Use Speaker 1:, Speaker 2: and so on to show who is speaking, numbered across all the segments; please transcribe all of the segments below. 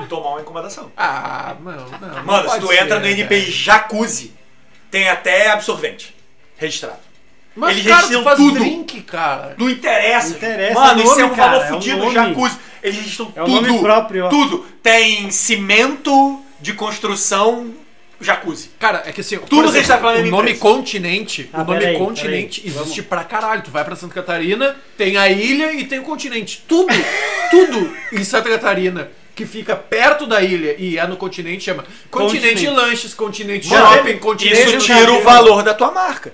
Speaker 1: de tomar uma incomodação.
Speaker 2: Ah, não, não. não
Speaker 1: Mano, se
Speaker 2: pode
Speaker 1: tu
Speaker 2: ser,
Speaker 1: entra no
Speaker 3: né,
Speaker 2: cara.
Speaker 1: NPI Jacuzzi, tem até absorvente registrado.
Speaker 2: Mas,
Speaker 1: eles
Speaker 2: cara, tu
Speaker 1: registram
Speaker 2: faz
Speaker 1: tudo.
Speaker 2: drink, cara.
Speaker 1: Não interessa.
Speaker 3: Não interessa,
Speaker 1: Mano,
Speaker 3: é
Speaker 1: isso é
Speaker 3: nome,
Speaker 1: um valor
Speaker 3: cara, é um
Speaker 1: fudido.
Speaker 3: nome.
Speaker 1: jacuzzi. Eles registram
Speaker 3: É um
Speaker 1: tudo.
Speaker 3: nome próprio, ó.
Speaker 1: Tudo. Tem cimento de construção jacuzzi.
Speaker 2: Cara, é que assim,
Speaker 1: Tudo
Speaker 2: por exemplo,
Speaker 1: registrado pela
Speaker 2: o
Speaker 1: mesma
Speaker 2: nome
Speaker 1: empresa.
Speaker 2: continente,
Speaker 3: Ah,
Speaker 2: o nome
Speaker 3: peraí,
Speaker 2: continente
Speaker 3: peraí.
Speaker 2: existe pra caralho. Tu vai pra Santa Catarina, tem a ilha e tem o continente. Tudo, tudo em Santa Catarina que fica perto da ilha e é no continente chama continente,
Speaker 3: Continente.
Speaker 2: lanches, continente
Speaker 1: Mano,
Speaker 2: shopping, continente.
Speaker 1: Isso tira o valor da tua marca.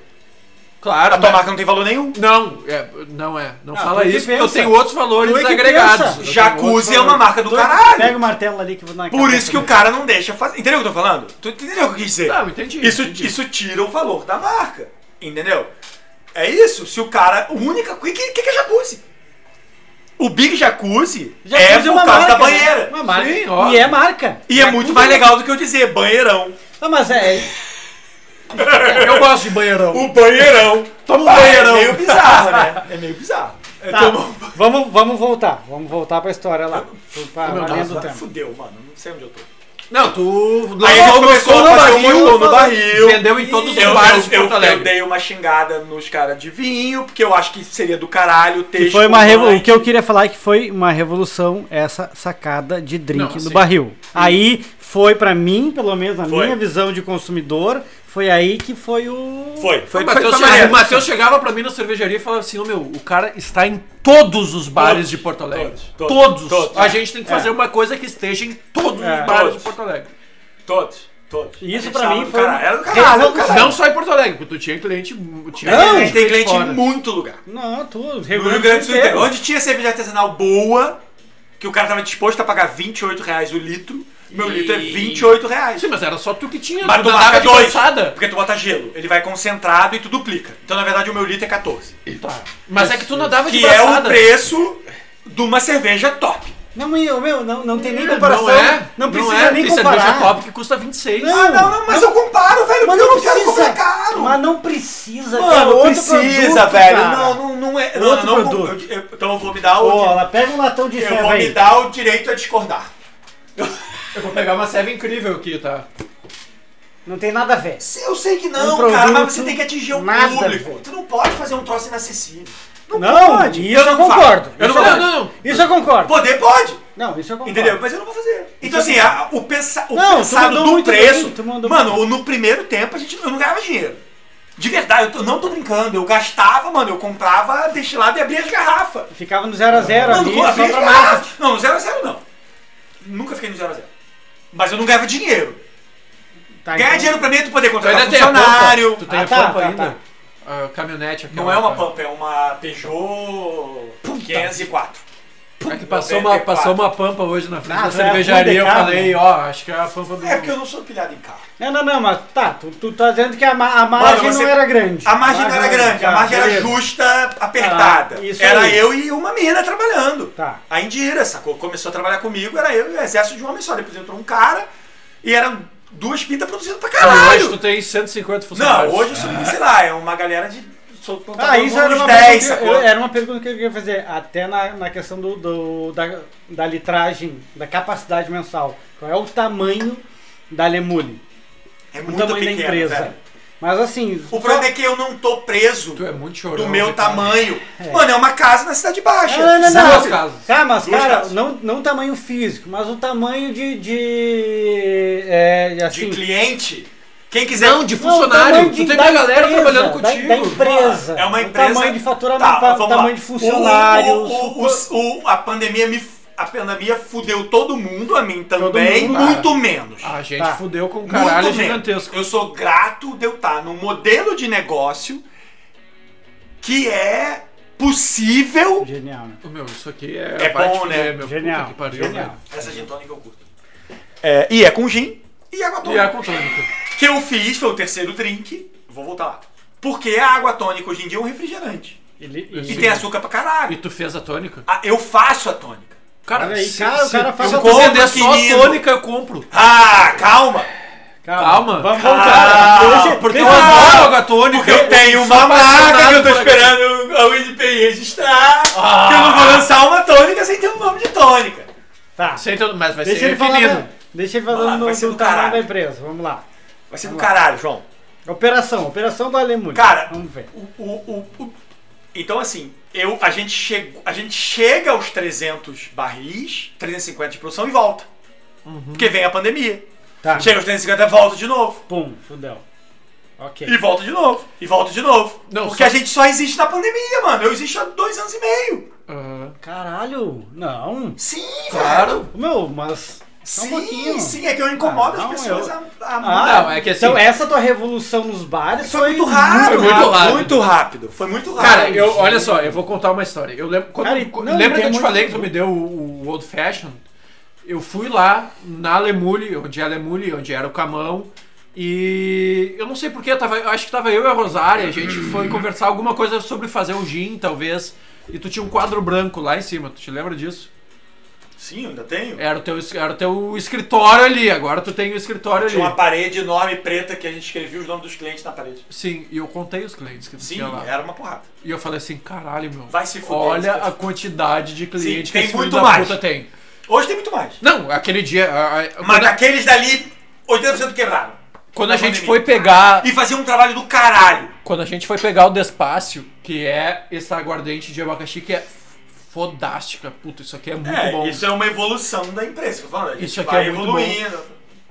Speaker 2: Claro,
Speaker 1: A tua
Speaker 2: mas-
Speaker 1: marca não tem valor nenhum.
Speaker 2: Não, é, não é. Não
Speaker 3: Ah,
Speaker 2: fala
Speaker 3: tu que
Speaker 2: isso, porque eu
Speaker 3: pensa.
Speaker 2: tenho outros valores
Speaker 3: Tu é que
Speaker 2: agregados.
Speaker 3: pensa.
Speaker 2: Eu tenho outros
Speaker 1: Jacuzzi é uma
Speaker 2: valores.
Speaker 1: marca do
Speaker 3: Dois- Pega
Speaker 1: caralho.
Speaker 3: o martelo ali que eu vou na
Speaker 1: Por
Speaker 3: cabeça
Speaker 1: isso que o
Speaker 3: dele.
Speaker 1: cara não deixa fazer. Entendeu o que eu tô falando? Tu entendeu o que eu quis dizer?
Speaker 2: Não, entendi.
Speaker 1: Isso,
Speaker 2: entendi.
Speaker 1: isso tira o valor da marca. Entendeu? É isso. Se o cara. O único. O que, que, que é jacuzzi? O Big Jacuzzi, é
Speaker 3: Jacuzzi
Speaker 1: por
Speaker 3: uma
Speaker 1: causa da
Speaker 3: marca, né?
Speaker 1: banheira.
Speaker 3: Uma marca.
Speaker 2: Sim, ó.
Speaker 3: E é marca.
Speaker 1: E é muito mais legal do que eu dizer banheirão.
Speaker 3: Ah, mas é.
Speaker 2: Eu gosto de banheirão.
Speaker 1: O banheirão.
Speaker 2: Toma um
Speaker 1: Ah,
Speaker 2: banheirão.
Speaker 1: É meio bizarro, né? É meio bizarro. É,
Speaker 3: Tá,
Speaker 1: toma um-
Speaker 3: vamos, vamos voltar. Vamos voltar pra história lá. Pra,
Speaker 2: Meu
Speaker 3: valendo
Speaker 2: Deus,
Speaker 3: o tempo.
Speaker 1: Fudeu, mano. Não sei onde eu tô.
Speaker 2: Não, tu.
Speaker 1: Aí a gente começou a fazer um montão no barril.
Speaker 2: Vendeu em todos os
Speaker 1: Eu,
Speaker 2: bares de
Speaker 1: eu, eu,
Speaker 2: Porto
Speaker 1: eu
Speaker 2: Alegre.
Speaker 1: dei uma xingada nos caras de vinho, porque eu acho que seria do caralho ter.
Speaker 3: Que foi uma
Speaker 1: espumante.
Speaker 3: revo- O que eu queria falar é que foi uma revolução essa sacada de drink
Speaker 2: Não,
Speaker 3: no
Speaker 2: sim.
Speaker 3: barril. Aí foi pra mim, pelo menos na
Speaker 1: Foi.
Speaker 3: minha visão de consumidor, foi aí que foi o
Speaker 1: Foi. Foi,
Speaker 2: o
Speaker 1: foi,
Speaker 2: Matheus,
Speaker 1: foi maneiro.
Speaker 2: o Matheus chegava pra mim na cervejaria e falava assim: "Ô, meu, o cara está em todos os bares de Porto Alegre.
Speaker 1: todos,
Speaker 2: Todos.
Speaker 1: todos, todos.
Speaker 2: A gente tem que
Speaker 3: É.
Speaker 2: fazer uma coisa que esteja em todos
Speaker 3: É.
Speaker 2: os bares
Speaker 1: Todos.
Speaker 2: de Porto Alegre.
Speaker 1: Todos, todos.
Speaker 3: Isso
Speaker 1: A gente
Speaker 3: pra
Speaker 1: tava
Speaker 3: mim
Speaker 1: do
Speaker 3: foi um uma
Speaker 1: Caralho. Era do caralho, era do caralho.
Speaker 2: Não só em Porto Alegre, porque tu tinha cliente. Tinha
Speaker 3: Não,
Speaker 1: a gente tem
Speaker 2: de
Speaker 1: cliente
Speaker 2: fora.
Speaker 1: em muito lugar.
Speaker 3: Não, tudo.
Speaker 1: No Rio Grande do Sul inteiro. Onde tinha cerveja artesanal boa, que o cara tava disposto a pagar 28 reais o litro, meu
Speaker 2: E-
Speaker 1: litro é 28 reais.
Speaker 2: Sim, mas era só tu que tinha.
Speaker 1: Mas
Speaker 2: tu
Speaker 1: tu
Speaker 2: nadava
Speaker 1: marca
Speaker 2: de
Speaker 1: dois,
Speaker 2: calçada.
Speaker 1: porque tu bota gelo. Ele vai concentrado e tu duplica. Então, na verdade, o meu litro é 14.
Speaker 2: Mas é que tu nadava de
Speaker 1: Que é o
Speaker 2: braçada.
Speaker 1: preço de uma cerveja top.
Speaker 3: Não, meu, meu, não, não tem nem comparação.
Speaker 2: Não é?
Speaker 3: Não precisa
Speaker 2: é.
Speaker 3: nem
Speaker 2: Tem cerveja
Speaker 3: comparar.
Speaker 2: top que custa 26.
Speaker 3: Não,
Speaker 1: Ah, mas eu comparo, velho,
Speaker 3: Mas
Speaker 1: porque
Speaker 3: não precisa. Mas não precisa. cara,
Speaker 1: Mano,
Speaker 3: outro
Speaker 1: precisa,
Speaker 3: produto,
Speaker 1: velho.
Speaker 3: cara.
Speaker 1: Não, não, não é. não,
Speaker 3: Outro
Speaker 1: não, não,
Speaker 3: produto.
Speaker 1: eu- eu- então eu vou me dar o.
Speaker 3: Pô, ela pega um latão de
Speaker 1: eu vou
Speaker 3: serva
Speaker 1: me
Speaker 3: aí.
Speaker 1: dar o direito a discordar.
Speaker 2: Eu vou pegar uma serva incrível aqui, tá?
Speaker 3: Não tem nada a ver.
Speaker 1: Eu sei que não,
Speaker 3: Um
Speaker 1: cara,
Speaker 3: produto,
Speaker 1: mas você tem que atingir o
Speaker 3: nada,
Speaker 1: público.
Speaker 3: velho.
Speaker 1: Tu não pode fazer um troço inacessível.
Speaker 3: Não,
Speaker 1: pode.
Speaker 3: isso eu,
Speaker 1: Eu não
Speaker 3: concordo.
Speaker 1: falo. Eu
Speaker 3: isso
Speaker 1: não
Speaker 2: falo, não, não.
Speaker 3: Isso eu concordo.
Speaker 1: Poder pode,
Speaker 3: Não, isso eu concordo.
Speaker 1: entendeu? Mas eu não vou fazer. Então, assim, a- o, pensa, o
Speaker 3: ah, Não, tu
Speaker 1: pensado
Speaker 3: mandou
Speaker 1: do
Speaker 3: muito
Speaker 1: preço.
Speaker 3: bem, tu mandou
Speaker 1: mano, no primeiro tempo a gente, eu não ganhava dinheiro. De verdade, eu tô- não tô brincando. Eu gastava, mano, eu comprava destilado e abria as garrafas.
Speaker 3: Ficava no 0x0
Speaker 1: Mano,
Speaker 3: ali,
Speaker 1: vou
Speaker 3: só
Speaker 1: abrir
Speaker 3: pra
Speaker 1: as
Speaker 3: marca.
Speaker 1: garrafas. Não, no 0 a 0 não. Nunca fiquei no 0 a 0 Mas eu não ganhava dinheiro.
Speaker 3: Tá,
Speaker 1: Ganhar
Speaker 3: então-
Speaker 1: dinheiro pra mim é tu poder
Speaker 2: Tu
Speaker 1: contratar
Speaker 2: ainda tem a pampa.
Speaker 1: funcionário.
Speaker 2: Tu tem
Speaker 3: Ah,
Speaker 2: a
Speaker 3: tá,
Speaker 2: pampa
Speaker 3: tá,
Speaker 2: ainda. A caminhonete tá? aqui.
Speaker 1: Não é uma pampa, é uma Peugeot 504.
Speaker 2: É que passou uma,
Speaker 1: 94.
Speaker 2: passou uma pampa hoje na frente
Speaker 3: Ah,
Speaker 2: da
Speaker 3: tu é ruim de
Speaker 2: cervejaria. Eu
Speaker 3: carro.
Speaker 1: né?
Speaker 2: falei, ó, acho que é a pampa do.
Speaker 1: É porque eu não sou pilhado em carro.
Speaker 3: Não, não, não, mas tá, tu, tu tá dizendo que a, ma- a margem
Speaker 1: você-
Speaker 3: não era grande.
Speaker 1: A margem não era grande, a
Speaker 3: tá,
Speaker 1: margem era
Speaker 3: beleza.
Speaker 1: justa, apertada.
Speaker 3: Ah, isso
Speaker 1: Era
Speaker 3: aí.
Speaker 1: eu e uma mina trabalhando.
Speaker 3: Tá.
Speaker 1: A Indira, sacou? Começou a trabalhar comigo, era eu e o exército de um homem só. Depois entrou um cara e eram duas pintas produzindo pra
Speaker 2: Ah, Hoje tu
Speaker 1: caralho.
Speaker 2: tem 150 funcionários.
Speaker 1: Não, hoje eu sou, sei lá, é uma galera de. Sou,
Speaker 3: Ah, isso era uma,
Speaker 1: 10,
Speaker 3: pergunta, que
Speaker 1: sacou?
Speaker 3: eu, é, era uma pergunta que eu queria fazer, até na, na questão do, do- da, da litragem, da capacidade mensal. Qual é o tamanho da Lemule?
Speaker 1: É
Speaker 3: O
Speaker 1: muito
Speaker 3: tamanho
Speaker 1: pequeno,
Speaker 3: da empresa.
Speaker 1: velho.
Speaker 3: Mas assim.
Speaker 1: O problema é que eu não tô preso
Speaker 2: Tu é muito chorão.
Speaker 1: do meu
Speaker 2: de cara.
Speaker 1: tamanho. Mano, é uma casa na Cidade Baixa.
Speaker 3: Não, não, não.
Speaker 2: Duas casas.
Speaker 3: Tá, mas
Speaker 1: Duas
Speaker 3: cara,
Speaker 1: casas.
Speaker 3: não, não o tamanho físico, mas o tamanho de. de é,
Speaker 1: De
Speaker 3: assim,
Speaker 1: cliente. Quem quiser.
Speaker 2: Não, de
Speaker 3: Não, o tamanho
Speaker 2: funcionário.
Speaker 3: de-
Speaker 2: Tu tem
Speaker 3: da
Speaker 2: uma galera
Speaker 3: empresa,
Speaker 2: trabalhando
Speaker 3: da-
Speaker 2: contigo.
Speaker 3: Da, empresa.
Speaker 1: É uma
Speaker 3: O
Speaker 1: empresa.
Speaker 3: tamanho de
Speaker 1: Tá,
Speaker 3: faturamento,
Speaker 1: mas
Speaker 3: o
Speaker 1: vamos
Speaker 3: tamanho
Speaker 1: lá.
Speaker 3: de funcionários.
Speaker 1: O- o- o- o- a pandemia me. f- A pandemia fudeu todo mundo, a mim também,
Speaker 3: mundo,
Speaker 1: muito menos.
Speaker 2: A gente
Speaker 3: Tá.
Speaker 2: fudeu com um
Speaker 1: Muito
Speaker 2: caralho
Speaker 1: menos.
Speaker 2: gigantesco.
Speaker 1: Eu sou grato de eu estar num modelo de negócio que é possível.
Speaker 3: Genial, né?
Speaker 2: Ô, Meu, isso aqui é.
Speaker 1: É
Speaker 2: vai te
Speaker 1: bom, né?
Speaker 2: fuder, Meu,
Speaker 3: Genial,
Speaker 2: Puta que pariu,
Speaker 3: genial.
Speaker 2: né?
Speaker 1: Essa gin tônica eu curto. É, e é com gin e água
Speaker 2: E é
Speaker 1: tônica.
Speaker 2: a contônica.
Speaker 1: que eu fiz foi o terceiro drink. Vou voltar lá. Porque a água tônica hoje em dia é um refrigerante.
Speaker 3: Ele-
Speaker 1: E
Speaker 2: Sim.
Speaker 1: tem açúcar pra
Speaker 2: E
Speaker 1: caralho.
Speaker 2: tu fez a tônica?
Speaker 1: Ah, Eu faço a tônica.
Speaker 2: Cara,
Speaker 3: Olha aí,
Speaker 2: se,
Speaker 3: cara, o
Speaker 2: se
Speaker 3: cara faz
Speaker 2: eu
Speaker 3: a
Speaker 2: for
Speaker 1: tônica,
Speaker 2: vender só a
Speaker 1: menino.
Speaker 2: tônica, eu compro.
Speaker 1: Ah, calma!
Speaker 2: Calma. Ah,
Speaker 3: Vamos
Speaker 1: Calma,
Speaker 3: voltar. Deixa-
Speaker 2: Porque eu
Speaker 3: deixa-
Speaker 2: adoro água tônica.
Speaker 1: Porque eu tenho
Speaker 2: sou
Speaker 1: uma marca que eu
Speaker 2: apaixonado
Speaker 1: tô
Speaker 2: por aquilo.
Speaker 1: esperando a NPI registrar. Que eu não vou lançar uma tônica sem ter um nome de tônica.
Speaker 3: Tá.
Speaker 2: Sem todo- mas vai
Speaker 3: Deixa
Speaker 2: ser
Speaker 3: ele, falar
Speaker 2: felino.
Speaker 3: da, deixa ele
Speaker 1: Vai lá,
Speaker 3: falando
Speaker 1: vai
Speaker 3: do,
Speaker 1: ser
Speaker 3: do
Speaker 1: do
Speaker 3: tamanho
Speaker 1: caralho.
Speaker 3: da empresa. Vamos lá.
Speaker 1: Vai ser do
Speaker 3: Vamos lá.
Speaker 1: caralho, João.
Speaker 3: Operação, operação do Alemanha.
Speaker 1: Cara,
Speaker 3: vamos ver.
Speaker 1: O, o- o- o- Então, assim, eu, a, gente chega, a gente chega aos 300 barris, 350 de produção e volta. Porque vem a pandemia.
Speaker 3: Tá.
Speaker 1: Chega aos 350, volta de novo.
Speaker 3: Pum, fudeu. Ok.
Speaker 1: E volta de novo. E volta de novo.
Speaker 2: Não,
Speaker 1: Porque
Speaker 2: só-
Speaker 1: a gente só existe na pandemia, mano. Eu existo há dois anos e meio.
Speaker 2: Aham.
Speaker 3: Caralho, não.
Speaker 1: Sim, velho.
Speaker 3: Meu, mas. só um
Speaker 1: Sim,
Speaker 3: pouquinho.
Speaker 1: sim. É que eu incomodo
Speaker 3: Ah,
Speaker 1: as
Speaker 3: não,
Speaker 1: pessoas
Speaker 3: eu-
Speaker 1: a, a
Speaker 3: Ah,
Speaker 2: Não, é que assim-
Speaker 3: Então essa tua revolução nos bares
Speaker 1: Foi muito rápido.
Speaker 2: Foi muito rápido.
Speaker 1: Muito rápido. Foi muito rápido.
Speaker 2: Cara, eu, olha só, eu vou contar uma história. Eu lembro, quando-
Speaker 3: Cara, e-
Speaker 2: quando-
Speaker 3: não,
Speaker 2: lembra
Speaker 3: tem
Speaker 2: que eu te
Speaker 3: muito-
Speaker 2: falei que tu me deu o, o Old Fashioned? Eu fui lá na Lemule, onde é a Lemule, onde era o Camão. E eu não sei porquê, tava, eu acho que tava eu e a Rosária, a gente foi conversar alguma coisa sobre fazer um gin, talvez. E tu tinha um quadro branco lá em cima, tu te lembra disso?
Speaker 1: Sim, eu ainda tenho.
Speaker 2: Era o teu, es- era o teu escritório ali, agora tu tem o escritório ali.
Speaker 1: Tinha uma parede enorme preta que a gente escrevia os nomes dos clientes na parede.
Speaker 2: Sim, e eu contei os clientes que tu
Speaker 1: Sim, é,
Speaker 2: tinha lá.
Speaker 1: era uma porrada.
Speaker 2: E eu falei assim, caralho, meu.
Speaker 1: Vai se fuder,
Speaker 2: Olha
Speaker 1: Stefan.
Speaker 2: a quantidade de cliente
Speaker 1: Sim,
Speaker 2: que
Speaker 1: tem
Speaker 2: esse filho
Speaker 1: muito
Speaker 2: da
Speaker 1: mais.
Speaker 2: puta tem.
Speaker 1: Hoje tem muito mais.
Speaker 2: Não, aquele dia. a- a-
Speaker 1: Mas
Speaker 2: quando a,
Speaker 1: aqueles dali, 80% quebraram.
Speaker 2: quando
Speaker 1: na
Speaker 2: a gente
Speaker 1: pandemia.
Speaker 2: foi pegar.
Speaker 1: E faziam um trabalho do caralho.
Speaker 2: Quando a gente foi pegar o Despácio, que é esse aguardente de abacaxi que é fodástica. Puta, isso aqui é muito bom.
Speaker 1: isso é uma evolução da empresa. que eu tô falando. A gente
Speaker 2: Isso aqui
Speaker 1: vai
Speaker 2: é muito bom.
Speaker 1: evoluindo.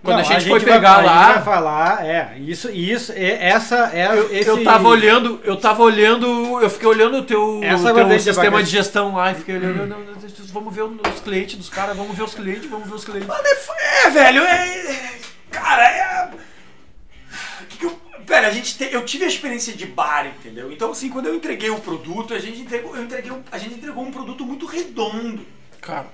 Speaker 2: Quando a
Speaker 3: Não,
Speaker 2: gente foi
Speaker 3: vai-
Speaker 2: pegar
Speaker 3: A gente vai
Speaker 2: lá.
Speaker 3: falar, é, isso, isso, e- essa, é, esse...
Speaker 2: Eu tava olhando, eu tava olhando, eu fiquei olhando o teu, o
Speaker 3: Essa
Speaker 2: teu
Speaker 3: aguardente de
Speaker 2: sistema de
Speaker 3: abacaxi.
Speaker 2: gestão lá e fiquei olhando, não, não, não, vamos ver os clientes dos caras, vamos ver os clientes, vamos ver os clientes.
Speaker 1: Mano, é, f- é, velho, é. é- Cara, é. que que eu- velho, a gente te- eu tive a experiência de bar, entendeu? Então, assim, quando eu entreguei o produto, a gente entregou, eu entreguei, um- a gente entregou um produto muito redondo.
Speaker 2: Cara,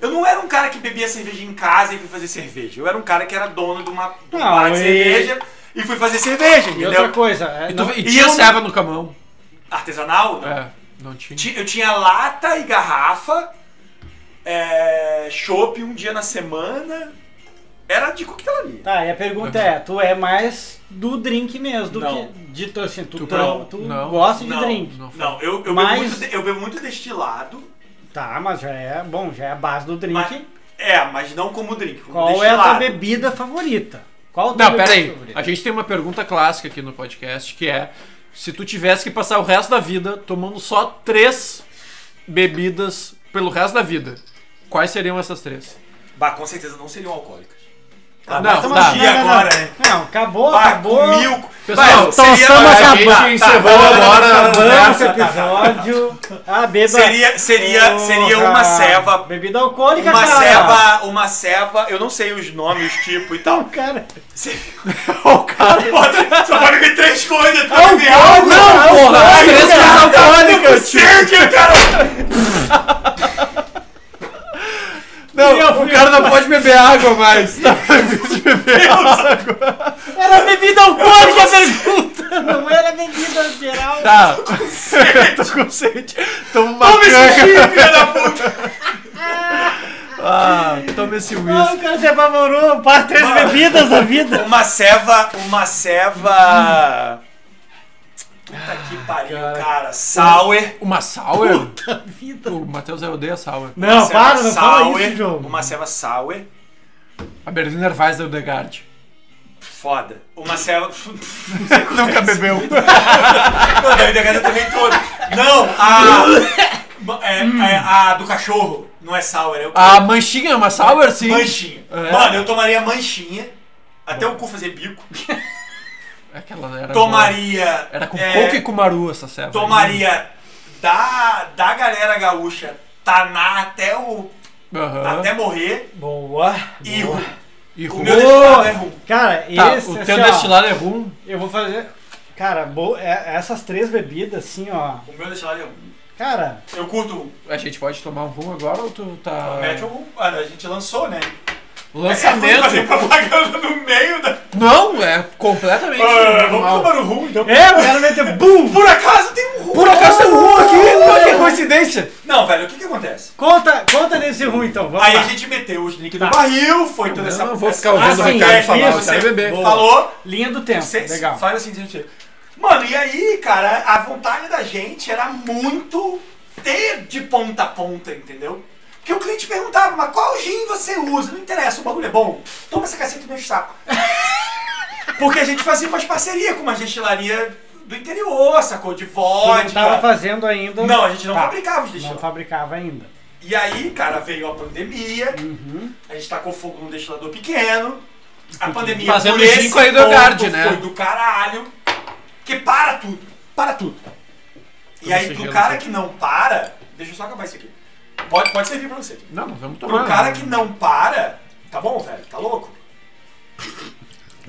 Speaker 1: Eu não era um cara que bebia cerveja em casa e fui fazer cerveja. Eu era um cara que era dono de uma de um
Speaker 3: Não,
Speaker 1: bar de
Speaker 3: e-
Speaker 1: cerveja e fui fazer cerveja,
Speaker 3: E
Speaker 1: entendeu?
Speaker 3: outra coisa, é,
Speaker 2: e, tu,
Speaker 3: não,
Speaker 2: e
Speaker 1: e
Speaker 2: tinha
Speaker 1: eu não-
Speaker 2: serva no camão.
Speaker 1: Artesanal? não.
Speaker 2: É, não tinha.
Speaker 1: Ti- Eu tinha lata e garrafa, é, chopp um dia na semana. Era de coquetelaria.
Speaker 3: Tá, e a pergunta é, tu é mais do drink mesmo, do
Speaker 1: Não.
Speaker 3: que de tu, assim, tu,
Speaker 2: Tu
Speaker 3: tra-
Speaker 2: não,
Speaker 3: tu
Speaker 2: não,
Speaker 3: gosta de
Speaker 1: não,
Speaker 3: drink.
Speaker 2: não.
Speaker 1: Não, eu, eu,
Speaker 3: Mas-
Speaker 1: bebo muito, de- eu bebo muito destilado,
Speaker 3: Tá, mas já é, bom, já é a base do drink.
Speaker 1: mas, é, mas não como drink, como
Speaker 3: Qual é a
Speaker 1: destilado.
Speaker 3: tua bebida favorita? Qual a tua
Speaker 2: Não,
Speaker 3: bebida
Speaker 2: pera aí.
Speaker 3: favorita?
Speaker 2: A gente tem uma pergunta clássica aqui no podcast que é: se tu tivesse que passar o resto da vida tomando só três bebidas pelo resto da vida, quais seriam essas três?
Speaker 1: Bah, com certeza não seriam alcoólicas.
Speaker 2: Não,
Speaker 3: mas tamo-
Speaker 2: tá.
Speaker 1: E agora, né?
Speaker 3: Não, acabou,
Speaker 1: Bah,
Speaker 3: acabou.
Speaker 1: com milk.
Speaker 2: Pessoal,
Speaker 1: Bah,
Speaker 3: então estamos
Speaker 1: Tá,
Speaker 2: a
Speaker 3: acabando.
Speaker 1: tá,
Speaker 2: gente encerrou
Speaker 1: tá,
Speaker 2: agora a
Speaker 1: tá, tá, tá,
Speaker 3: Acabamos o
Speaker 2: conversa.
Speaker 1: tá, tá, tá.
Speaker 3: episódio. Ah, beba.
Speaker 1: Seria- seria- seria uma
Speaker 3: Porra.
Speaker 1: ceva.
Speaker 3: Bebida alcoólica,
Speaker 1: Uma
Speaker 3: cara.
Speaker 1: ceva, uma ceva, eu não sei os nomes, tipo e tal.
Speaker 3: Cara.
Speaker 1: Se-
Speaker 2: O
Speaker 1: tá.
Speaker 2: cara.
Speaker 1: Bota- Só pode comer três
Speaker 3: É um
Speaker 1: coisas, tá
Speaker 2: Não,
Speaker 1: ligado?
Speaker 2: não, porra! As três coisas alcoólicas, tio!
Speaker 1: Sérgio, cara!
Speaker 2: Não, o cara não pode beber água mais. Tá proibido de beber água.
Speaker 3: Era bebida alcoólica a pergunta. Não era bebida geral.
Speaker 2: Tá. Eu tô com sede. Toma uma
Speaker 1: Toma esse
Speaker 2: canga.
Speaker 1: chifre, filha da puta!
Speaker 2: Ah, toma esse
Speaker 3: Não,
Speaker 2: whisky.
Speaker 3: cara, você apavorou. Passa três
Speaker 1: Mano.
Speaker 3: bebidas da vida.
Speaker 1: Uma ceva, uma ceva... Puta
Speaker 3: Ah,
Speaker 1: que pariu, cara. Sour.
Speaker 2: Uma sour?
Speaker 3: vida.
Speaker 2: O Matheus odeia sour.
Speaker 3: Não,
Speaker 1: uma ceva
Speaker 3: para, não fala
Speaker 1: sour,
Speaker 3: isso, João.
Speaker 1: Uma ceva sour.
Speaker 2: A Berliner Weiss é Degard.
Speaker 1: Foda. Uma ceva... é
Speaker 2: Nunca bebeu.
Speaker 1: Não, da Hidegata também todo. Não, a... É,
Speaker 3: Hum.
Speaker 1: é, a do cachorro. Não é sour, é o...
Speaker 3: Ah,
Speaker 2: A manchinha, uma sour, sim.
Speaker 1: Manchinha.
Speaker 2: É.
Speaker 1: Mano, eu tomaria manchinha. Até o cu fazer bico.
Speaker 3: É
Speaker 2: Aquela É era boa.
Speaker 1: Tomaria.
Speaker 2: Era com
Speaker 1: é,
Speaker 2: coco e com maru essa serva.
Speaker 1: Tomaria da, da galera gaúcha Taná até o.
Speaker 2: Aham.
Speaker 1: até morrer.
Speaker 3: Boa.
Speaker 1: E
Speaker 3: boa.
Speaker 1: rum.
Speaker 2: E
Speaker 1: O
Speaker 2: rum.
Speaker 1: meu destilado é rum.
Speaker 3: Cara,
Speaker 2: Tá,
Speaker 3: esse,
Speaker 2: o
Speaker 3: assim,
Speaker 2: teu
Speaker 3: ó,
Speaker 2: destilado é rum.
Speaker 3: Eu vou fazer... Cara, bo- é- essas três bebidas, assim, ó...
Speaker 1: O meu destilado é rum.
Speaker 3: Cara,
Speaker 1: Eu curto rum.
Speaker 2: A gente pode tomar um rum agora ou tu tá.
Speaker 1: Mete o rum. Ah, A gente lançou, né? É ruim
Speaker 2: Lançamento.
Speaker 1: fazer propaganda no meio da.
Speaker 2: Não, é completamente.
Speaker 1: Ah, vamos
Speaker 2: normal.
Speaker 1: tomar o rum então.
Speaker 3: é, o cara meteu BUM!
Speaker 1: Por acaso tem um rum.
Speaker 2: Por acaso tem um rum aqui? Olha que coincidência.
Speaker 1: Não, velho, o que que acontece?
Speaker 3: Conta, conta desse ruim então, vamos
Speaker 1: Aí
Speaker 3: lá.
Speaker 1: a gente meteu os links
Speaker 3: Tá.
Speaker 1: do barril, foi toda
Speaker 2: Eu
Speaker 1: essa.
Speaker 2: não vou
Speaker 1: essa-
Speaker 2: ficar ouvindo o
Speaker 3: Ah, sim,
Speaker 2: Ricardo
Speaker 3: é,
Speaker 2: falar,
Speaker 3: isso,
Speaker 2: o cara é
Speaker 1: você
Speaker 2: beber.
Speaker 3: boa.
Speaker 1: Falou,
Speaker 3: Linha do tempo,
Speaker 1: Cê- cê-
Speaker 3: legal.
Speaker 1: Faz assim, sentido. Mano, e aí, cara, a vontade da gente era muito ter de ponta a ponta, entendeu? Porque o cliente perguntava, mas qual gin você usa? Não interessa, o bagulho é bom. Toma essa caceta do meu saco. Porque a gente fazia umas parcerias com uma destilaria do interior, sacou? De
Speaker 3: Tu não tava
Speaker 1: vodka.
Speaker 3: fazendo ainda.
Speaker 1: Não, a gente não
Speaker 3: Tá.
Speaker 1: fabricava os
Speaker 3: Não
Speaker 1: destilados.
Speaker 3: fabricava ainda.
Speaker 1: E aí, cara, veio a pandemia,
Speaker 3: Uhum.
Speaker 1: a gente tacou fogo num destilador pequeno. A pandemia
Speaker 2: Fazendo
Speaker 1: por
Speaker 2: gin
Speaker 1: esse
Speaker 2: com a Hidrogard,
Speaker 1: ponto
Speaker 2: né?
Speaker 1: foi do caralho. Que para tudo, para tudo. E
Speaker 2: Eu
Speaker 1: aí,
Speaker 2: não sei
Speaker 1: pro
Speaker 2: gelo,
Speaker 1: cara
Speaker 2: não
Speaker 1: que não para, deixa eu só acabar isso aqui. Pode, pode servir pra você.
Speaker 2: Não, não vamos tomar.
Speaker 1: Pro cara que não para, tá bom, velho, tá louco?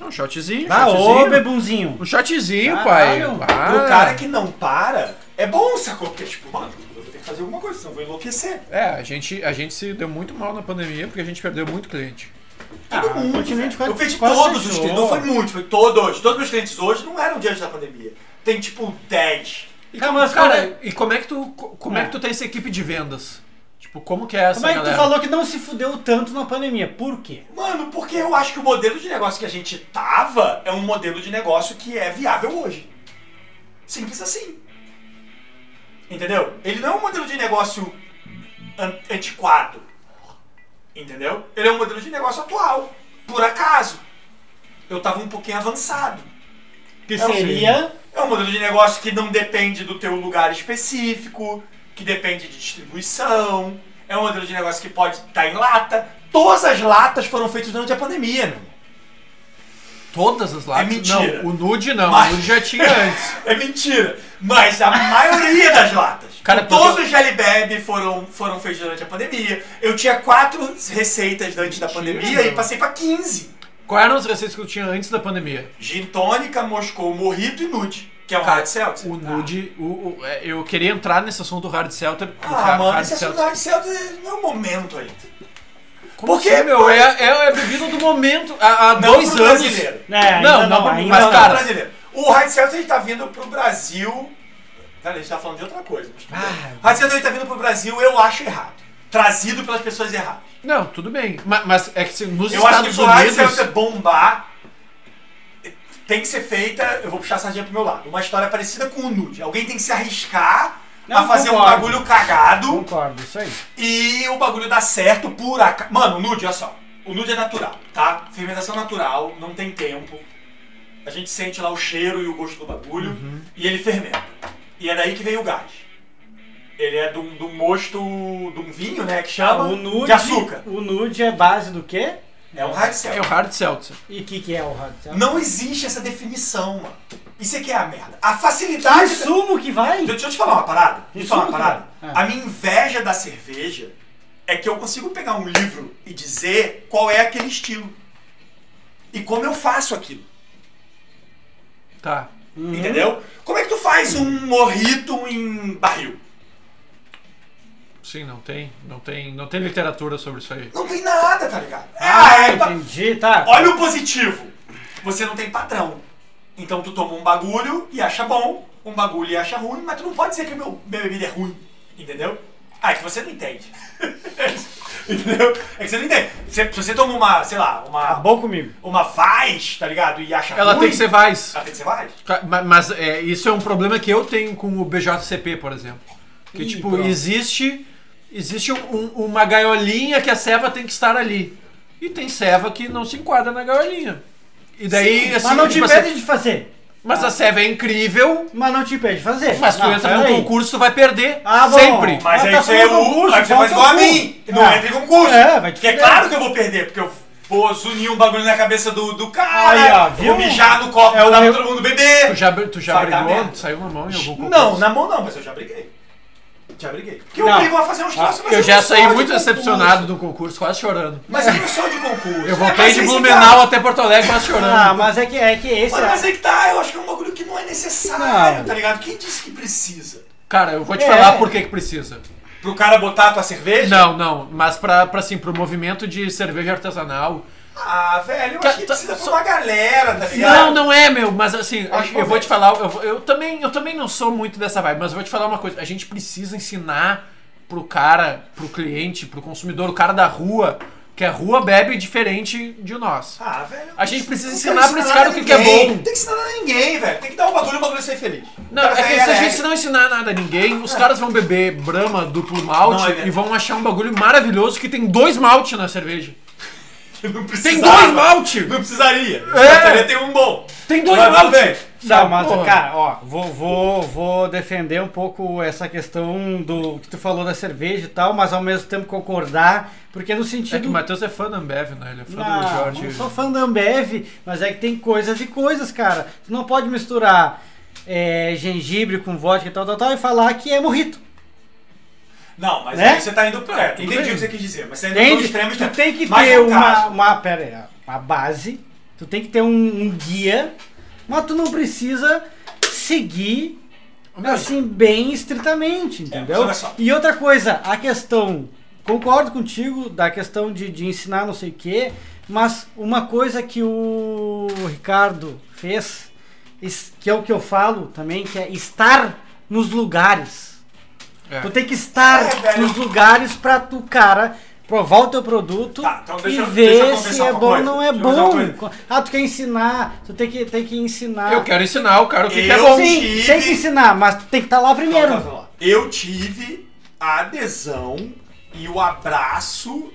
Speaker 2: Um shotzinho,
Speaker 3: Ah, ô
Speaker 2: shotzinho.
Speaker 3: bebunzinho.
Speaker 2: Um shotzinho,
Speaker 3: Caralho.
Speaker 2: pai.
Speaker 1: Pro cara que não para, é bom, sacou? Porque, tipo, mano, eu vou ter que fazer alguma coisa, senão eu vou enlouquecer.
Speaker 2: É, a gente, a gente se deu muito mal na pandemia porque a gente perdeu muito cliente.
Speaker 1: Todo
Speaker 3: Ah,
Speaker 1: mundo. velho.
Speaker 3: praticamente quase-
Speaker 1: eu perdi
Speaker 3: quase
Speaker 1: todos os
Speaker 3: fechou.
Speaker 1: clientes. Não foi muito, foi todos. Todos meus clientes hoje não eram diante da pandemia. Tem tipo 10.
Speaker 2: E
Speaker 3: Tá,
Speaker 2: como-
Speaker 3: mas
Speaker 2: cara,
Speaker 3: como
Speaker 2: e como é que tu, co- como é que tu tem essa equipe de vendas? Tipo, como que é essa
Speaker 3: Como é que tu
Speaker 2: galera?
Speaker 3: falou que não se fudeu tanto na pandemia? Por quê?
Speaker 1: Mano, porque eu acho que o modelo de negócio que a gente tava é um modelo de negócio que é viável hoje. Simples assim. Entendeu? Ele não é um modelo de negócio an- antiquado. Entendeu? Ele é um modelo de negócio atual. Por acaso. Eu tava um pouquinho avançado.
Speaker 3: Que
Speaker 1: sei.
Speaker 3: seria.
Speaker 1: É um modelo de negócio que não depende do teu lugar específico, que depende de distribuição. É um modelo de negócio que pode estar em lata. Todas as latas foram feitas durante a pandemia, meu. irmão.
Speaker 2: Todas as lives?
Speaker 1: É mentira.
Speaker 2: Não, o nude não,
Speaker 1: Mas-
Speaker 2: o nude já tinha antes.
Speaker 1: É mentira. Mas a maioria das latas.
Speaker 2: Cara,
Speaker 1: todos
Speaker 2: porque-
Speaker 1: os Gelibab foram, foram feitos durante a pandemia. Eu tinha quatro receitas antes da
Speaker 2: Mentira,
Speaker 1: pandemia e
Speaker 2: meu.
Speaker 1: passei pra 15.
Speaker 2: Quais eram as receitas que tu tinha antes da pandemia?
Speaker 1: Gin tônica, Moscou, Morrito e Nude, que é um
Speaker 2: Cara,
Speaker 1: hard seltzer.
Speaker 2: O nude, o, o- é, eu queria entrar nesse assunto do hard seltzer. do
Speaker 1: Ah,
Speaker 2: hard-
Speaker 1: mano,
Speaker 2: hard
Speaker 1: esse
Speaker 2: seltzer.
Speaker 1: assunto do hard seltzer não é o momento ainda.
Speaker 2: Como
Speaker 1: Porque,
Speaker 2: assim, meu? É, é, é a bebida do momento. Há, há
Speaker 1: Não
Speaker 2: dois
Speaker 1: pro
Speaker 2: anos.
Speaker 1: brasileiro.
Speaker 3: É,
Speaker 2: Não,
Speaker 3: ainda
Speaker 2: não,
Speaker 3: não, ainda
Speaker 2: mas,
Speaker 3: não.
Speaker 2: cara-
Speaker 1: brasileiro. O Hard Celtic ele tá vindo pro Brasil. Cara, a gente tá falando de outra coisa. Mas tudo bem.
Speaker 2: Ah,
Speaker 1: O Hard Celtic ele tá vindo pro Brasil, eu acho errado. Trazido pelas pessoas erradas.
Speaker 2: Não, tudo bem. Ma- Mas, é que se nos
Speaker 1: eu acho que
Speaker 2: Estados
Speaker 1: pro Hard Celtic
Speaker 2: Unidos.
Speaker 1: bombar, tem que ser feita. Eu vou puxar a sardinha pro meu lado. Uma história parecida com o Nude. Alguém tem que se arriscar a
Speaker 3: Não,
Speaker 1: fazer um
Speaker 3: concordo.
Speaker 1: bagulho cagado
Speaker 3: Concordo, isso aí.
Speaker 1: e o bagulho dá certo por acaso. Mano, o nude, olha só. O nude é natural, tá? Fermentação natural, não tem tempo. A gente sente lá o cheiro e o gosto do bagulho
Speaker 3: Uhum.
Speaker 1: e ele fermenta. E é daí que vem o gás. Ele é de um, de um mosto, de um vinho, né? Que chama
Speaker 3: Ah, O nude,
Speaker 1: de açúcar.
Speaker 3: O nude é base do quê?
Speaker 1: É um hard cell.
Speaker 2: É o hard seltzer.
Speaker 3: E o que, que é o hard seltzer?
Speaker 1: Não existe essa definição, mano. Isso é que é a merda. A facilidade.
Speaker 3: Que sumo que vai?
Speaker 1: Então, Deixa eu te falar uma parada. Deixa eu te falar uma
Speaker 3: Isso,
Speaker 1: parada.
Speaker 3: cara.
Speaker 1: A minha inveja da cerveja é que eu consigo pegar um livro e dizer qual é aquele estilo. E como eu faço aquilo.
Speaker 2: Tá.
Speaker 1: Entendeu? Como é que tu faz um morrito em barril?
Speaker 2: Sim, não tem. Não tem, não tem literatura sobre isso aí.
Speaker 1: Não tem nada, tá ligado? É a
Speaker 3: Ah,
Speaker 1: erva.
Speaker 3: entendi, tá.
Speaker 1: Olha o positivo. Você não tem padrão. Então tu toma um bagulho e acha bom, um bagulho e acha ruim, mas tu não pode dizer que meu, minha bebida é ruim. Entendeu? Ah, é que você não entende. entendeu? É que você não entende. Se, se você toma uma, sei lá, uma,
Speaker 3: Acabou comigo.
Speaker 1: uma Vaz, tá ligado? E acha
Speaker 2: Ela
Speaker 1: ruim.
Speaker 2: tem que ser Weiss.
Speaker 1: Ela tem que ser Vaz.
Speaker 2: Ca- ma- Mas, é, isso é um problema que eu tenho com o BJCP, por exemplo. Que,
Speaker 3: Ih,
Speaker 2: tipo,
Speaker 3: pronto.
Speaker 2: existe, existe um- um- uma gaiolinha que a ceva tem que estar ali. E tem ceva que não se enquadra na gaiolinha. E daí, assim,
Speaker 3: mas não te
Speaker 2: tipo,
Speaker 3: impede
Speaker 2: assim,
Speaker 3: de fazer.
Speaker 2: mas a ceva é incrível,
Speaker 3: Mas não te impede de fazer.
Speaker 2: mas tu
Speaker 3: não,
Speaker 2: entra
Speaker 3: pera
Speaker 2: num
Speaker 3: aí.
Speaker 2: concurso, tu vai perder.
Speaker 3: Ah, bom.
Speaker 2: sempre.
Speaker 1: Mas
Speaker 3: Ah,
Speaker 1: aí
Speaker 3: tá
Speaker 1: você, é
Speaker 3: falando
Speaker 1: o,
Speaker 3: concurso,
Speaker 1: aí você
Speaker 3: falta
Speaker 1: faz igual a
Speaker 3: concurso.
Speaker 1: mim. Não
Speaker 3: Ah.
Speaker 1: entra em concurso.
Speaker 3: um É, vai te
Speaker 1: Porque é
Speaker 3: fuder.
Speaker 1: claro que eu vou perder, porque eu vou zunir um bagulho na cabeça do, do cara,
Speaker 3: Aí, ó,
Speaker 1: vou
Speaker 3: viu?
Speaker 1: mijar no copo,
Speaker 3: É
Speaker 1: vou
Speaker 3: o
Speaker 1: dar pra
Speaker 3: meu-
Speaker 1: todo mundo beber.
Speaker 2: Tu já, br- tu já
Speaker 1: Vai dar
Speaker 2: brigou?
Speaker 1: merda.
Speaker 2: Tu saiu na mão em algum concurso?
Speaker 1: Não, na mão não, mas eu já briguei. Já briguei. Porque eu
Speaker 3: Não.
Speaker 1: brigo a fazer uns troços, mas
Speaker 2: Ah, Eu já
Speaker 1: não sou
Speaker 2: saí
Speaker 1: de
Speaker 2: muito
Speaker 1: concurso.
Speaker 2: decepcionado do concurso, quase chorando.
Speaker 1: Mas eu não sou de concurso.
Speaker 2: Eu
Speaker 1: É,
Speaker 2: voltei
Speaker 1: mas
Speaker 2: de
Speaker 1: aí você
Speaker 2: Blumenau
Speaker 1: tá-
Speaker 2: até Porto Alegre quase chorando.
Speaker 3: Ah, mas é que, é que esse...
Speaker 1: Mano, mas aí que tá, eu acho que é um bagulho que não é necessário,
Speaker 3: Não.
Speaker 1: tá ligado? Quem disse que precisa?
Speaker 2: Cara, eu vou te
Speaker 3: É.
Speaker 2: falar por que que precisa.
Speaker 1: Pro cara botar a tua cerveja?
Speaker 2: Não, não, mas pra, pra assim, pro movimento de cerveja artesanal.
Speaker 1: Ah, velho, eu
Speaker 2: Tá,
Speaker 1: acho que
Speaker 2: tá,
Speaker 1: precisa pra
Speaker 2: só-
Speaker 1: uma galera, tá ligado?
Speaker 2: Não, não é, meu, mas assim,
Speaker 1: Acho
Speaker 2: eu,
Speaker 1: bom,
Speaker 2: eu vou te
Speaker 1: velho.
Speaker 2: falar, eu, vou- eu também, eu também não sou muito dessa vibe, mas eu vou te falar uma coisa, a gente precisa ensinar pro cara, pro cliente, pro consumidor, o cara da rua, Que a rua bebe diferente de nós.
Speaker 1: Ah, velho.
Speaker 2: A gente precisa
Speaker 1: não
Speaker 2: ensinar
Speaker 1: quero
Speaker 2: pra esse cara
Speaker 1: nada
Speaker 2: o
Speaker 1: a
Speaker 2: que que é
Speaker 1: ninguém.
Speaker 2: bom.
Speaker 1: Não tem que ensinar nada a ninguém, velho. Tem que dar um bagulho e o bagulho ser feliz.
Speaker 2: Não,
Speaker 1: Cara,
Speaker 2: é que
Speaker 1: sair
Speaker 2: se a
Speaker 1: alegre.
Speaker 2: gente não ensinar nada a ninguém, os caras vão beber Brahma duplo malte
Speaker 1: Não, é verdade.
Speaker 2: e vão achar um bagulho maravilhoso que tem dois malte na cerveja.
Speaker 1: Não
Speaker 2: Tem
Speaker 1: precisava.
Speaker 2: dois malte!
Speaker 1: Não precisaria.
Speaker 2: É.
Speaker 1: Teria ter um bom.
Speaker 2: Tem dois
Speaker 1: Mas,
Speaker 2: malte!
Speaker 1: velho,
Speaker 2: Ah,
Speaker 3: Não, mas,
Speaker 2: porra.
Speaker 3: cara, ó, vou, vou, vou defender um pouco essa questão do que tu falou da cerveja e tal, mas ao mesmo tempo concordar, porque no
Speaker 2: É que
Speaker 3: sentido.
Speaker 2: o Matheus é fã da Ambev, né? Ele é fã do
Speaker 3: Não,
Speaker 2: Jorge.
Speaker 3: não sou fã da Ambev, mas é que tem coisas e coisas, cara. Tu não pode misturar é, gengibre com vodka e tal, tal, tal, e falar que é morrito.
Speaker 1: Não, mas
Speaker 3: Né?
Speaker 1: aí você tá indo pro. É,
Speaker 2: tudo
Speaker 1: entendi
Speaker 2: bem.
Speaker 1: o que você quis dizer, mas você tá indo pro
Speaker 3: Entende?
Speaker 1: extremo
Speaker 3: Tu
Speaker 1: extremo.
Speaker 3: tem que
Speaker 1: Mas
Speaker 3: ter
Speaker 1: no
Speaker 3: uma,
Speaker 1: caso-
Speaker 3: uma, pera aí, uma base, tu tem que ter um, um guia, mas tu não precisa seguir
Speaker 2: Meu,
Speaker 3: assim bem estritamente,
Speaker 1: mas
Speaker 3: entendeu?
Speaker 1: olha só.
Speaker 3: e outra coisa, a questão, concordo contigo da questão de, de ensinar não sei o quê, mas uma coisa que o Ricardo fez, es- que é o que eu falo também, que é estar nos lugares.
Speaker 2: É.
Speaker 3: Tu tem que estar
Speaker 1: É, velho.
Speaker 3: nos lugares pra tu, cara, provar o teu produto
Speaker 1: Tá, então deixa
Speaker 3: e
Speaker 1: eu- deixa eu
Speaker 3: ver
Speaker 1: confessar
Speaker 3: se é
Speaker 1: uma
Speaker 3: bom ou
Speaker 1: coisa.
Speaker 3: não é
Speaker 1: Deixa eu confessar uma
Speaker 3: bom. Ah, tu quer ensinar, tu tem que, tem que ensinar.
Speaker 2: Eu quero ensinar o cara o que, que é
Speaker 1: Eu
Speaker 2: bom.
Speaker 3: Sim,
Speaker 1: tive-
Speaker 3: tem que ensinar, mas tem que estar lá primeiro.
Speaker 1: Então, tá, tá, tá. Eu tive a adesão e o abraço,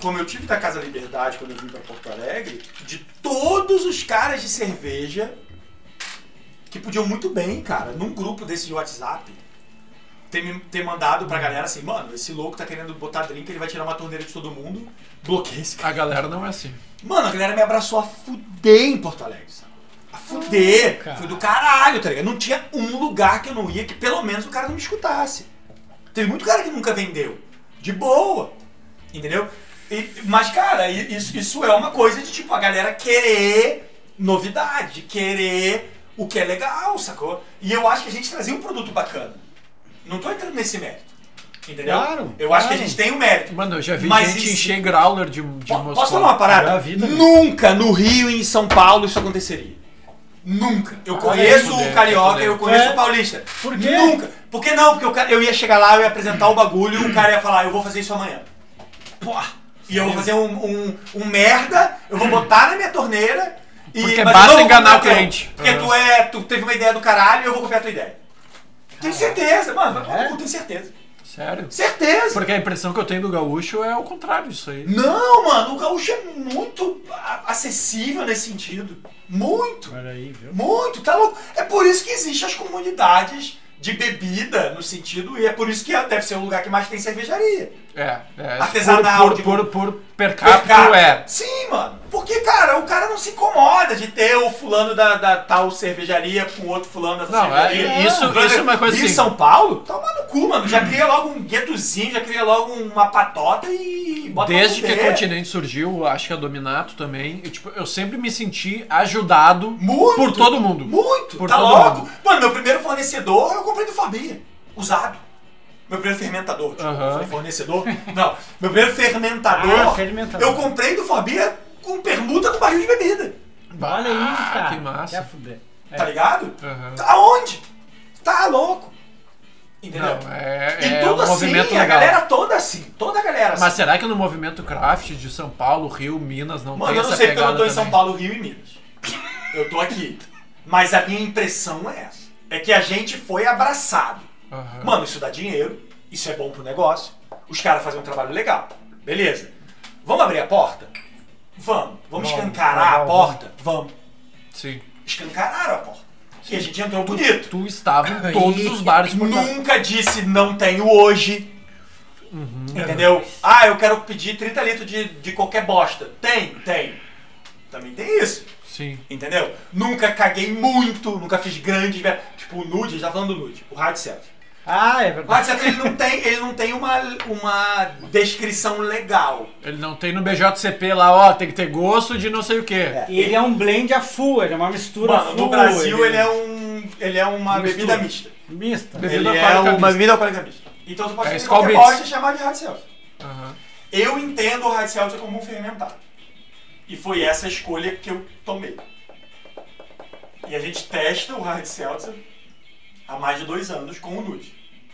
Speaker 1: como eu tive da Casa Liberdade quando eu vim pra Porto Alegre, de todos os caras de cerveja que podiam muito bem, cara, num grupo desse de WhatsApp, ter, me- ter mandado pra galera assim, mano, esse louco tá querendo botar drink, ele vai tirar uma torneira de todo mundo, bloqueia esse cara.
Speaker 2: A galera não é assim.
Speaker 1: Mano, a galera me abraçou a fuder em Porto Alegre, sabe? A fuder.
Speaker 3: Cara.
Speaker 1: Foi do caralho, tá ligado? Não tinha um lugar que eu não ia que pelo menos o cara não me escutasse. Teve muito cara que nunca vendeu. De boa. Entendeu? E- mas, cara, i- isso, isso é uma coisa de tipo a galera querer novidade, querer o que é legal, sacou? E eu acho que a gente trazia um produto bacana. Não tô entrando nesse mérito. Entendeu?
Speaker 3: Claro,
Speaker 1: eu acho que a
Speaker 3: claro.
Speaker 1: gente tem o mérito.
Speaker 2: Mano, eu já vi
Speaker 1: Mas
Speaker 2: gente
Speaker 1: isso-
Speaker 2: encher growler de, de
Speaker 1: Po-
Speaker 2: Moscou.
Speaker 1: Posso falar uma
Speaker 3: Era a
Speaker 1: parada?
Speaker 3: vida, né?
Speaker 1: Nunca no Rio e em São Paulo isso aconteceria. Nunca. Eu
Speaker 2: Ah,
Speaker 1: conheço
Speaker 2: fudeu,
Speaker 1: o carioca,
Speaker 2: fudeu.
Speaker 1: eu conheço
Speaker 3: É.
Speaker 1: o paulista.
Speaker 3: Por quê?
Speaker 1: Nunca. Por que não? Porque o cara- eu ia chegar lá, eu ia apresentar o bagulho e o cara ia falar, eu vou fazer isso amanhã. Porra. E eu vou fazer um, um, um merda, eu vou botar na minha torneira e.
Speaker 2: Porque
Speaker 1: mas eu
Speaker 2: basta
Speaker 1: não vou
Speaker 2: enganar
Speaker 1: copiar
Speaker 2: o
Speaker 1: teu,
Speaker 2: cliente.
Speaker 1: Porque
Speaker 2: Uhum.
Speaker 1: tu
Speaker 3: Ah.
Speaker 1: é. Tu teve uma ideia do caralho e eu vou copiar a tua ideia. Tenho certeza, mano.
Speaker 3: É?
Speaker 1: Eu tenho certeza.
Speaker 2: Sério?
Speaker 1: Certeza!
Speaker 2: Porque a impressão que eu tenho do gaúcho é o contrário disso aí.
Speaker 1: Não, mano, o gaúcho é muito a- acessível nesse sentido. Muito,
Speaker 3: Peraí, viu?
Speaker 1: muito, tá louco? É por isso que existem as comunidades de bebida, no sentido, e é por isso que é- deve ser o lugar que mais tem cervejaria.
Speaker 2: É, é.
Speaker 1: Artesanal,
Speaker 2: Por, por,
Speaker 1: tipo,
Speaker 2: por- por per capita
Speaker 1: Mercado.
Speaker 2: é.
Speaker 1: Sim, mano. Porque, cara, o cara não se incomoda de ter o fulano da, da tal cervejaria com outro fulano da
Speaker 2: Não,
Speaker 1: cervejaria.
Speaker 2: é- isso-
Speaker 1: Brother,
Speaker 2: isso é uma coisa
Speaker 1: Rio e
Speaker 2: assim.
Speaker 1: São Paulo, toma no cu, mano. Já cria logo um guetozinho, já cria logo uma patota e bota pra
Speaker 2: Desde que o
Speaker 1: fuder.
Speaker 2: continente surgiu, acho que a Dominato também, eu, tipo, eu sempre me senti ajudado
Speaker 1: Muito.
Speaker 2: por todo mundo.
Speaker 1: Muito!
Speaker 2: Por
Speaker 1: tá
Speaker 2: todo
Speaker 1: louco?
Speaker 2: mundo.
Speaker 1: Mano, meu primeiro fornecedor eu comprei do Fabinha, usado. Meu primeiro fermentador, tipo,
Speaker 2: Aham.
Speaker 1: foi fornecedor? Não, meu primeiro fermentador,
Speaker 3: Ah, fermentador.
Speaker 1: eu comprei do Fabinha com permuta do barril de bebida,
Speaker 3: Olha aí,
Speaker 2: Ah,
Speaker 3: cara.
Speaker 2: que massa.
Speaker 3: Quer fuder.
Speaker 1: tá ligado?
Speaker 2: É. Aham.
Speaker 1: Aonde? Tá louco, entendeu?
Speaker 2: Não, é,
Speaker 1: e
Speaker 2: é
Speaker 1: tudo
Speaker 2: um
Speaker 1: assim,
Speaker 2: movimento
Speaker 1: a
Speaker 2: legal.
Speaker 1: galera toda assim, toda a galera assim.
Speaker 2: Mas será que no movimento craft de São Paulo, Rio, Minas, não
Speaker 1: Mano,
Speaker 2: tem
Speaker 1: eu não
Speaker 2: essa
Speaker 1: sei porque eu
Speaker 2: pegada
Speaker 1: não tô em São
Speaker 2: também?
Speaker 1: Paulo, Rio e Minas. Eu tô aqui. Mas a minha impressão é essa. É que a gente foi abraçado.
Speaker 2: Aham.
Speaker 1: Mano, isso dá dinheiro, isso é bom pro negócio, os caras fazem um trabalho legal, beleza. Vamos abrir a porta? Vamos. Vamos
Speaker 3: Vamos,
Speaker 1: escancarar a
Speaker 3: vamos,
Speaker 1: porta? Vamos.
Speaker 2: Sim.
Speaker 1: Escancararam a porta. E a gente entrou bonito.
Speaker 2: Tu estava em todos os bares por lá.
Speaker 1: Nunca disse não tenho hoje.
Speaker 2: Uhum.
Speaker 1: Entendeu? Ah, eu quero pedir 30 litros de, de qualquer bosta. Tem? Tem. Também tem isso.
Speaker 2: Sim.
Speaker 1: Entendeu? Nunca caguei muito, nunca fiz grandes. ver- Tipo, o nude, a gente tá falando do nude, o rádio selfie.
Speaker 3: Ah, é verdade.
Speaker 1: Mas só que ele não tem, ele não tem uma, uma descrição legal.
Speaker 2: Ele não tem no BJCP lá, ó, tem que ter gosto de não sei o quê.
Speaker 3: Ele é um blend a full, ele é uma mistura
Speaker 1: Mano,
Speaker 3: full.
Speaker 1: no Brasil ele é um. Ele é uma
Speaker 2: Mistura.
Speaker 1: bebida mista.
Speaker 3: Mista.
Speaker 2: Bebida
Speaker 1: Ele é
Speaker 2: alcoólica mista.
Speaker 1: uma bebida alcoólica mista. Então tu pode
Speaker 2: É
Speaker 1: fazer
Speaker 2: Skol
Speaker 1: qualquer
Speaker 2: Beats.
Speaker 1: bosta e chamar de hard seltzer.
Speaker 2: Aham.
Speaker 1: Eu entendo o hard seltzer como um fermentado. E foi essa a escolha que eu tomei. E a gente testa o hard seltzer há mais de dois anos com o nude.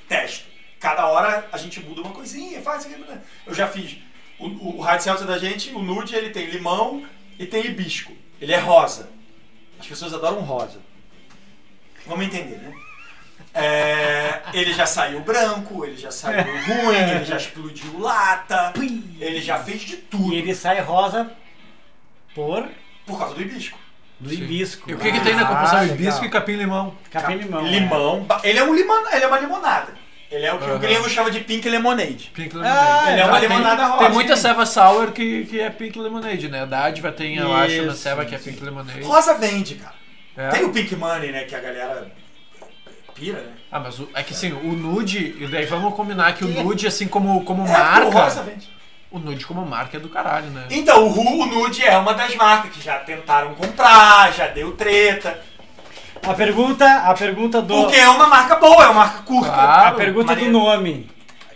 Speaker 1: Testa. Cada hora a gente muda uma coisinha, faz aquilo. né? Eu já fiz O, o, o hard seltzer da gente, o nude, ele tem limão e tem hibisco. Ele é rosa. As pessoas adoram rosa. Vamos entender, né? É, ele já saiu branco, ele já saiu ruim, ele já explodiu lata, ele já fez de
Speaker 3: E
Speaker 1: tudo
Speaker 3: ele sai rosa por
Speaker 1: por causa do hibisco.
Speaker 3: do
Speaker 2: Sim.
Speaker 3: hibisco.
Speaker 2: E o que, que tem
Speaker 3: Ah,
Speaker 2: na composição? Hibisco e
Speaker 3: capim?
Speaker 2: capim-limão.
Speaker 3: Capim-limão.
Speaker 1: Limão. ba- Ele é, um limon... ele é uma limonada. Ele é o que o
Speaker 2: Aham.
Speaker 1: grego chama de pink lemonade.
Speaker 2: Pink
Speaker 3: Ah,
Speaker 2: lemonade.
Speaker 1: ele é uma
Speaker 2: tem-
Speaker 1: limonada rosa.
Speaker 2: Tem muita ceva sour que, que é pink lemonade, né? A dádiva tem, eu acho, na
Speaker 3: Isso,
Speaker 2: ceva que é pink lemonade.
Speaker 1: Rosa vende, cara.
Speaker 2: É.
Speaker 1: Tem o pink money, né, que a galera pira, né?
Speaker 2: Ah, mas o- é que assim, o nude, e daí vamos combinar que o nude, assim como, como
Speaker 1: É, o rosa
Speaker 2: marca,
Speaker 1: vende.
Speaker 2: o nude como marca é do caralho, né?
Speaker 1: Então, o Ru, o Nude é uma das marcas que já tentaram comprar, já deu treta.
Speaker 3: é. A pergunta, a pergunta do.
Speaker 1: Porque é uma marca boa, é uma marca curta.
Speaker 2: Claro.
Speaker 3: A pergunta do
Speaker 1: Maneiro.
Speaker 3: nome,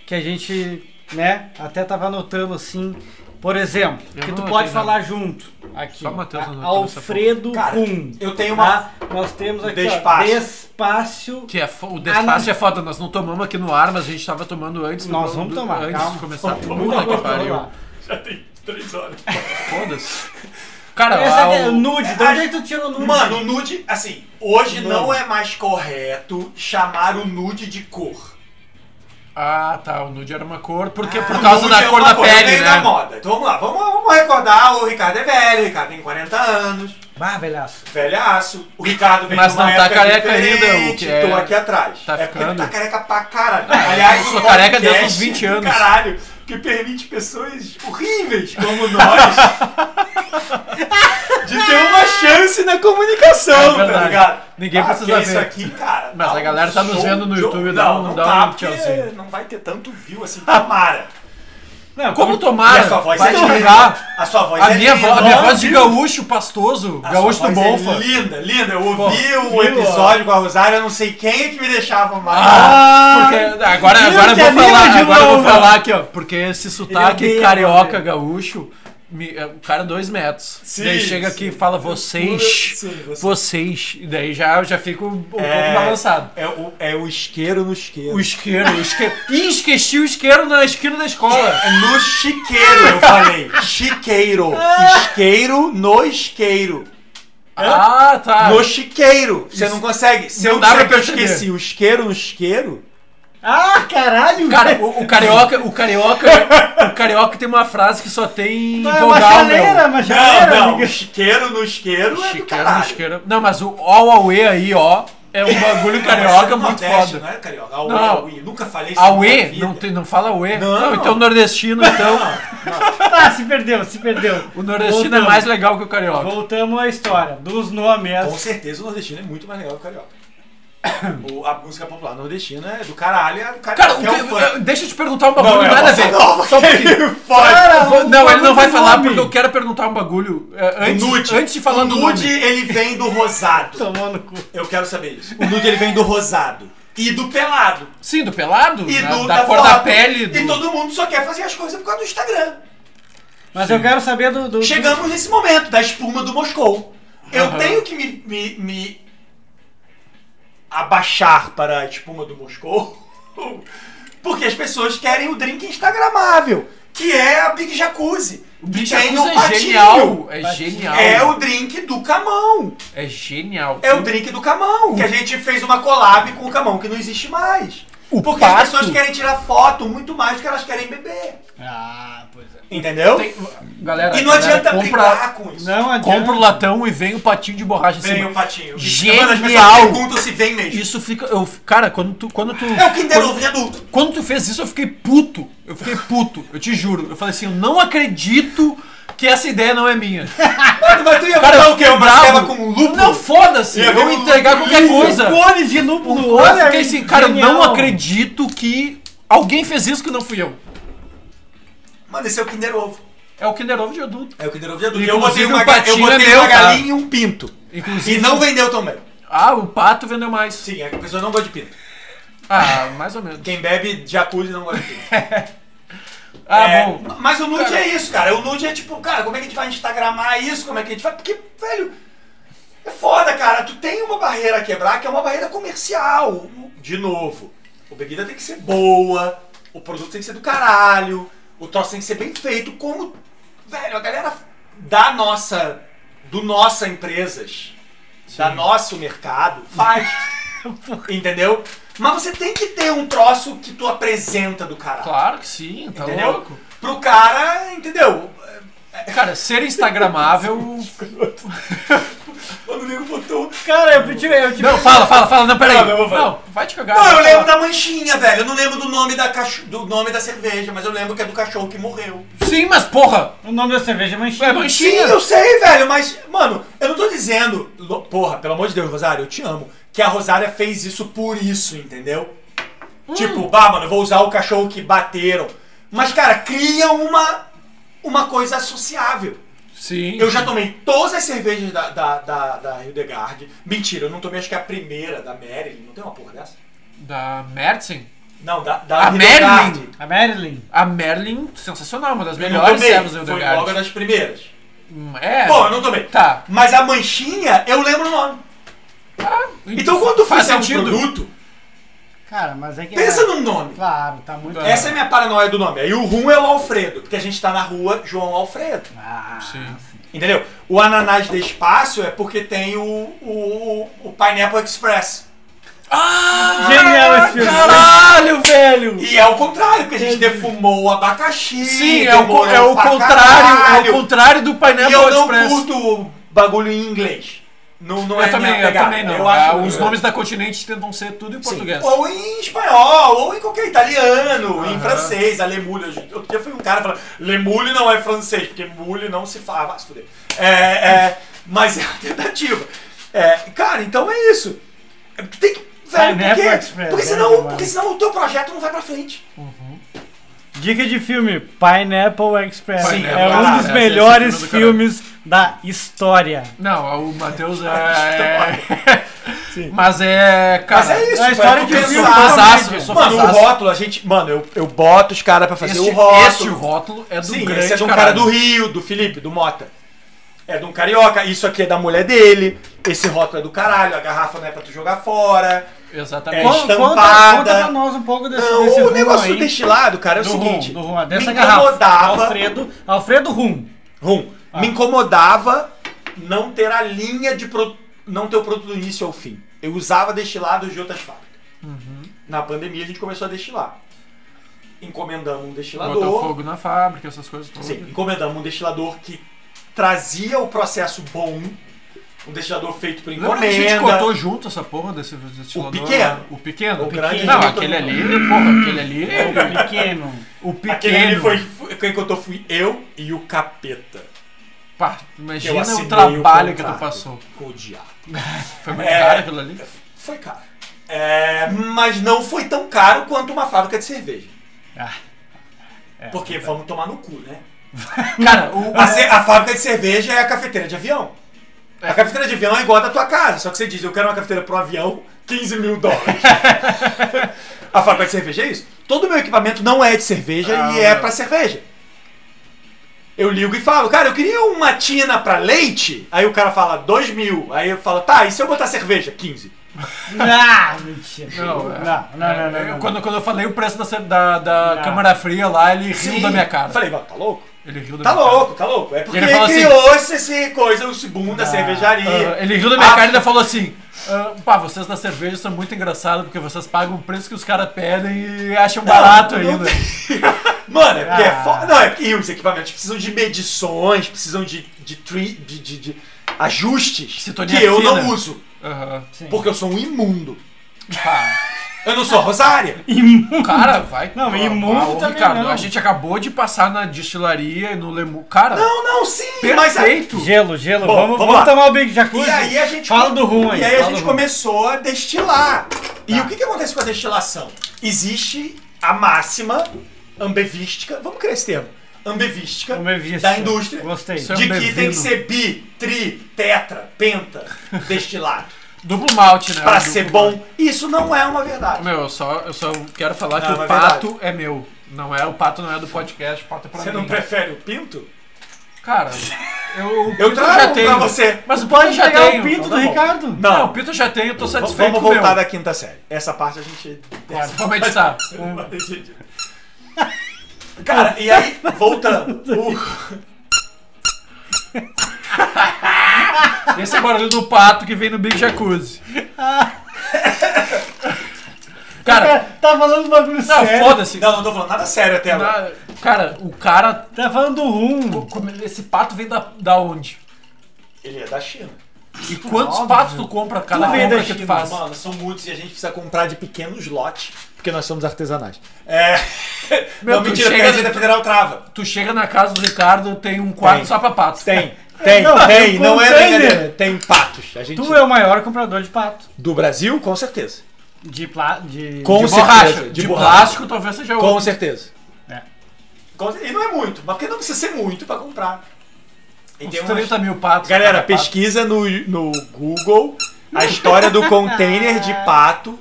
Speaker 3: que a gente, né, até tava anotando assim, por exemplo,
Speaker 2: Eu
Speaker 3: que
Speaker 2: não
Speaker 3: tu
Speaker 2: anotei
Speaker 3: pode
Speaker 2: nada.
Speaker 3: falar junto aqui.
Speaker 2: Só o Matheus
Speaker 3: A-
Speaker 2: anotou nessa
Speaker 3: Alfredo
Speaker 1: Cara,
Speaker 3: Kuhn.
Speaker 1: eu tenho uma-
Speaker 2: Ah,
Speaker 3: tá? Nós temos aqui,
Speaker 1: Despacio.
Speaker 3: ó, Despacio.
Speaker 2: Que é, fo- o despacho
Speaker 3: Ah, não.
Speaker 2: é foda, nós não tomamos aqui no ar, mas a gente tava tomando antes. do-
Speaker 3: Nós
Speaker 2: do-
Speaker 3: vamos tomar,
Speaker 2: Antes
Speaker 3: calma.
Speaker 2: de começar.
Speaker 3: Vamos lá,
Speaker 2: Puta que
Speaker 3: vamos lá.
Speaker 2: pariu.
Speaker 1: Já tem três horas.
Speaker 2: Foda-se. Cara,
Speaker 3: Essa
Speaker 2: a-
Speaker 3: é
Speaker 2: o-
Speaker 3: nude, de
Speaker 1: a-
Speaker 3: onde é que tu tirou nude?
Speaker 1: Mano, o nude, assim, hoje
Speaker 3: Mano.
Speaker 1: não é mais correto chamar o nude de cor.
Speaker 2: Ah, tá. O nude era uma cor, porque por
Speaker 1: O
Speaker 2: causa
Speaker 1: nude
Speaker 2: da
Speaker 1: é
Speaker 2: cor
Speaker 1: uma
Speaker 2: da
Speaker 1: eu
Speaker 2: pele,
Speaker 1: venho
Speaker 2: né?
Speaker 1: Da moda. Então vamos lá, vamos, vamos recordar, o Ricardo é velho, o Ricardo tem 40 anos,
Speaker 3: Bah, velhaço.
Speaker 1: velhaço, é o Ricardo vem
Speaker 2: Mas
Speaker 1: de uma
Speaker 2: não tá
Speaker 1: época
Speaker 2: careca
Speaker 1: diferente,
Speaker 2: ainda, o que é-
Speaker 1: tô aqui atrás.
Speaker 2: tá
Speaker 1: é porque tu tá
Speaker 2: ficando. Ah,
Speaker 1: careca pra caralho.
Speaker 2: eu
Speaker 1: Aliás,
Speaker 2: sou
Speaker 1: um
Speaker 2: careca desde
Speaker 1: podcast
Speaker 2: os 20
Speaker 1: do
Speaker 2: anos.
Speaker 1: Caralho, que permite pessoas horríveis como nós de ter uma chance na comunicação,
Speaker 2: É verdade.
Speaker 1: tá ligado?
Speaker 2: Ninguém
Speaker 1: Ah,
Speaker 2: precisa
Speaker 1: porque
Speaker 2: ver.
Speaker 1: Isso aqui, cara.
Speaker 2: Mas
Speaker 1: dá um
Speaker 2: a galera tá nos
Speaker 1: show,
Speaker 2: vendo no
Speaker 1: show.
Speaker 2: YouTube, dá
Speaker 1: não,
Speaker 2: um-
Speaker 1: não
Speaker 2: dá
Speaker 1: tá,
Speaker 2: um
Speaker 1: porque
Speaker 2: tchauzinho.
Speaker 1: Não vai ter tanto view assim, tomara.
Speaker 3: Não,
Speaker 2: Como
Speaker 1: E
Speaker 2: tomara?
Speaker 1: a sua voz
Speaker 2: Ah, Vai
Speaker 1: é
Speaker 2: te
Speaker 1: linda.
Speaker 2: cagar.
Speaker 1: A sua voz
Speaker 2: A
Speaker 1: é
Speaker 2: minha, vo-
Speaker 1: linda.
Speaker 2: a minha
Speaker 1: Ó,
Speaker 2: voz de
Speaker 1: viu?
Speaker 2: gaúcho pastoso,
Speaker 1: A
Speaker 2: gaúcho
Speaker 1: sua
Speaker 2: do
Speaker 1: voz é
Speaker 2: Bonfa.
Speaker 1: linda, linda. Eu ouvi
Speaker 3: Pô,
Speaker 1: o
Speaker 3: viu,
Speaker 1: episódio com a Rosário, eu não sei quem é que me deixava mais.
Speaker 2: Ah, porque agora,
Speaker 3: viu
Speaker 2: agora eu
Speaker 3: que
Speaker 2: vou
Speaker 3: é lindo
Speaker 2: falar,
Speaker 3: de
Speaker 2: agora eu vou
Speaker 3: novo.
Speaker 2: falar aqui, ó, porque esse sotaque
Speaker 1: é
Speaker 3: odeia,
Speaker 2: carioca
Speaker 3: mano.
Speaker 2: gaúcho, me- é, o cara é dois metros.
Speaker 1: né? Sim,
Speaker 2: daí chega
Speaker 1: sim.
Speaker 2: aqui e fala vocês,
Speaker 1: Sim, você-
Speaker 2: vocês, e daí já eu já fico um
Speaker 1: É-
Speaker 2: pouco balançado.
Speaker 1: É o, é o isqueiro no isqueiro.
Speaker 2: O isqueiro, o isqueiro. Ih, esqueci o isqueiro na esquina da escola.
Speaker 1: é No chiqueiro, eu falei. Ah! Chiqueiro. Isqueiro no isqueiro.
Speaker 2: Ah, tá.
Speaker 1: No chiqueiro. Você não consegue. Se
Speaker 2: Não
Speaker 1: eu
Speaker 2: dá
Speaker 1: disser
Speaker 2: pra
Speaker 1: que eu
Speaker 2: perceber.
Speaker 1: esqueci o isqueiro no isqueiro,
Speaker 3: Ah, caralho!
Speaker 2: Cara, o, o carioca, o carioca, o carioca tem uma frase que só tem
Speaker 1: é
Speaker 3: Ah, uma
Speaker 2: vogal, meu.
Speaker 3: chaleira, uma chaleira,
Speaker 1: não, não.
Speaker 3: amiga.
Speaker 1: Chiqueiro no isqueiro é do
Speaker 2: Chiqueiro,
Speaker 1: caralho.
Speaker 2: isqueiro. Não, mas o Auauê aí, ó, é um bagulho
Speaker 1: Mas é
Speaker 2: carioca
Speaker 1: do
Speaker 2: muito
Speaker 1: Nordeste,
Speaker 2: foda.
Speaker 1: Não é carioca. Auê,
Speaker 2: Não.
Speaker 1: auê. Nunca falei isso. na minha
Speaker 2: Auê?
Speaker 1: vida.
Speaker 2: Não, tem, não fala Auê.
Speaker 1: Não.
Speaker 2: Não. então nordestino, então.
Speaker 3: Ah, se perdeu, se perdeu.
Speaker 2: O nordestino é mais legal que o carioca.
Speaker 3: Voltamos à história dos nomes. assim,
Speaker 1: Com certeza o nordestino é muito mais legal que o carioca. O- a música popular nordestina é do caralho, é do carioca.
Speaker 2: Cara, o
Speaker 1: é o
Speaker 2: que-
Speaker 1: funk.
Speaker 2: eu- deixa eu te perguntar um bagulho,
Speaker 1: é
Speaker 2: nada a
Speaker 1: bossa
Speaker 2: ver.
Speaker 1: nova.
Speaker 2: Só um pouquinho.
Speaker 1: Fora.
Speaker 2: Eu vou- não, ele não vai
Speaker 3: Nome.
Speaker 2: falar porque eu quero perguntar um bagulho. é, antes, antes de falar
Speaker 1: o
Speaker 2: do Então.
Speaker 1: nude,
Speaker 2: nude.
Speaker 1: ele vem do rosado.
Speaker 3: Tomou no cu.
Speaker 1: Eu quero saber isso. O nude ele vem do rosado e do pelado
Speaker 2: Sim, do pelado?
Speaker 1: e
Speaker 2: né,
Speaker 1: do
Speaker 2: da, cor da
Speaker 1: foto.
Speaker 2: pele.
Speaker 1: E
Speaker 2: do-
Speaker 1: todo mundo só quer fazer as coisas por causa do Instagram.
Speaker 3: Mas eu quero saber do. do
Speaker 1: Chegamos nesse momento da espuma do Moscou. Eu
Speaker 2: Aham.
Speaker 1: tenho que me, me- me abaixar para a espuma do Moscou, porque as pessoas querem o drink instagramável, que é a Big Jacuzzi.
Speaker 2: O Big
Speaker 1: Que tem
Speaker 2: Jacuzzi
Speaker 1: um
Speaker 2: é
Speaker 1: patinho.
Speaker 2: genial. É genial.
Speaker 1: É o drink do Camão.
Speaker 2: É genial.
Speaker 1: É o drink do Camão, que a gente fez uma collab com o Camão que não existe mais.
Speaker 2: O
Speaker 1: porque as
Speaker 2: pato-
Speaker 1: pessoas querem tirar foto muito mais do que elas querem beber.
Speaker 3: Ah, pois é.
Speaker 1: Entendeu?
Speaker 2: Tem- Galera,
Speaker 1: E não
Speaker 2: galera,
Speaker 1: adianta
Speaker 2: compra,
Speaker 1: brigar com isso.
Speaker 3: Não adianta.
Speaker 2: compra o latão e vem o patinho de borracha em
Speaker 1: Vem
Speaker 2: cima.
Speaker 1: o patinho.
Speaker 2: Genial.
Speaker 1: Mano, as pessoas perguntam se vem mesmo.
Speaker 2: Isso fica. Eu, cara, quando tu. Quando tu
Speaker 1: É o Kinder
Speaker 2: quando-
Speaker 1: Ovo adulto.
Speaker 2: Quando tu fez isso, eu fiquei puto. Eu fiquei puto, eu te juro. Eu falei assim, eu não acredito que essa ideia não é minha.
Speaker 1: Mano, mas tu ia
Speaker 2: Cara,
Speaker 1: botar
Speaker 2: eu
Speaker 1: o quê? Uma ceva com um lúpulo?
Speaker 2: Não, foda-se.
Speaker 1: Ia
Speaker 2: Eu vou
Speaker 1: ver um
Speaker 2: entregar
Speaker 1: lúpulo
Speaker 2: qualquer
Speaker 1: lindo.
Speaker 2: coisa.
Speaker 3: Cores de lúpulo.
Speaker 2: Eu
Speaker 3: olha
Speaker 2: fiquei
Speaker 3: aí,
Speaker 2: assim, cara, eu não
Speaker 3: é genial.
Speaker 2: acredito que alguém fez isso que não fui eu.
Speaker 1: Mano, esse é o Kinder Ovo.
Speaker 2: É o Kinder Ovo de adulto.
Speaker 1: É o Kinder Ovo de adulto.
Speaker 2: E
Speaker 1: Eu botei
Speaker 2: inclusive
Speaker 1: uma,
Speaker 2: o
Speaker 1: ga- eu
Speaker 2: patinho
Speaker 1: botei
Speaker 2: é meu,
Speaker 1: uma
Speaker 2: tá?
Speaker 1: galinha e um pinto.
Speaker 2: Inclusive.
Speaker 1: E não vendeu também.
Speaker 2: Ah, o pato vendeu mais.
Speaker 1: Sim, é que a pessoa não gosta de pinto.
Speaker 2: Ah, mais ou menos.
Speaker 1: Quem bebe jacuzzi não gosta de pinto.
Speaker 2: Ah,
Speaker 1: É,
Speaker 2: bom.
Speaker 1: Mas o nude
Speaker 2: Cara.
Speaker 1: é isso, cara. O nude é tipo, cara, como é que a gente vai instagramar isso? Como é que a gente vai... Porque, velho, é foda, cara. Tu tem uma barreira a quebrar que é uma barreira comercial. De novo, a bebida tem que ser boa, o produto tem que ser do caralho, O troço tem que ser bem feito, como, velho, a galera da nossa, do nossa empresas, da nosso mercado, faz. entendeu? Mas você tem que ter um troço que tu apresenta do caralho.
Speaker 2: Claro que sim, tá
Speaker 1: entendeu?
Speaker 2: louco.
Speaker 1: Pro cara, entendeu?
Speaker 2: Cara, ser instagramável...
Speaker 1: Quando o nego botou.
Speaker 3: Cara, eu tive. Eu tive
Speaker 2: não, fala, fala, fala, não, peraí.
Speaker 1: Não, não vou falar.
Speaker 2: Não, vai te cagar.
Speaker 1: Não, eu
Speaker 2: vai
Speaker 1: lembro
Speaker 2: falar.
Speaker 1: da manchinha, velho. Eu não lembro do nome da, cacho... do nome da cerveja, mas eu lembro que é do cachorro que morreu.
Speaker 2: Sim, mas porra,
Speaker 3: O nome da cerveja é
Speaker 2: é
Speaker 3: Manchinha.
Speaker 1: Sim,
Speaker 2: manchinha.
Speaker 1: eu sei, velho, mas, mano, eu não tô dizendo. lo- Porra, pelo amor de Deus, Rosário, eu te amo. Que a Rosária fez isso por isso, entendeu?
Speaker 2: Hum.
Speaker 1: Tipo, bah, mano, eu vou usar o cachorro que bateram. Mas, cara, cria uma, uma coisa associável.
Speaker 2: Sim.
Speaker 1: Eu já tomei todas as cervejas da, da, da, da Hildegard. Mentira, eu não tomei, acho que a primeira da Marilyn. Não tem uma porra dessa?
Speaker 2: Da Mertzen.
Speaker 1: Não, da, da
Speaker 2: A
Speaker 1: Hildegard.
Speaker 2: Marilyn?
Speaker 3: A Marilyn.
Speaker 2: A Merlin, sensacional, uma das
Speaker 1: Eu não
Speaker 2: melhores
Speaker 1: tomei,
Speaker 2: servas do
Speaker 1: Foi logo
Speaker 2: Eldegard.
Speaker 1: das primeiras.
Speaker 2: É.
Speaker 1: Bom, eu não tomei.
Speaker 2: Tá.
Speaker 1: Mas a manchinha, eu lembro o nome. Então quando tu
Speaker 2: faz
Speaker 1: fizer um
Speaker 2: sentido.
Speaker 1: produto,
Speaker 3: Cara, mas é que.
Speaker 1: pensa num nome.
Speaker 3: Claro, tá muito.
Speaker 2: Claro.
Speaker 1: Essa é a minha paranoia do nome. Aí o rum é o Alfredo, porque a gente tá na rua João Alfredo.
Speaker 3: Ah,
Speaker 2: Sim.
Speaker 1: Entendeu? O ananás de espaço é porque tem o, o, o, o Pineapple Express.
Speaker 2: Ah,
Speaker 3: Genial esse filme.
Speaker 2: Caralho, velho!
Speaker 1: E é o contrário, porque a gente defumou o abacaxi.
Speaker 2: Sim, é o, co-
Speaker 1: demorou
Speaker 2: é o
Speaker 1: pra
Speaker 2: contrário,
Speaker 1: caralho.
Speaker 2: é o contrário do
Speaker 1: E
Speaker 2: Pineapple
Speaker 1: eu não
Speaker 2: Express.
Speaker 1: curto bagulho em inglês. Não, não
Speaker 2: Eu
Speaker 1: é
Speaker 2: também,
Speaker 1: minha
Speaker 2: eu
Speaker 1: pegada.
Speaker 2: também não.
Speaker 1: Eu acho
Speaker 2: Ah, os
Speaker 1: eu-
Speaker 2: nomes da continente tentam ser tudo em
Speaker 1: Sim.
Speaker 2: português.
Speaker 1: Ou em espanhol, ou em qualquer italiano, em
Speaker 2: Aham.
Speaker 1: francês, a lemule. Outro dia foi um cara falando, lemule não é francês, porque mule não se fala, vai se fuder. É, é, mas é a tentativa. É, cara, então é isso. É, Tu tem que. Velho,
Speaker 3: né, Flex,
Speaker 1: porque,
Speaker 3: velho?
Speaker 1: porque,
Speaker 3: É
Speaker 1: senão,
Speaker 3: demais.
Speaker 1: porque senão o teu projeto não vai pra frente.
Speaker 3: Dica de filme: Pineapple Express.
Speaker 2: Sim,
Speaker 3: é
Speaker 2: cara,
Speaker 3: um dos
Speaker 2: esse é o
Speaker 3: melhores
Speaker 2: filme do
Speaker 3: filmes da história.
Speaker 2: Não, o Matheus é. é- Mas é. Cara,
Speaker 1: mas é isso,
Speaker 3: a
Speaker 1: velho,
Speaker 3: história
Speaker 1: tu é
Speaker 3: de filme,
Speaker 1: pensar-
Speaker 2: fãzaço, eu sou
Speaker 1: Mano, o
Speaker 2: fãzaço.
Speaker 1: rótulo, a gente. Mano, eu, eu boto os caras pra fazer
Speaker 2: Este,
Speaker 1: é o rótulo.
Speaker 2: este rótulo é do
Speaker 1: Sim,
Speaker 2: grande
Speaker 1: esse é de um cara
Speaker 2: caralho.
Speaker 1: do Rio, do Felipe, do Mota. É de um carioca, isso aqui é da mulher dele, esse rótulo é do caralho, a garrafa não é pra tu jogar fora.
Speaker 2: Exatamente.
Speaker 1: É.
Speaker 3: Con- Conta,
Speaker 1: estampada.
Speaker 3: conta pra nós um pouco desse,
Speaker 1: Não,
Speaker 3: desse
Speaker 1: o
Speaker 3: rum
Speaker 1: negócio
Speaker 3: aí.
Speaker 1: destilado, cara, é o
Speaker 3: do
Speaker 1: seguinte.
Speaker 3: rum, do rum, dessa
Speaker 1: me
Speaker 3: garrafa.
Speaker 1: incomodava.
Speaker 3: Alfredo, Alfredo Rum.
Speaker 1: Rum.
Speaker 3: Ah.
Speaker 1: Me incomodava não ter a linha de pro- não ter o produto do início ao fim. Eu usava destilados de outras fábricas.
Speaker 2: Uhum.
Speaker 1: Na pandemia a gente começou a destilar. Encomendamos um destilador.
Speaker 2: Botou fogo na fábrica, essas coisas todas.
Speaker 1: Sim, encomendamos um destilador que trazia o processo bom, um destilador feito por
Speaker 2: Lembra que a gente
Speaker 1: encomenda.
Speaker 2: cortou junto essa porra desse destilador?
Speaker 1: pequeno.
Speaker 2: né? O pequeno?
Speaker 1: O grande
Speaker 2: Não,
Speaker 1: junto.
Speaker 2: aquele ali, porra, aquele ali. é
Speaker 3: Pequeno.
Speaker 2: O pequeno.
Speaker 1: Aquele ali foi, foi- quem cortou fui eu e o capeta.
Speaker 2: Pá,
Speaker 1: que eu
Speaker 2: imagina
Speaker 1: assinei
Speaker 2: o trabalho que tu
Speaker 1: contrato
Speaker 2: passou.
Speaker 1: Com o diabo.
Speaker 2: Foi muito
Speaker 1: É.
Speaker 2: caro aquilo ali?
Speaker 1: Foi caro. É, mas não foi tão caro quanto uma fábrica de cerveja.
Speaker 3: Ah.
Speaker 1: Porque vamos tomar no cu, né?
Speaker 2: Cara, o.
Speaker 1: A, ce- a fábrica de cerveja é a cafeteira de avião.
Speaker 2: É.
Speaker 1: A cafeteira de avião é igual a da tua casa, só que você diz, eu quero uma cafeteira pro avião, 15 mil dólares. a fábrica de cerveja é isso. Todo o meu equipamento não é de cerveja
Speaker 2: Ah,
Speaker 1: e é
Speaker 2: meu.
Speaker 1: pra cerveja. Eu ligo e falo, cara, eu queria uma tina pra leite. Aí o cara fala, 2 mil. Aí eu falo, tá, e se eu botar cerveja? 15.
Speaker 3: Ah, mentira.
Speaker 2: Não, é.
Speaker 3: não, não, não, não,
Speaker 2: Eu-
Speaker 3: não.
Speaker 2: Quando, quando eu falei o preço da, ce- da, da
Speaker 3: Não.
Speaker 2: câmara fria lá, ele riu da minha cara.
Speaker 1: Falei, mano, tá louco?
Speaker 2: ele riu da
Speaker 1: Tá
Speaker 2: minha
Speaker 1: louco, tá louco. É porque
Speaker 2: Ele fala assim-
Speaker 1: criou esse, esse coisa, o boom da cervejaria.
Speaker 2: cara. Ah, ele riu da minha
Speaker 1: Ah.
Speaker 2: cara e ainda falou assim: ah, pá, vocês da cerveja são muito engraçados porque vocês pagam o preço que os caras pedem e acham barato
Speaker 1: não
Speaker 2: ainda.
Speaker 1: Mano, é porque
Speaker 3: Ah.
Speaker 1: é foda. Não, é porque e os equipamentos precisam de medições, precisam de, de, tri- de, de- de ajustes
Speaker 2: Sintonia
Speaker 1: que eu
Speaker 2: fina.
Speaker 1: não uso.
Speaker 2: Aham.
Speaker 3: Sim.
Speaker 1: Porque eu sou um imundo.
Speaker 2: Pá.
Speaker 1: Eu
Speaker 2: Ah.
Speaker 1: não sou a Rosária.
Speaker 2: Cara, vai.
Speaker 3: Não,
Speaker 2: Ah,
Speaker 3: imundo
Speaker 2: ah, ô,
Speaker 3: também
Speaker 2: Ricardo,
Speaker 3: não.
Speaker 2: a gente acabou de passar na destilaria e no Lemu. Cara,
Speaker 1: Não, não, sim, mas. é aí-
Speaker 2: perfeito.
Speaker 3: Gelo, gelo.
Speaker 1: Bom,
Speaker 3: vamos
Speaker 1: vamos
Speaker 3: vamos
Speaker 1: lá.
Speaker 3: tomar o Big Jacuzzi.
Speaker 1: E aí a gente.
Speaker 3: Fala do rum aí.
Speaker 1: E aí a
Speaker 3: fala
Speaker 1: gente
Speaker 3: do rum.
Speaker 1: começou a destilar. E o que, que acontece com a destilação? Existe a máxima ambevística. Vamos criar esse termo. Ambevística,
Speaker 3: Ambevística.
Speaker 1: da indústria.
Speaker 3: Gostei.
Speaker 2: Isso é
Speaker 1: De que
Speaker 2: ambevino.
Speaker 1: tem que ser bi, tri, tetra, penta destilado.
Speaker 2: Duplo malte, né?
Speaker 1: Pra
Speaker 2: Duplo
Speaker 1: ser
Speaker 2: malte.
Speaker 1: bom. Isso não é uma verdade.
Speaker 2: Meu, eu só, eu só quero falar
Speaker 1: Não,
Speaker 2: que
Speaker 1: mas
Speaker 2: o
Speaker 1: é verdade.
Speaker 2: pato é meu. Não é, o pato não é do podcast, o pato é pra
Speaker 1: Você
Speaker 2: mim.
Speaker 1: não prefere o pinto?
Speaker 2: Cara, eu, o
Speaker 1: Eu
Speaker 2: Pito
Speaker 1: trago pra você.
Speaker 2: Mas o Pito
Speaker 3: Pode
Speaker 2: já
Speaker 3: pegar
Speaker 2: tem.
Speaker 3: o pinto
Speaker 1: tá
Speaker 3: do
Speaker 1: bom.
Speaker 3: Ricardo.
Speaker 2: Não, o Pito já tem, eu tô
Speaker 1: Vamos
Speaker 2: satisfeito
Speaker 1: Então, vamos
Speaker 2: com o
Speaker 1: voltar
Speaker 2: meu.
Speaker 1: da quinta série. Essa parte a gente.
Speaker 2: Vamos meditar.
Speaker 1: Entendi. Cara, e aí, voltando. Uh, o-
Speaker 2: Esse é o barulho do pato que vem no Big Jacuzzi. Cara,
Speaker 3: tá falando um bagulho
Speaker 2: não,
Speaker 3: sério.
Speaker 2: foda-se.
Speaker 1: Não, não tô falando nada sério até agora.
Speaker 2: Na- Cara, o cara.
Speaker 3: Tá falando do rum.
Speaker 2: como- Esse pato vem da, da onde?
Speaker 1: Ele é da China.
Speaker 2: E quantos
Speaker 3: Óbvio.
Speaker 2: patos tu compra cada
Speaker 3: Tu vem
Speaker 2: compra
Speaker 3: da
Speaker 2: que tu
Speaker 3: China,
Speaker 2: faz?
Speaker 1: Mano, são muitos e a gente precisa comprar de pequenos lotes, porque nós somos artesanais. É.
Speaker 2: Meu,
Speaker 1: não,
Speaker 2: tu chega
Speaker 1: mentira, porque a Receita
Speaker 2: de-
Speaker 1: Federal trava.
Speaker 2: Tu chega na casa do Ricardo, tem um quarto
Speaker 1: Tem.
Speaker 2: só pra patos.
Speaker 1: Tem, tem,
Speaker 3: Não,
Speaker 1: tem.
Speaker 3: tem
Speaker 1: Não é
Speaker 3: container.
Speaker 1: brincadeira. Tem patos. A gente...
Speaker 3: Tu é um- o maior comprador de pato.
Speaker 1: Do Brasil, com certeza.
Speaker 3: De pla... de...
Speaker 1: Com
Speaker 2: De
Speaker 1: certeza,
Speaker 2: borracha.
Speaker 1: de
Speaker 2: De,
Speaker 1: borracha.
Speaker 2: plástico talvez seja
Speaker 1: Com
Speaker 2: outro.
Speaker 1: certeza.
Speaker 3: É.
Speaker 1: Com- E não é muito, mas porque não precisa ser muito pra comprar. E
Speaker 2: Uns
Speaker 1: tem umas-
Speaker 2: 30 mil patos.
Speaker 1: Galera,
Speaker 2: cada pato.
Speaker 1: pesquisa no, no Google a história do container de pato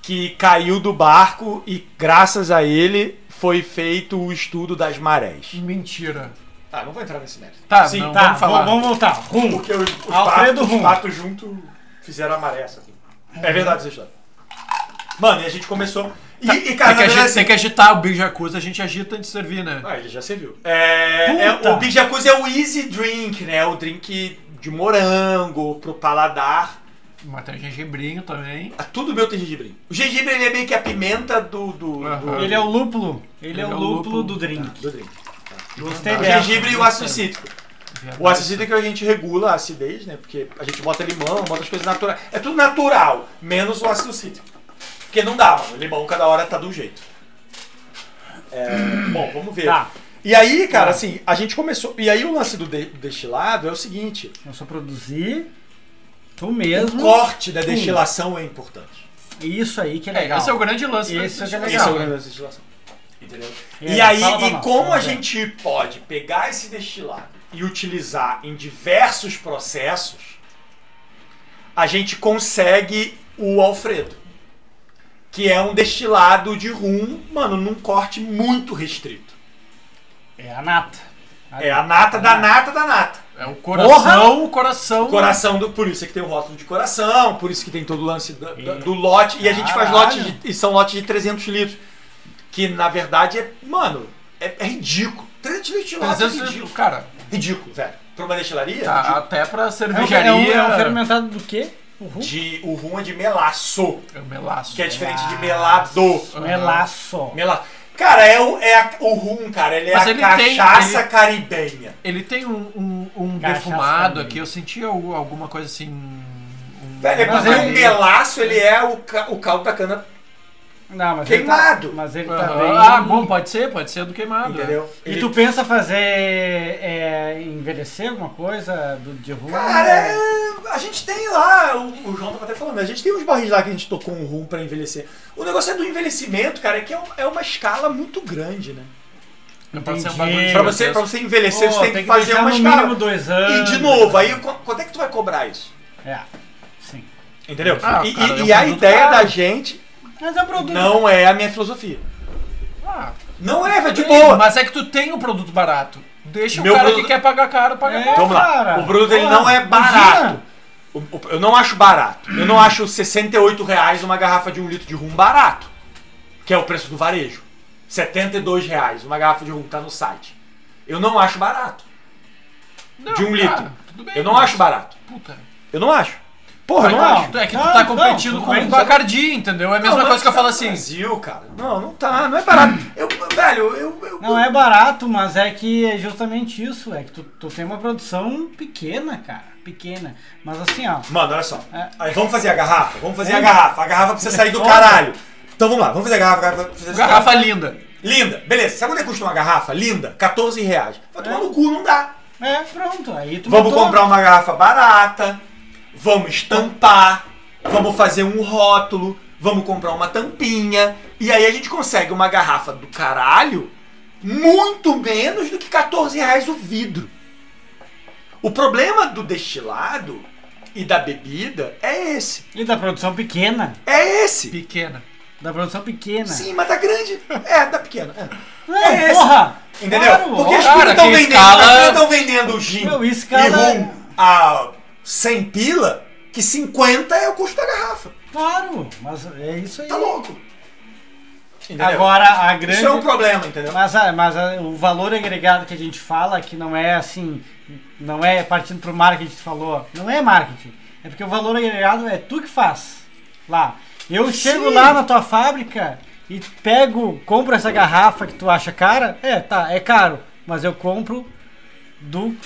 Speaker 1: que caiu do barco e graças a ele foi feito o estudo das marés.
Speaker 2: Mentira.
Speaker 1: Tá, não vou entrar nesse mérito.
Speaker 2: Tá,
Speaker 1: Sim,
Speaker 2: não,
Speaker 3: Tá,
Speaker 2: vamos falar.
Speaker 3: vamos voltar. Rum.
Speaker 1: Porque os, os
Speaker 3: Alfredo
Speaker 1: patos, os
Speaker 3: Rum.
Speaker 1: patos junto fizeram a maré essa aqui. É verdade essa história. Mano, e a gente começou. E, e, cara,
Speaker 2: Tem que,
Speaker 1: na
Speaker 2: agi-
Speaker 1: verdade, assim,
Speaker 2: tem que agitar o Big Jacuzzi, a gente agita antes de servir, né?
Speaker 1: Ah, ele já serviu. É, é-
Speaker 3: Puta!
Speaker 1: o Big Jacuzzi é o easy drink, né? O drink de morango pro paladar.
Speaker 2: Mas tem gengibrinho também.
Speaker 1: Ah, Tudo meu tem gengibre. O gengibre ele é meio que a pimenta do. do, do-
Speaker 2: Aham.
Speaker 3: Ele é o lúpulo. Ele, é, o lúpulo,
Speaker 2: lúpulo.
Speaker 3: do drink.
Speaker 1: do drink.
Speaker 3: Gostei
Speaker 1: O
Speaker 3: dessa.
Speaker 1: gengibre e o ácido cítrico. O ácido cítrico é que a gente regula a acidez, né? Porque a gente bota limão, bota as coisas naturais. É tudo natural, menos o ácido cítrico. Porque não dá, mano. O limão cada hora tá de um jeito. É, bom, vamos ver.
Speaker 3: Tá.
Speaker 1: E aí, cara, assim, a gente começou. E aí o lance do de- destilado é o seguinte:
Speaker 3: Eu só produzi tu
Speaker 1: O
Speaker 3: mesmo.
Speaker 1: corte da destilação é importante.
Speaker 3: Isso aí que é
Speaker 2: É,
Speaker 3: legal.
Speaker 2: esse é o grande lance. do
Speaker 3: Esse é o que é
Speaker 2: Big
Speaker 3: legal.
Speaker 2: Jacuzzi.
Speaker 1: grande lance da destilação. Entendeu?
Speaker 3: É,
Speaker 1: E aí,
Speaker 3: fala pra
Speaker 1: e
Speaker 3: nós,
Speaker 1: como a
Speaker 3: vamos ver.
Speaker 1: gente pode pegar esse destilado e utilizar em diversos processos, a gente consegue o Alfredo. Que é um destilado de rum, mano, num corte muito restrito.
Speaker 3: É a nata.
Speaker 1: É a
Speaker 3: tá
Speaker 1: nata da nata da nata.
Speaker 2: É o coração, o coração.
Speaker 1: O Coração do. Por isso é que tem o rótulo de coração, por isso que tem todo o lance da- da- do, lote. E a gente faz
Speaker 3: Caralho.
Speaker 1: lote de, e são lotes de 300 litros. Que na verdade é. Mano, é, é ridículo. 300 litros de lote é
Speaker 2: 300
Speaker 1: ridículo.
Speaker 2: litros, cara.
Speaker 1: Ridículo, velho. Pra uma destilaria?
Speaker 2: Tá,
Speaker 1: ridículo.
Speaker 2: até pra
Speaker 3: É um,
Speaker 2: cervejaria.
Speaker 3: é um- é um fermentado do quê? O rum?
Speaker 1: De, o rum é de melaço,
Speaker 2: É um melaço.
Speaker 1: que é diferente
Speaker 2: Ah.
Speaker 1: de melado.
Speaker 3: Melaço.
Speaker 1: Mela... Cara, é, o, é a- o rum, cara. Ele é
Speaker 2: Mas
Speaker 1: a
Speaker 2: ele tem-
Speaker 1: cachaça
Speaker 2: ele-
Speaker 1: caribenha.
Speaker 2: Ele tem um, um, um
Speaker 3: Cachaça
Speaker 2: defumado
Speaker 3: também.
Speaker 2: aqui, eu senti al- alguma coisa assim. um-
Speaker 1: Velho, é
Speaker 2: uma
Speaker 1: porque
Speaker 2: varilha.
Speaker 1: o melaço ele é o, ca- o caldo da cana,
Speaker 3: Não, mas
Speaker 1: Queimado.
Speaker 3: Ele tá, mas ele tá
Speaker 2: Aham.
Speaker 3: bem.
Speaker 2: Ah, bom, pode ser, pode ser do queimado. é.
Speaker 1: entendeu?
Speaker 3: E
Speaker 1: Ele-
Speaker 3: tu pensa fazer é, envelhecer alguma coisa do, de rum?
Speaker 1: Cara, é- a gente tem lá, o, o João tava até falando, né? a gente tem uns barris lá que a gente tocou um rum pra envelhecer. O negócio é do envelhecimento, cara, é que é, um- é uma escala muito grande, né?
Speaker 2: Não pode ser um
Speaker 3: Entendi.
Speaker 2: bagulho de
Speaker 1: Pra você, pra
Speaker 2: processo.
Speaker 1: você envelhecer,
Speaker 3: Pô,
Speaker 1: você tem, que, fazer
Speaker 3: deixar
Speaker 1: uma
Speaker 3: no
Speaker 1: escala.
Speaker 3: mínimo dois anos.
Speaker 1: E de novo, aí qu- quanto é que tu vai cobrar isso?
Speaker 3: É, sim.
Speaker 1: Entendeu?
Speaker 2: Ah,
Speaker 1: e
Speaker 2: cara,
Speaker 1: e-
Speaker 2: é um
Speaker 1: e a
Speaker 2: produto
Speaker 1: ideia
Speaker 2: caro.
Speaker 1: da gente
Speaker 3: Mas é um produto.
Speaker 1: não é a minha filosofia.
Speaker 2: Ah,
Speaker 1: Não é, vai de
Speaker 2: sim,
Speaker 1: boa.
Speaker 2: Mas é que tu tem o produto barato. Deixa
Speaker 1: Meu
Speaker 2: o cara
Speaker 1: produto-
Speaker 2: que quer pagar caro, pagar
Speaker 3: É.
Speaker 2: caro.
Speaker 1: Vamos lá.
Speaker 3: cara.
Speaker 1: O produto ele
Speaker 3: Pô,
Speaker 1: não é
Speaker 3: imagina.
Speaker 1: barato. O- o- Eu não acho barato. Eu não acho R$ 68 reais uma garrafa de um litro de rum barato. Que é o preço do varejo. R$ 72 reais uma garrafa de rum tá no site. Eu não acho barato.
Speaker 2: Não,
Speaker 1: de um
Speaker 2: cara,
Speaker 1: litro.
Speaker 2: tudo bem,
Speaker 1: Eu não
Speaker 2: mas-
Speaker 1: acho barato.
Speaker 2: Puta.
Speaker 1: Eu não acho. Porra,
Speaker 2: Mas
Speaker 1: eu não
Speaker 2: tu-
Speaker 1: acho.
Speaker 2: tu- É que tu
Speaker 3: Não,
Speaker 2: tá
Speaker 3: não,
Speaker 2: competindo
Speaker 3: tudo
Speaker 2: com
Speaker 3: bem.
Speaker 2: o Bacardi, entendeu? É a mesma
Speaker 1: Não,
Speaker 2: coisa que eu falo
Speaker 1: mas tá no
Speaker 2: assim.
Speaker 1: Brasil, cara. Não, não tá. Não é barato. Eu, velho, eu. eu-
Speaker 3: Não é barato, mas é que é justamente isso. É que tu, tu tem uma produção pequena, cara. Pequena. Mas assim, ó.
Speaker 1: Mano, olha só.
Speaker 3: É. Hum.
Speaker 1: Aí, vamos fazer a garrafa? Vamos fazer a
Speaker 3: Vamos.
Speaker 1: garrafa. A garrafa precisa sair do
Speaker 3: Foda.
Speaker 1: caralho. Então vamos lá, vamos fazer a garrafa. garrafa, precisa sair-
Speaker 2: Garrafa linda.
Speaker 1: Linda, beleza. Sabe quanto é que custa uma garrafa? Linda, 14 reais. Vai tomar
Speaker 3: É.
Speaker 1: no cu, não dá.
Speaker 3: É, pronto. Aí tu
Speaker 1: Vamos
Speaker 3: botou-
Speaker 1: comprar um- uma garrafa barata, vamos estampar, vamos fazer um rótulo, vamos comprar uma tampinha. E aí a gente consegue uma garrafa do caralho muito menos do que 14 reais o vidro. O problema do destilado e da bebida é esse.
Speaker 3: E da produção pequena.
Speaker 1: É esse.
Speaker 2: Pequena.
Speaker 3: Da produção pequena.
Speaker 1: Sim, mas da grande. É, da pequena. é. é
Speaker 3: É,
Speaker 1: esse.
Speaker 3: porra!
Speaker 1: Entendeu?
Speaker 3: Claro,
Speaker 1: Porque as
Speaker 3: óbvio.
Speaker 2: Cara,
Speaker 1: pessoas estão
Speaker 2: quem
Speaker 1: vendendo,
Speaker 2: escala-
Speaker 1: as pessoas tão vendendo gin
Speaker 3: Meu,
Speaker 1: e
Speaker 3: escala-
Speaker 1: rum a 100 pila, que 50 é o custo da garrafa.
Speaker 3: Claro, mas é isso aí.
Speaker 1: Tá louco. Entendeu?
Speaker 3: Agora, a grande.
Speaker 1: Isso é um problema, entendeu?
Speaker 3: Mas, a- mas a- o valor agregado que a gente fala, que não é assim, não é partindo pro marketing que tu falou, não é marketing. É porque o valor agregado é tu que faz lá. Eu chego lá na tua fábrica e pego, compro essa garrafa que tu acha cara. É, tá, é caro, mas eu compro do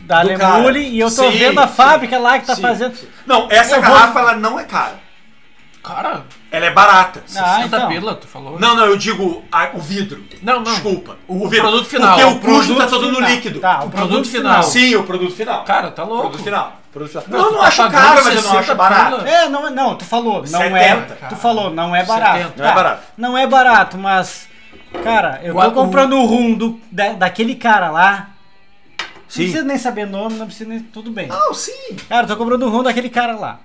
Speaker 3: da
Speaker 1: Do cara.
Speaker 3: Lemule e eu tô
Speaker 1: Sim,
Speaker 3: vendo a
Speaker 1: sim,
Speaker 3: fábrica lá que tá
Speaker 1: sim,
Speaker 3: fazendo.
Speaker 1: Não, essa
Speaker 3: Eu vou-
Speaker 1: garrafa ela não é cara.
Speaker 2: Cara,
Speaker 1: Ela é barata.
Speaker 3: Ah,
Speaker 2: 60
Speaker 3: então.
Speaker 2: pila, tu falou.
Speaker 1: Não, não, eu digo a- o vidro.
Speaker 2: Não, não.
Speaker 1: Desculpa.
Speaker 2: O
Speaker 1: vidro.
Speaker 2: produto final.
Speaker 1: Porque o
Speaker 2: O
Speaker 1: custo
Speaker 2: produto
Speaker 1: tá todo no
Speaker 3: final.
Speaker 1: líquido.
Speaker 3: Tá, o
Speaker 2: O
Speaker 3: produto,
Speaker 2: produto
Speaker 3: final.
Speaker 2: final.
Speaker 1: Sim, o produto final.
Speaker 2: Cara, tá louco.
Speaker 1: Produto final. Produto final.
Speaker 2: Não,
Speaker 1: Não, eu
Speaker 2: tu
Speaker 1: não
Speaker 2: tá
Speaker 1: acho
Speaker 2: pagando
Speaker 1: caro, mas eu não
Speaker 2: 60
Speaker 1: acho barato.
Speaker 2: pila.
Speaker 3: É, não, é- não, tu falou, não
Speaker 1: 70,
Speaker 3: é.
Speaker 2: cara.
Speaker 3: Tu falou, não é barato.
Speaker 2: 70.
Speaker 1: Não é barato.
Speaker 3: Não é barato, mas. Cara, eu tô
Speaker 2: Gua-
Speaker 3: comprando o rum do, da- daquele cara lá.
Speaker 1: Sim.
Speaker 3: Não precisa nem saber nome, não precisa nem. Tudo bem.
Speaker 1: Não, sim.
Speaker 3: Cara, eu tô comprando o rum daquele cara lá.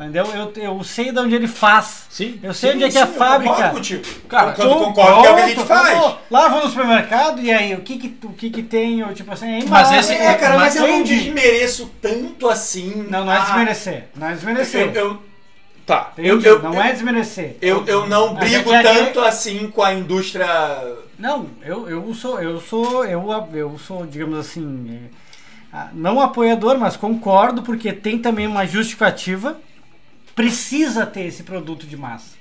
Speaker 3: Entendeu? Eu, eu sei de onde ele faz.
Speaker 1: Sim.
Speaker 3: Eu sei
Speaker 1: Sim,
Speaker 3: onde é que é a
Speaker 1: sim, Eu
Speaker 3: fábrica.
Speaker 1: concordo contigo.
Speaker 2: Cara,
Speaker 1: quando
Speaker 3: Tu-
Speaker 1: concordo que é o que a gente
Speaker 3: pronto,
Speaker 1: faz.
Speaker 3: acabou. Lá vou no supermercado e aí, o que que, o que, que tem? Ou, tipo assim, aí,
Speaker 2: Mas
Speaker 3: lá-
Speaker 2: esse-
Speaker 1: É, cara, mas eu não
Speaker 3: Entende?
Speaker 1: desmereço tanto assim.
Speaker 3: Não, não é
Speaker 1: a-
Speaker 3: desmerecer. Não é desmerecer.
Speaker 1: Eu, eu- tá. Eu,
Speaker 3: Entende?
Speaker 1: eu,
Speaker 3: não é desmerecer.
Speaker 1: eu, eu não
Speaker 3: A
Speaker 1: brigo
Speaker 3: gente é-
Speaker 1: tanto assim com a indústria.
Speaker 3: Não, eu, eu sou, eu sou, eu, eu sou, digamos assim, é, a- não apoiador, mas concordo, porque tem também uma justificativa. Precisa ter esse produto de massa.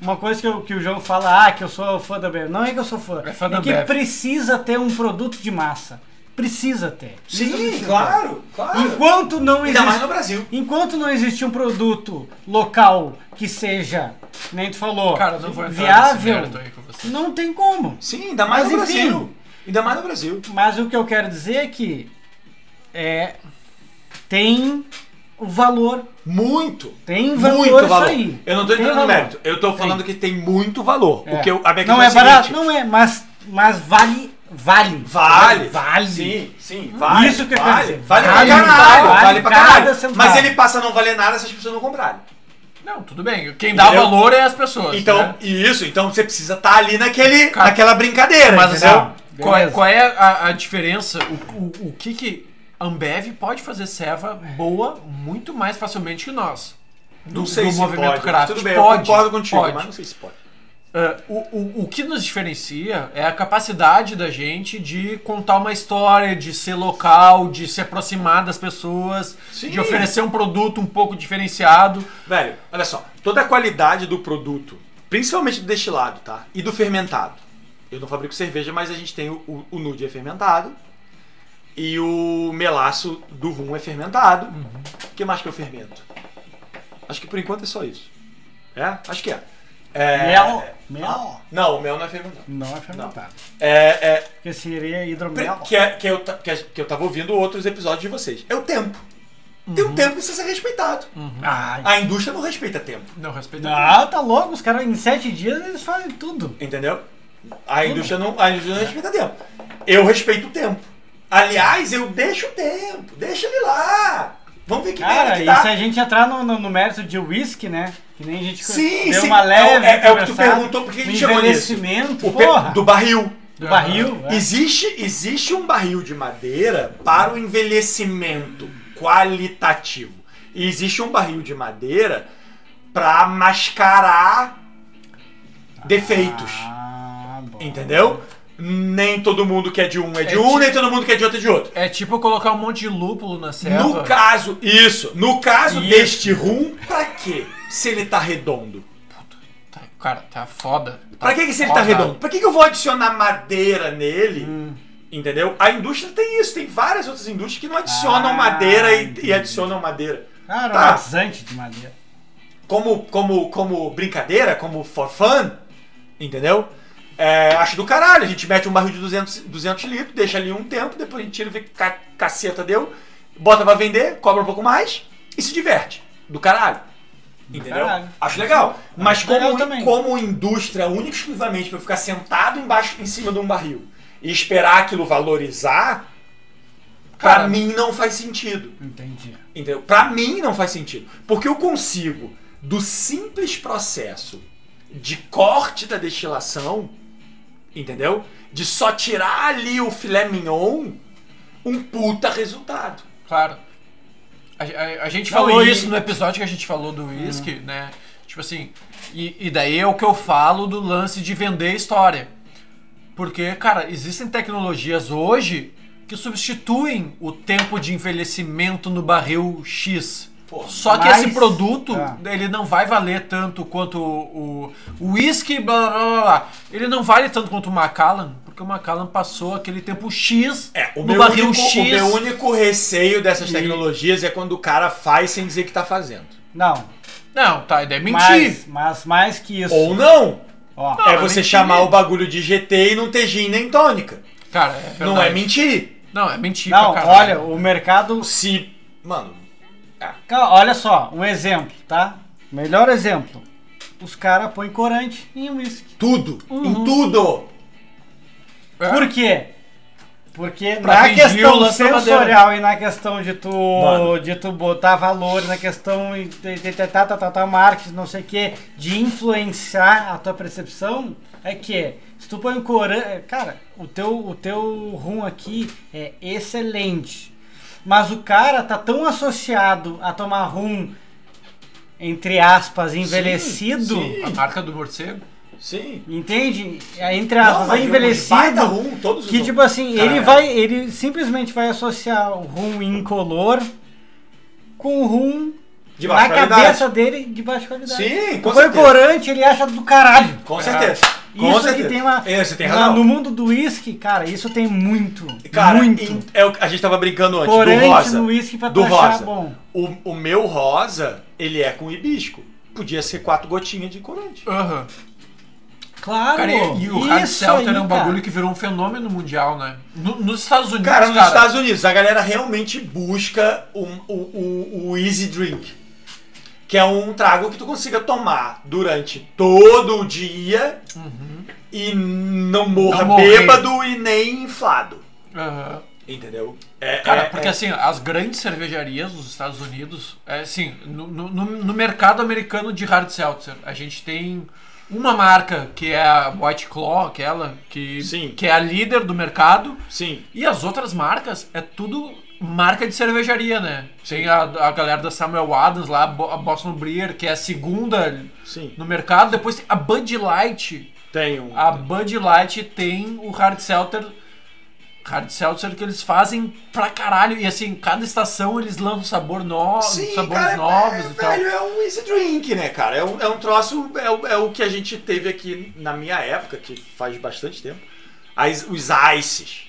Speaker 3: Uma coisa que, eu- que o João fala, ah, que eu sou fã da Ambev. Não é que eu sou fã,
Speaker 2: É fã da
Speaker 3: é que
Speaker 2: Ambev.
Speaker 3: precisa ter um produto de massa. Precisa ter. Isso precisa ter.
Speaker 1: claro.
Speaker 3: Enquanto
Speaker 1: então.
Speaker 3: não
Speaker 1: Ainda mais
Speaker 3: existe
Speaker 1: no Brasil.
Speaker 3: Enquanto não existir um produto local que seja, nem tu falou,
Speaker 2: Cara, não vou entrar nesse
Speaker 3: viável,
Speaker 2: mérito aí com você.
Speaker 3: não tem como.
Speaker 1: Sim, ainda mais no
Speaker 3: mais no
Speaker 1: Brasil.
Speaker 3: Brasil.
Speaker 1: Ainda mais no Brasil.
Speaker 3: Mas o que eu quero dizer é que é, tem o valor,
Speaker 1: Muito.
Speaker 3: tem valor
Speaker 1: Muito
Speaker 3: isso
Speaker 1: valor.
Speaker 3: aí.
Speaker 1: Eu não tô
Speaker 3: Tem
Speaker 1: entrando no
Speaker 3: valor.
Speaker 1: mérito. Eu tô falando que tem muito valor.
Speaker 3: É.
Speaker 1: Porque eu- a minha
Speaker 3: não
Speaker 1: questão
Speaker 3: é,
Speaker 1: a
Speaker 3: barato,
Speaker 1: seguinte,
Speaker 3: não é, mas, mas vale, vale.
Speaker 1: Vale.
Speaker 3: Vale.
Speaker 1: Sim, sim. Vale.
Speaker 3: Isso que eu quero
Speaker 1: vale.
Speaker 3: dizer.
Speaker 1: Vale,
Speaker 3: Vale,
Speaker 1: pra caralho. Vale,
Speaker 3: vale,
Speaker 1: pra
Speaker 3: cada
Speaker 1: caralho.
Speaker 3: centavo.
Speaker 1: Mas ele passa a não valer nada se as pessoas não comprarem.
Speaker 2: Não, tudo bem. Quem dá
Speaker 1: Entendeu?
Speaker 2: valor é as pessoas.
Speaker 1: Então,
Speaker 2: né?
Speaker 1: isso. Então você precisa estar ali naquele,
Speaker 2: Cara,
Speaker 1: naquela brincadeira.
Speaker 2: Mas assim,
Speaker 1: entendeu?
Speaker 3: Beleza.
Speaker 2: qual é, qual é a, a diferença? O, o, o que que Ambev pode fazer serva boa muito mais facilmente que nós? Do,
Speaker 1: Não sei
Speaker 2: do
Speaker 1: se
Speaker 2: movimento
Speaker 1: pode.
Speaker 2: craft.
Speaker 1: Tudo bem,
Speaker 2: pode,
Speaker 1: eu concordo contigo,
Speaker 2: pode.
Speaker 1: mas não sei se pode.
Speaker 2: É, o, o, o que nos diferencia é a capacidade da gente de contar uma história, de ser local, de se aproximar das pessoas,
Speaker 1: Sim.
Speaker 2: de oferecer um produto um pouco diferenciado.
Speaker 1: Velho, olha só. Toda a qualidade do produto, principalmente do destilado, tá? E do fermentado. Eu não fabrico cerveja, mas a gente tem o, o- o nude é fermentado. E o melaço do rum é fermentado. O
Speaker 3: Uhum.
Speaker 1: que mais que eu fermento? Acho que por enquanto é só isso. É? Acho que é. É-
Speaker 3: Mel. Mel.
Speaker 1: Não, o mel não é fermentado.
Speaker 3: Não é fermentado.
Speaker 1: É, é,
Speaker 3: Porque seria
Speaker 1: Pre-
Speaker 3: hidromel.
Speaker 1: Que, é- que eu, ta- que, a- que eu tava ouvindo outros episódios de vocês. É o tempo. Tem
Speaker 3: Uhum.
Speaker 1: um tempo que precisa ser respeitado.
Speaker 3: Ai,
Speaker 1: A indústria não respeita tempo,
Speaker 2: Não, respeito.
Speaker 3: não, tá louco, os caras em sete dias eles fazem tudo.
Speaker 1: entendeu? A indústria não, a indústria não respeita tempo. Eu respeito o tempo. Aliás, eu deixo o tempo. Deixa ele lá. Vamos ver que merda
Speaker 3: Cara,
Speaker 1: É que tá.
Speaker 3: e
Speaker 1: dá.
Speaker 3: se a gente entrar no, no, no mérito de whisky, né? Que nem a gente
Speaker 1: Sim,
Speaker 3: deu
Speaker 1: sim.
Speaker 3: uma leve.
Speaker 1: É, é- é o que tu
Speaker 3: conversada,
Speaker 1: perguntou, por que a gente
Speaker 3: o
Speaker 1: chegou nisso?
Speaker 3: envelhecimento,
Speaker 1: O pe-
Speaker 3: porra,
Speaker 1: do Ah, barril.
Speaker 3: do barril. é.
Speaker 1: Existe, existe um barril de madeira para o envelhecimento qualitativo. E existe um barril de madeira para mascarar defeitos.
Speaker 3: Ah, bom.
Speaker 1: Entendeu? Nem todo mundo que é de um é de
Speaker 2: É
Speaker 1: um,
Speaker 2: tipo-
Speaker 1: nem todo mundo que é de outro é de outro.
Speaker 2: É tipo eu colocar um monte de lúpulo na serva.
Speaker 1: No caso, isso. No caso
Speaker 2: Isso.
Speaker 1: deste rum, pra quê? Se ele tá redondo.
Speaker 2: Tá, cara, tá foda. Tá
Speaker 1: Pra que, que se ele tá
Speaker 2: foda.
Speaker 1: redondo? Pra que, que eu vou adicionar madeira nele?
Speaker 3: Hum.
Speaker 1: Entendeu? A indústria tem isso, tem várias outras indústrias que não adicionam
Speaker 3: Ah,
Speaker 1: madeira e,
Speaker 3: entendi.
Speaker 1: e adicionam madeira.
Speaker 3: Ah,
Speaker 1: Tá.
Speaker 3: aromatizante de madeira.
Speaker 1: Como, como, como brincadeira, como for fun, entendeu? É, acho do caralho, a gente mete um barril de 200, 200 litros, deixa ali um tempo, depois a gente tira e vê que ca- caceta deu, bota pra vender, cobra um pouco mais e se diverte. Do caralho. Entendeu?
Speaker 3: caralho.
Speaker 1: Acho legal. Mas
Speaker 3: Acho
Speaker 1: como,
Speaker 3: legal também.
Speaker 1: como indústria, única e exclusivamente pra eu ficar sentado embaixo, em cima de um barril e esperar aquilo valorizar, pra
Speaker 2: Cara.
Speaker 1: mim não faz sentido.
Speaker 3: Entendi.
Speaker 1: Entendeu? Pra mim não faz sentido. Porque eu consigo, do simples processo de corte da destilação, entendeu? De só tirar ali o filé mignon, um puta resultado.
Speaker 2: Claro. A, a- a gente
Speaker 3: Não,
Speaker 2: falou
Speaker 3: e-
Speaker 2: isso no episódio que a gente falou do whisky, né? Tipo assim, e, e daí é o que eu falo do lance de vender história. Porque, cara, existem tecnologias hoje que substituem o tempo de envelhecimento no barril X.
Speaker 1: Pô,
Speaker 2: Só que
Speaker 3: mas-
Speaker 2: esse produto,
Speaker 3: É.
Speaker 2: ele não vai valer tanto quanto o o whisky, blá blá blá blá. Ele não vale tanto quanto o Macallan, porque o Macallan passou aquele tempo X
Speaker 1: É, o
Speaker 2: no
Speaker 1: meu,
Speaker 2: barril
Speaker 1: único,
Speaker 2: X.
Speaker 1: o meu único receio dessas
Speaker 3: E-
Speaker 1: tecnologias é quando o cara faz sem dizer que tá fazendo.
Speaker 3: Não,
Speaker 2: Não, tá, ideia é mentir.
Speaker 3: mas, mas mais que isso.
Speaker 1: Ou não.
Speaker 3: Ó,
Speaker 2: Não,
Speaker 1: é
Speaker 2: é
Speaker 1: você
Speaker 2: mentir.
Speaker 1: chamar o bagulho de GT e não ter gin nem tônica.
Speaker 2: Cara, é verdade.
Speaker 1: Não é mentir.
Speaker 2: Não, é mentira,
Speaker 3: não,
Speaker 2: cara.
Speaker 3: olha, o mercado.
Speaker 1: Se. Mano.
Speaker 3: Ca- Olha só, um exemplo, tá? Melhor exemplo. Os caras põem corante em uísque.
Speaker 1: Tudo.
Speaker 2: Uhum.
Speaker 1: Em tudo.
Speaker 2: É
Speaker 3: Por quê? Porque
Speaker 2: Pra
Speaker 3: na
Speaker 2: fingir o
Speaker 3: questão
Speaker 2: lance da
Speaker 3: sensorial e na questão de tu,
Speaker 1: Mano.
Speaker 3: de tu botar valor, na questão de, de, de, de- tá, tá, tá, tá, marketing, não sei o quê, de influenciar a tua percepção, é que se tu põe um corante. Cara, o teu, o teu rum aqui é excelente. Mas o cara tá tão associado a tomar rum, entre aspas, envelhecido.
Speaker 1: sim.
Speaker 2: A marca do morcego?
Speaker 1: Sim.
Speaker 3: Entende? É, Entre aspas,
Speaker 1: mas um vai dar
Speaker 3: envelhecido.
Speaker 1: rum, todos os
Speaker 3: Que
Speaker 1: rum.
Speaker 3: tipo assim,
Speaker 1: Cara,
Speaker 3: ele vai, ele simplesmente vai associar o rum incolor com o rum
Speaker 1: De
Speaker 3: na
Speaker 1: baixa qualidade.
Speaker 3: cabeça dele de baixa qualidade.
Speaker 1: Sim, com
Speaker 3: Põe o
Speaker 1: certeza.
Speaker 3: corante, ele acha do caralho.
Speaker 1: Com certeza. Com
Speaker 3: Isso aqui
Speaker 1: certeza.
Speaker 3: tem uma.
Speaker 1: É, você tem
Speaker 3: na-
Speaker 1: razão.
Speaker 3: no mundo do uísque, cara, isso tem muito.
Speaker 1: Cara,
Speaker 3: muito.
Speaker 1: em- é o que a gente tava brincando antes, do
Speaker 3: corante
Speaker 1: rosa.
Speaker 3: no uísque pra tu
Speaker 1: do
Speaker 3: achar
Speaker 1: rosa.
Speaker 3: bom.
Speaker 1: O, o meu rosa, ele é com hibisco. Podia ser quatro gotinhas de corante.
Speaker 2: Aham.
Speaker 3: Claro.
Speaker 2: Cara, e, e o hard
Speaker 3: isso
Speaker 2: seltzer
Speaker 3: aí,
Speaker 2: é um
Speaker 3: cara.
Speaker 2: bagulho que virou um fenômeno mundial, né? No- nos Estados Unidos,
Speaker 1: Cara,
Speaker 2: cara.
Speaker 1: nos Estados Unidos, a galera realmente busca um- o, o- o easy drink. Que é um trago que tu consiga tomar durante todo o dia e não morra
Speaker 2: Não morrer.
Speaker 1: bêbado e nem inflado.
Speaker 2: Aham.
Speaker 1: Entendeu? É,
Speaker 2: Cara,
Speaker 1: é-
Speaker 2: porque
Speaker 1: é-
Speaker 2: assim, as grandes cervejarias dos Estados Unidos, é, assim, no, no- no- no mercado americano de hard seltzer, a gente tem uma marca que é a White Claw, aquela que,
Speaker 1: Sim.
Speaker 2: que é a líder do mercado,
Speaker 1: Sim.
Speaker 2: E as outras marcas é tudo marca de cervejaria, né? Tem a, a galera da Samuel Adams lá, a Bo- a Boston Brewer, que é a segunda
Speaker 1: Sim.
Speaker 2: no mercado. Depois tem a Bud Light.
Speaker 1: Tem um.
Speaker 2: A Bud Light tem o Hard Seltzer. Hard Seltzer que eles fazem pra caralho. E assim, cada estação eles lançam sabor no... sabores
Speaker 1: cara,
Speaker 2: novos
Speaker 1: é,
Speaker 2: e tal.
Speaker 1: velho, é um easy drink, né, cara? É um, é um troço, é, o- é o que a gente teve aqui na minha época, que faz bastante tempo. As- os ices.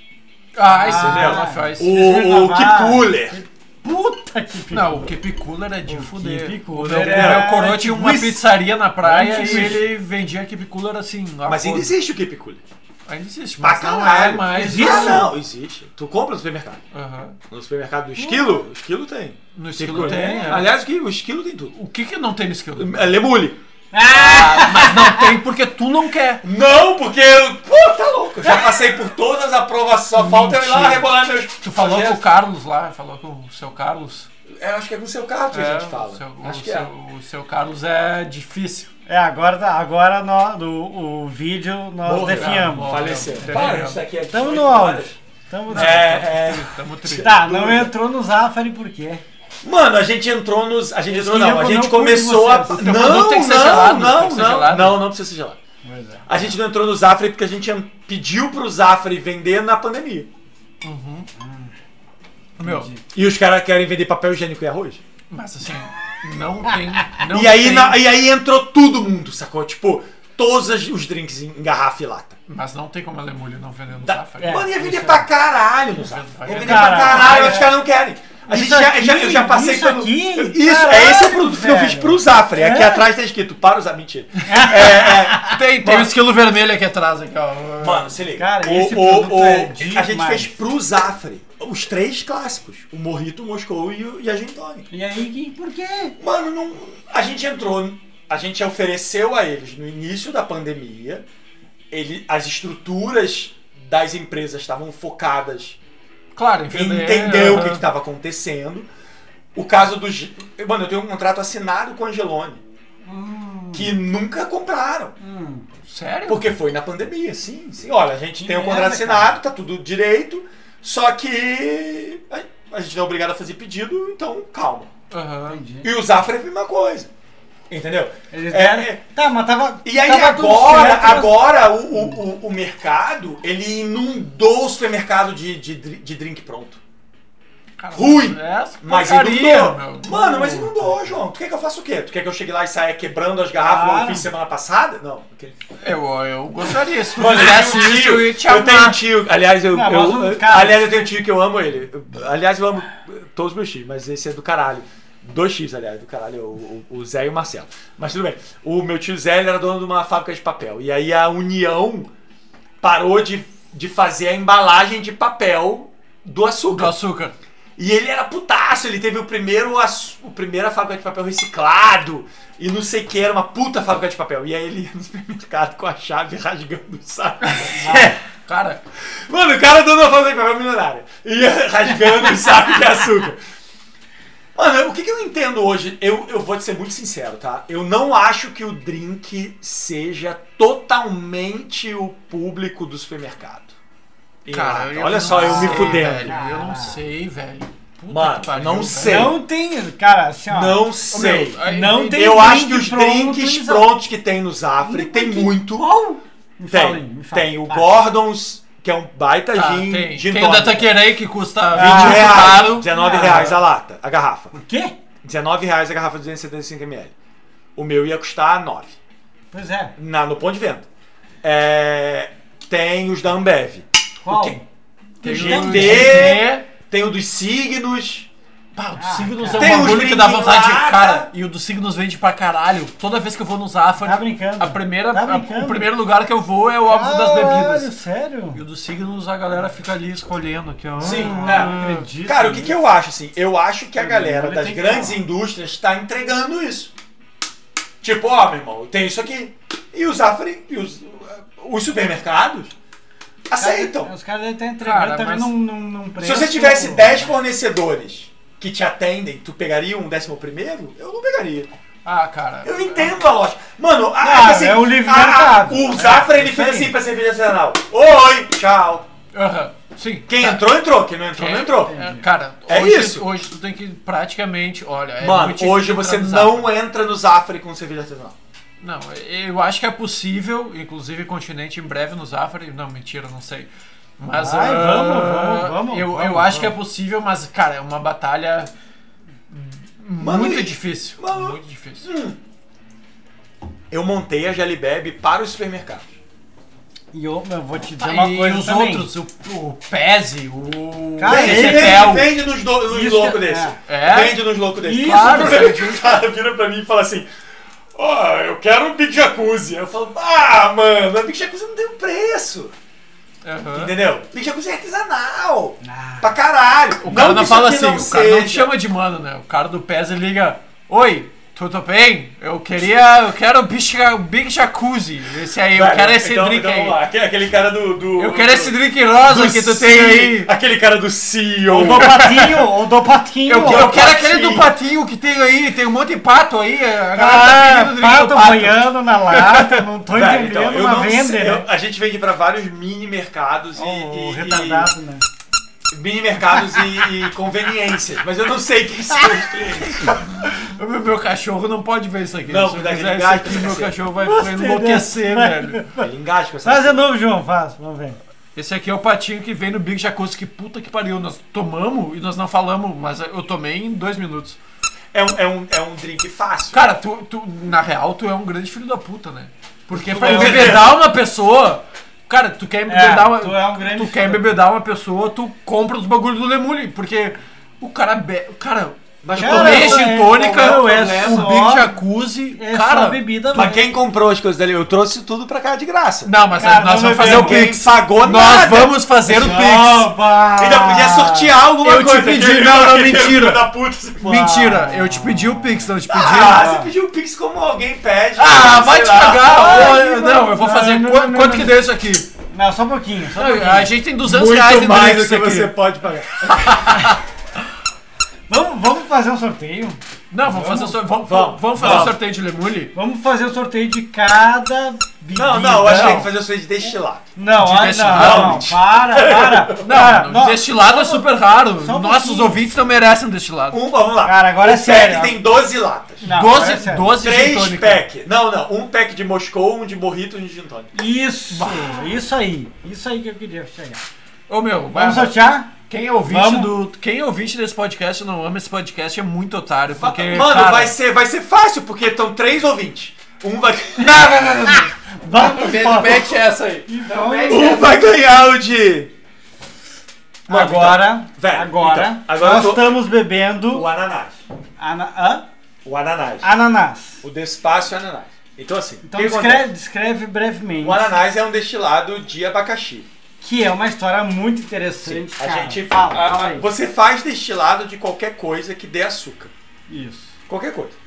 Speaker 2: Ah, isso
Speaker 3: Ah,
Speaker 2: é faz.
Speaker 1: O, o
Speaker 3: Renavar.
Speaker 1: Keep Cooler.
Speaker 3: Puta que pariu.
Speaker 2: Não, o Keep Cooler é de fuder.
Speaker 3: Keep
Speaker 2: O
Speaker 3: Cooler
Speaker 2: meu,
Speaker 3: é
Speaker 2: meu coroa tinha uma
Speaker 3: de
Speaker 2: pizzaria na praia
Speaker 3: Antes
Speaker 2: e
Speaker 3: disso.
Speaker 2: ele vendia Keep Cooler assim. a
Speaker 1: Mas ainda
Speaker 2: rodo.
Speaker 1: existe o Keep Cooler.
Speaker 2: Ainda existe,
Speaker 1: Pra
Speaker 2: mas não é
Speaker 1: caralho.
Speaker 2: mais
Speaker 1: Ah,
Speaker 2: isso.
Speaker 1: não, existe. Tu compra no supermercado.
Speaker 2: Aham.
Speaker 1: No supermercado do Esquilo, o Esquilo tem.
Speaker 2: No
Speaker 1: Keep
Speaker 2: Hum. esquilo
Speaker 1: Cooler.
Speaker 2: tem, é.
Speaker 1: Aliás, o que- o Esquilo tem tudo.
Speaker 2: O que que não tem no esquilo?
Speaker 1: É Lemule.
Speaker 2: Ah, mas não tem porque tu não quer.
Speaker 1: Não, porque... eu- Pô, tá louco. Eu já passei por todas as aprovações. Só falta eu ir lá
Speaker 2: Mentira.
Speaker 1: rebolar meus...
Speaker 2: Tu falou com o Carlos lá, falou com o seu Carlos.
Speaker 1: Eu acho que é com o seu carro que a gente fala.
Speaker 2: O seu,
Speaker 1: acho
Speaker 2: o
Speaker 1: que
Speaker 2: seu,
Speaker 1: é.
Speaker 2: o seu Carlos é difícil.
Speaker 3: É, agora, tá- agora nó- no, o vídeo nós
Speaker 1: Morreu.
Speaker 3: definhamos.
Speaker 2: Ah,
Speaker 1: Faleceu.
Speaker 2: Não,
Speaker 1: Para,
Speaker 2: não.
Speaker 1: isso aqui é
Speaker 3: Tamo
Speaker 1: 18
Speaker 3: no
Speaker 1: horas.
Speaker 3: auge. Tamo no
Speaker 1: É, é.
Speaker 2: Tamo triste.
Speaker 3: Tá, não entrou no Zafari por quê?
Speaker 1: Mano, a gente entrou nos. A gente entrou,
Speaker 3: queriam
Speaker 1: não. A
Speaker 3: comer
Speaker 1: gente
Speaker 3: o cu de
Speaker 1: começou a.
Speaker 3: vocês.
Speaker 2: Então,
Speaker 1: Não,
Speaker 2: não tem que ser
Speaker 1: não,
Speaker 2: gelado,
Speaker 1: não,
Speaker 2: tem que ser
Speaker 1: não,
Speaker 2: gelado.
Speaker 1: não, não precisa ser gelado.
Speaker 3: é.
Speaker 1: A gente não entrou no Zafre porque a gente en- pediu pro Zafre vender na pandemia.
Speaker 2: Meu,
Speaker 1: E os caras querem vender papel higiênico e arroz.
Speaker 2: mas assim, não tem. Não
Speaker 1: e, aí,
Speaker 2: tem,
Speaker 1: na- e aí entrou todo mundo, sacou? Tipo, todos as- os drinks em garrafa e lata.
Speaker 2: Mas não tem como a Lemulha não vender no
Speaker 1: Da-
Speaker 2: Safari.
Speaker 3: É.
Speaker 1: Mano, ia vender pra caralho no Zafre.
Speaker 2: Vai
Speaker 1: Ia vender
Speaker 2: vender
Speaker 1: pra
Speaker 3: caralho.
Speaker 1: caralho, os caras não querem. A gente
Speaker 3: é. Isso
Speaker 1: já,
Speaker 3: aqui,
Speaker 1: já- eu já passei
Speaker 3: isso
Speaker 1: pelo-
Speaker 3: aqui?
Speaker 1: Isso, é esse o produto que eu
Speaker 3: Caralho,
Speaker 1: fiz pro Zafre. Aqui
Speaker 3: É?
Speaker 1: atrás tá escrito, para usar. Mentira. É, é,
Speaker 2: Tem, tem o esquilo vermelho aqui atrás, aqui, ó.
Speaker 1: Mano, se liga.
Speaker 3: Cara,
Speaker 1: O-
Speaker 3: esse
Speaker 1: o-
Speaker 3: produto
Speaker 1: o-
Speaker 3: é
Speaker 1: A gente
Speaker 3: demais.
Speaker 1: fez pro Zafre os três clássicos: o Morrito, o Moscou e, o- e a Gin Tônica.
Speaker 3: E aí, que- por quê?
Speaker 1: Mano, não, a gente entrou, a gente ofereceu a eles no início da pandemia, ele, as estruturas das empresas estavam focadas
Speaker 2: Claro, é,
Speaker 1: em
Speaker 2: entendeu?
Speaker 1: entender o que estava acontecendo. O caso do. G- Mano, eu tenho um contrato assinado com a Angelone.
Speaker 3: Hum.
Speaker 1: Que nunca compraram.
Speaker 2: Sério?
Speaker 1: Porque foi na pandemia, sim, sim. Olha, a gente
Speaker 3: Que
Speaker 1: tem o
Speaker 3: merda,
Speaker 1: contrato
Speaker 3: É, né, cara.
Speaker 1: assinado, tá tudo direito, só que a- a gente não é obrigado a fazer pedido, então calma.
Speaker 2: Aham.
Speaker 1: E o Zafra é a mesma coisa. Entendeu?
Speaker 3: Eles-
Speaker 1: É,
Speaker 3: Tá, mas tava.
Speaker 1: E aí
Speaker 3: tava tudo
Speaker 1: agora,
Speaker 3: certo, né? mas-
Speaker 1: agora o, o, o, o mercado, ele inundou o supermercado de, de, dri- de drink pronto.
Speaker 2: Cara, é
Speaker 1: Ruim.
Speaker 2: Essa
Speaker 1: Mas
Speaker 2: porcaria,
Speaker 1: inundou.
Speaker 2: meu.
Speaker 1: Mano, mas inundou, João. Tu quer que eu faça o quê? Tu quer que eu chegue lá e saia quebrando as garrafas como eu
Speaker 3: Claro.
Speaker 1: fiz semana passada? Não. Aquele...
Speaker 2: Eu, eu gostaria. Se tu
Speaker 1: Mano,
Speaker 2: fizesse
Speaker 1: eu tenho um
Speaker 2: isso,
Speaker 1: tio,
Speaker 2: eu ia te
Speaker 1: eu tenho um
Speaker 2: amar.
Speaker 1: tio, aliás, eu,
Speaker 3: Não,
Speaker 1: eu-
Speaker 3: mas,
Speaker 1: eu-
Speaker 3: cara-
Speaker 1: aliás, eu tenho um tio que eu amo ele. Eu- Aliás, eu amo todos os meus tios, mas esse é do caralho. Dois tios, aliás, do caralho, é o, o- o Zé e o Marcelo. Mas tudo bem. O meu tio Zé ele era dono de uma fábrica de papel. E aí a União parou de, de fazer a embalagem de papel do
Speaker 2: Do
Speaker 1: açúcar.
Speaker 2: açúcar.
Speaker 1: E ele era putaço, ele teve o primeiro aç- o primeira fábrica de papel reciclado e não sei o que, era uma puta fábrica de papel. E aí ele ia no supermercado com a chave rasgando o saco.
Speaker 2: Cara,
Speaker 1: Mano, o cara dono da fábrica de papel um milionário. Ia rasgando o saco de açúcar. Mano, o que, que eu entendo hoje? Eu, eu vou te ser muito sincero, tá? Eu não acho que o drink seja totalmente o público do supermercado. Eu-
Speaker 2: cara eu
Speaker 1: olha
Speaker 2: não
Speaker 1: só, eu me
Speaker 2: sei,
Speaker 1: fudendo.
Speaker 2: velho, Eu não sei, velho. Puta
Speaker 1: Mano,
Speaker 2: que pariu,
Speaker 1: não
Speaker 2: velho.
Speaker 1: sei.
Speaker 3: Não tem. Cara, assim, ó.
Speaker 1: Não
Speaker 2: Ô,
Speaker 1: sei.
Speaker 2: meu, aí-
Speaker 3: Não tem-
Speaker 1: eu acho que
Speaker 3: drink
Speaker 1: os
Speaker 3: pronto,
Speaker 1: drinks
Speaker 3: eles-
Speaker 1: prontos que tem no Zafre
Speaker 3: Não
Speaker 1: tem
Speaker 3: tem
Speaker 1: muito.
Speaker 3: Me fala aí,
Speaker 1: Tem,
Speaker 3: me fala.
Speaker 1: tem o
Speaker 3: Vai.
Speaker 1: Gordons, que é um baita
Speaker 2: Tá,
Speaker 1: gin,
Speaker 2: tem.
Speaker 1: gin
Speaker 2: Tem o
Speaker 1: tônica.
Speaker 2: da Tanqueray que custa um 20
Speaker 1: 20 Ah, reais,
Speaker 2: caro.
Speaker 1: 19
Speaker 3: Ah.
Speaker 1: reais a lata, a garrafa.
Speaker 3: O quê?
Speaker 1: 19 reais a garrafa de 275ml. O meu ia custar 9,
Speaker 3: Pois é.
Speaker 1: na, no ponto de venda. É, tem os da Ambev.
Speaker 3: Qual?
Speaker 1: quê?
Speaker 2: Tem o
Speaker 1: Gente,
Speaker 2: GT.
Speaker 1: tem- Tem o dos Signos.
Speaker 2: Pá, o do
Speaker 3: Ah,
Speaker 2: Signos
Speaker 3: cara.
Speaker 2: é
Speaker 1: Tem
Speaker 2: um
Speaker 1: uns
Speaker 2: bagulho que dá
Speaker 1: brinquinhos
Speaker 2: vontade.
Speaker 1: lá, tá?
Speaker 2: Cara, e o do Signos vende pra caralho. Toda vez que eu vou no Zafari,
Speaker 3: Tá brincando.
Speaker 2: a primeira,
Speaker 3: Tá
Speaker 2: a-
Speaker 3: brincando.
Speaker 2: o primeiro lugar que eu vou é o óbvio
Speaker 1: Ah,
Speaker 2: das
Speaker 3: Caralho,
Speaker 2: bebidas. E
Speaker 3: sério?
Speaker 2: o do Signos a galera fica ali escolhendo aqui, ó.
Speaker 1: Sim,
Speaker 2: Ah,
Speaker 1: é.
Speaker 3: acredito.
Speaker 1: Cara, o que, que eu acho assim? Eu acho que a galera
Speaker 3: ele
Speaker 1: das
Speaker 3: tem que
Speaker 1: grandes
Speaker 3: falar.
Speaker 1: indústrias está entregando isso. Tipo, ó, meu irmão, tem isso aqui. E os afri, e os, os supermercados aceitam.
Speaker 3: Os caras devem estar entregando
Speaker 2: Cara,
Speaker 3: também
Speaker 2: mas-
Speaker 3: num, num, num
Speaker 1: Se
Speaker 3: preço.
Speaker 1: você tivesse 10 fornecedores que te atendem, tu pegaria um décimo primeiro? Eu não pegaria.
Speaker 2: Ah, cara.
Speaker 1: Eu entendo a lógica. Mano, a,
Speaker 3: Não,
Speaker 1: assim,
Speaker 3: é o livre
Speaker 1: a- a-
Speaker 3: mercado. É,
Speaker 1: O Zafra, ele
Speaker 3: isso
Speaker 1: fez
Speaker 3: aí.
Speaker 1: assim pra cerveja artesanal. Oi, tchau.
Speaker 2: Aham, Sim.
Speaker 1: Quem
Speaker 2: Tá.
Speaker 1: entrou, entrou. Quem não entrou,
Speaker 2: É,
Speaker 1: não entrou.
Speaker 2: é, cara,
Speaker 1: É
Speaker 2: hoje,
Speaker 1: isso.
Speaker 2: hoje tu tem que praticamente, olha, é
Speaker 1: Mano,
Speaker 2: muito difícil
Speaker 1: hoje você
Speaker 2: entrar no Zafari.
Speaker 1: não entra no Zafre com cerveja artesanal.
Speaker 2: Não, eu acho que é possível, inclusive continente em breve no Zafari. Não, mentira, não sei. Mas
Speaker 3: Vai,
Speaker 2: ah,
Speaker 3: vamos, vamos, vamos,
Speaker 2: Eu, eu
Speaker 3: vamos,
Speaker 2: acho
Speaker 3: vamos.
Speaker 2: que é possível, mas cara, é uma batalha
Speaker 1: Mano,
Speaker 2: muito
Speaker 1: e-
Speaker 2: difícil,
Speaker 1: Mano. Hum.
Speaker 2: muito difícil.
Speaker 1: Eu montei a Jalibeb para os supermercados.
Speaker 3: E eu, eu vou te dizer
Speaker 2: Tá,
Speaker 3: uma
Speaker 2: e
Speaker 3: coisa
Speaker 2: os
Speaker 3: também.
Speaker 2: outros, o, o PESE, o
Speaker 3: Cara,
Speaker 1: Vende,
Speaker 3: ele
Speaker 2: Cepel.
Speaker 1: vende, vende nos, do, nos
Speaker 3: é Isso
Speaker 1: loucos
Speaker 3: que-
Speaker 1: desse.
Speaker 2: é.
Speaker 1: Vende nos loucos desse.
Speaker 3: Isso, é
Speaker 1: claro.
Speaker 2: vende.
Speaker 1: O cara vira pra mim e fala assim: Ó, eu quero um Big Jacuzzi. Eu falo: Ah, mano, a Big Jacuzzi não tem um preço.
Speaker 2: Aham.
Speaker 1: Entendeu? Big Jacuzzi é artesanal.
Speaker 3: Ah.
Speaker 1: Pra caralho.
Speaker 2: O cara não,
Speaker 1: que isso
Speaker 2: fala
Speaker 1: aqui
Speaker 2: assim,
Speaker 1: não
Speaker 2: o cara não te
Speaker 1: seja.
Speaker 2: chama de mano, né? O cara do PESE liga, oi, tudo bem? Eu queria, eu quero o Big, Big Jacuzzi, esse aí, eu
Speaker 1: Velho,
Speaker 2: quero esse
Speaker 1: então-
Speaker 2: drink
Speaker 1: então
Speaker 2: aí.
Speaker 1: vamos lá, aque- Aquele cara do. do-
Speaker 2: Eu quero
Speaker 1: do-
Speaker 2: esse drink rosa
Speaker 1: do
Speaker 2: que tu tem aí.
Speaker 1: Aquele cara do CEO.
Speaker 3: O do patinho, o do patinho.
Speaker 2: Eu,
Speaker 1: Pô,
Speaker 2: eu quero
Speaker 1: patinho.
Speaker 2: aquele do patinho que tem aí, tem um monte de pato aí. A galera tá
Speaker 3: Ah,
Speaker 2: pedindo drink
Speaker 3: pato
Speaker 2: do pato.
Speaker 3: banhando na lata, não tô
Speaker 1: Velho,
Speaker 3: entendendo,
Speaker 1: então, eu
Speaker 3: mas
Speaker 1: não sei,
Speaker 3: vende,
Speaker 1: eu-
Speaker 3: né?
Speaker 1: a gente vende pra vários mini mercados e, e-
Speaker 3: O retardado, né?
Speaker 1: e- mini mercados e, e conveniências, mas eu não sei quem são os clientes.
Speaker 2: O Meu, meu cachorro não pode ver isso aqui.
Speaker 1: Não,
Speaker 2: se eu
Speaker 1: daquele
Speaker 2: fizer isso
Speaker 1: gato, né,
Speaker 2: aqui, meu
Speaker 1: cacete.
Speaker 2: cachorro vai
Speaker 3: Gostei
Speaker 1: né?
Speaker 2: vai enlouquecer,
Speaker 3: dessa.
Speaker 2: velho.
Speaker 1: Ele engaja É com essa.
Speaker 3: Faz de novo, João, faz, vamos ver.
Speaker 2: Esse aqui é o patinho que vem no Big Jacuzzi, que puta que pariu. Nós tomamos e nós não falamos, mas eu tomei em dois minutos.
Speaker 1: É um, é, um, é um drink fácil.
Speaker 2: Cara, tu, tu, na real, tu é um grande filho da puta, né? Porque pra
Speaker 1: é um
Speaker 2: embebedar uma pessoa. Cara, tu quer embebedar
Speaker 3: É,
Speaker 2: uma.
Speaker 3: tu é um grande
Speaker 2: tu
Speaker 3: filho
Speaker 2: quer
Speaker 3: da
Speaker 2: embebedar uma pessoa, tu compra os bagulhos do Lemuli, porque o cara be... Cara,
Speaker 1: Mas
Speaker 2: eu
Speaker 1: qual
Speaker 2: tomei
Speaker 1: é o
Speaker 2: gin
Speaker 3: problema?
Speaker 2: tônica,
Speaker 3: Não, é
Speaker 2: o
Speaker 3: só-
Speaker 2: Big Jacuzzi.
Speaker 3: É
Speaker 2: cara.
Speaker 3: só
Speaker 2: um-
Speaker 3: bebida,
Speaker 1: Mas
Speaker 3: mano.
Speaker 1: quem comprou as coisas dele? Eu trouxe tudo pra cá de graça.
Speaker 2: Não, mas
Speaker 3: Cara,
Speaker 2: nós
Speaker 3: não
Speaker 2: vamos
Speaker 3: vai
Speaker 2: fazer o
Speaker 1: Ninguém
Speaker 2: Pix.
Speaker 1: pagou
Speaker 2: Nós
Speaker 1: nada.
Speaker 2: vamos fazer o Pix.
Speaker 3: Opa!
Speaker 1: Ainda podia
Speaker 3: Ah,
Speaker 1: sortear alguma
Speaker 2: Eu te
Speaker 1: coisa.
Speaker 2: pedi,
Speaker 1: aquele-
Speaker 2: não, não,
Speaker 1: aquele
Speaker 2: mentira.
Speaker 1: filho Da puta, você-
Speaker 2: Mentira, eu te pedi o Pix, não te pedi.
Speaker 1: Ah, você pediu o Pix como alguém pede. né?
Speaker 2: Ah,
Speaker 1: sei
Speaker 2: vai te
Speaker 1: lá.
Speaker 2: cagar!
Speaker 3: Ai,
Speaker 2: Olha,
Speaker 3: mano,
Speaker 2: não, eu vou
Speaker 3: não,
Speaker 2: fazer.
Speaker 3: não,
Speaker 2: Qu-
Speaker 3: não,
Speaker 2: Quanto
Speaker 3: não.
Speaker 2: que deu isso aqui?
Speaker 3: Não, só um pouquinho, só um pouquinho.
Speaker 2: A gente tem 200 reais
Speaker 1: Muito
Speaker 2: em
Speaker 1: mais
Speaker 2: drinks
Speaker 1: do que
Speaker 2: aqui.
Speaker 1: você pode pagar.
Speaker 3: Vamos, vamos fazer um sorteio?
Speaker 2: Não, vamos, fazer o sorteio. Vamos, vamos, fazer o
Speaker 1: Vamos.
Speaker 2: sorteio de Lemuli?
Speaker 3: Vamos fazer o sorteio de cada bebida.
Speaker 1: Não, não, eu acho que
Speaker 2: não.
Speaker 1: tem que fazer o sorteio de destilado.
Speaker 3: Não,
Speaker 2: de
Speaker 3: ah,
Speaker 2: destilado.
Speaker 3: não, não, para, para. para,
Speaker 2: Não,
Speaker 3: não.
Speaker 2: destilado é super raro.
Speaker 3: só um
Speaker 2: Nossos
Speaker 3: pouquinho.
Speaker 2: ouvintes não merecem destilado.
Speaker 1: Um, vamos lá.
Speaker 3: Cara, agora é
Speaker 1: um
Speaker 3: sério, ó.
Speaker 1: Pack tem 12 latas.
Speaker 3: Não, agora é
Speaker 2: 12,
Speaker 3: sério.
Speaker 2: 12 gin
Speaker 1: Três
Speaker 2: tônica.
Speaker 1: pack. Não, não. Um pack de Moscou, um de Morrito e um de gin tônica.
Speaker 3: Isso, isso aí. Isso aí que eu queria chegar.
Speaker 2: Ô meu, vai.
Speaker 3: Vamos sortear?
Speaker 2: Quem é ouvinte
Speaker 3: Vamos.
Speaker 2: do. Quem é ouvinte desse podcast e não ama esse podcast é muito otário. Porque,
Speaker 1: Mano,
Speaker 2: cara,
Speaker 1: vai, ser, vai ser fácil, porque estão três ouvintes. Um vai,
Speaker 2: Não, não, não, não, não.
Speaker 3: Vamos
Speaker 2: Não mete essa aí. Não
Speaker 3: Então-
Speaker 2: mete
Speaker 1: um
Speaker 2: essa.
Speaker 1: vai ganhar o de... Mano,
Speaker 3: Agora,
Speaker 1: velho,
Speaker 3: agora,
Speaker 1: então, agora
Speaker 3: nós
Speaker 1: eu tô-
Speaker 3: estamos bebendo
Speaker 1: O ananás.
Speaker 3: ana- hã?
Speaker 1: O ananás.
Speaker 3: ananás.
Speaker 1: O despacho e o ananás. Então assim,
Speaker 3: Ah. Então
Speaker 1: o que acontece?
Speaker 3: descreve, descreve brevemente,
Speaker 1: O ananás é um destilado de abacaxi.
Speaker 3: que é uma história muito interessante,
Speaker 1: A
Speaker 3: cara.
Speaker 1: gente
Speaker 3: fala,
Speaker 1: a-
Speaker 3: fala aí.
Speaker 1: Você faz destilado de qualquer coisa que dê açúcar.
Speaker 3: Isso.
Speaker 1: Qualquer coisa.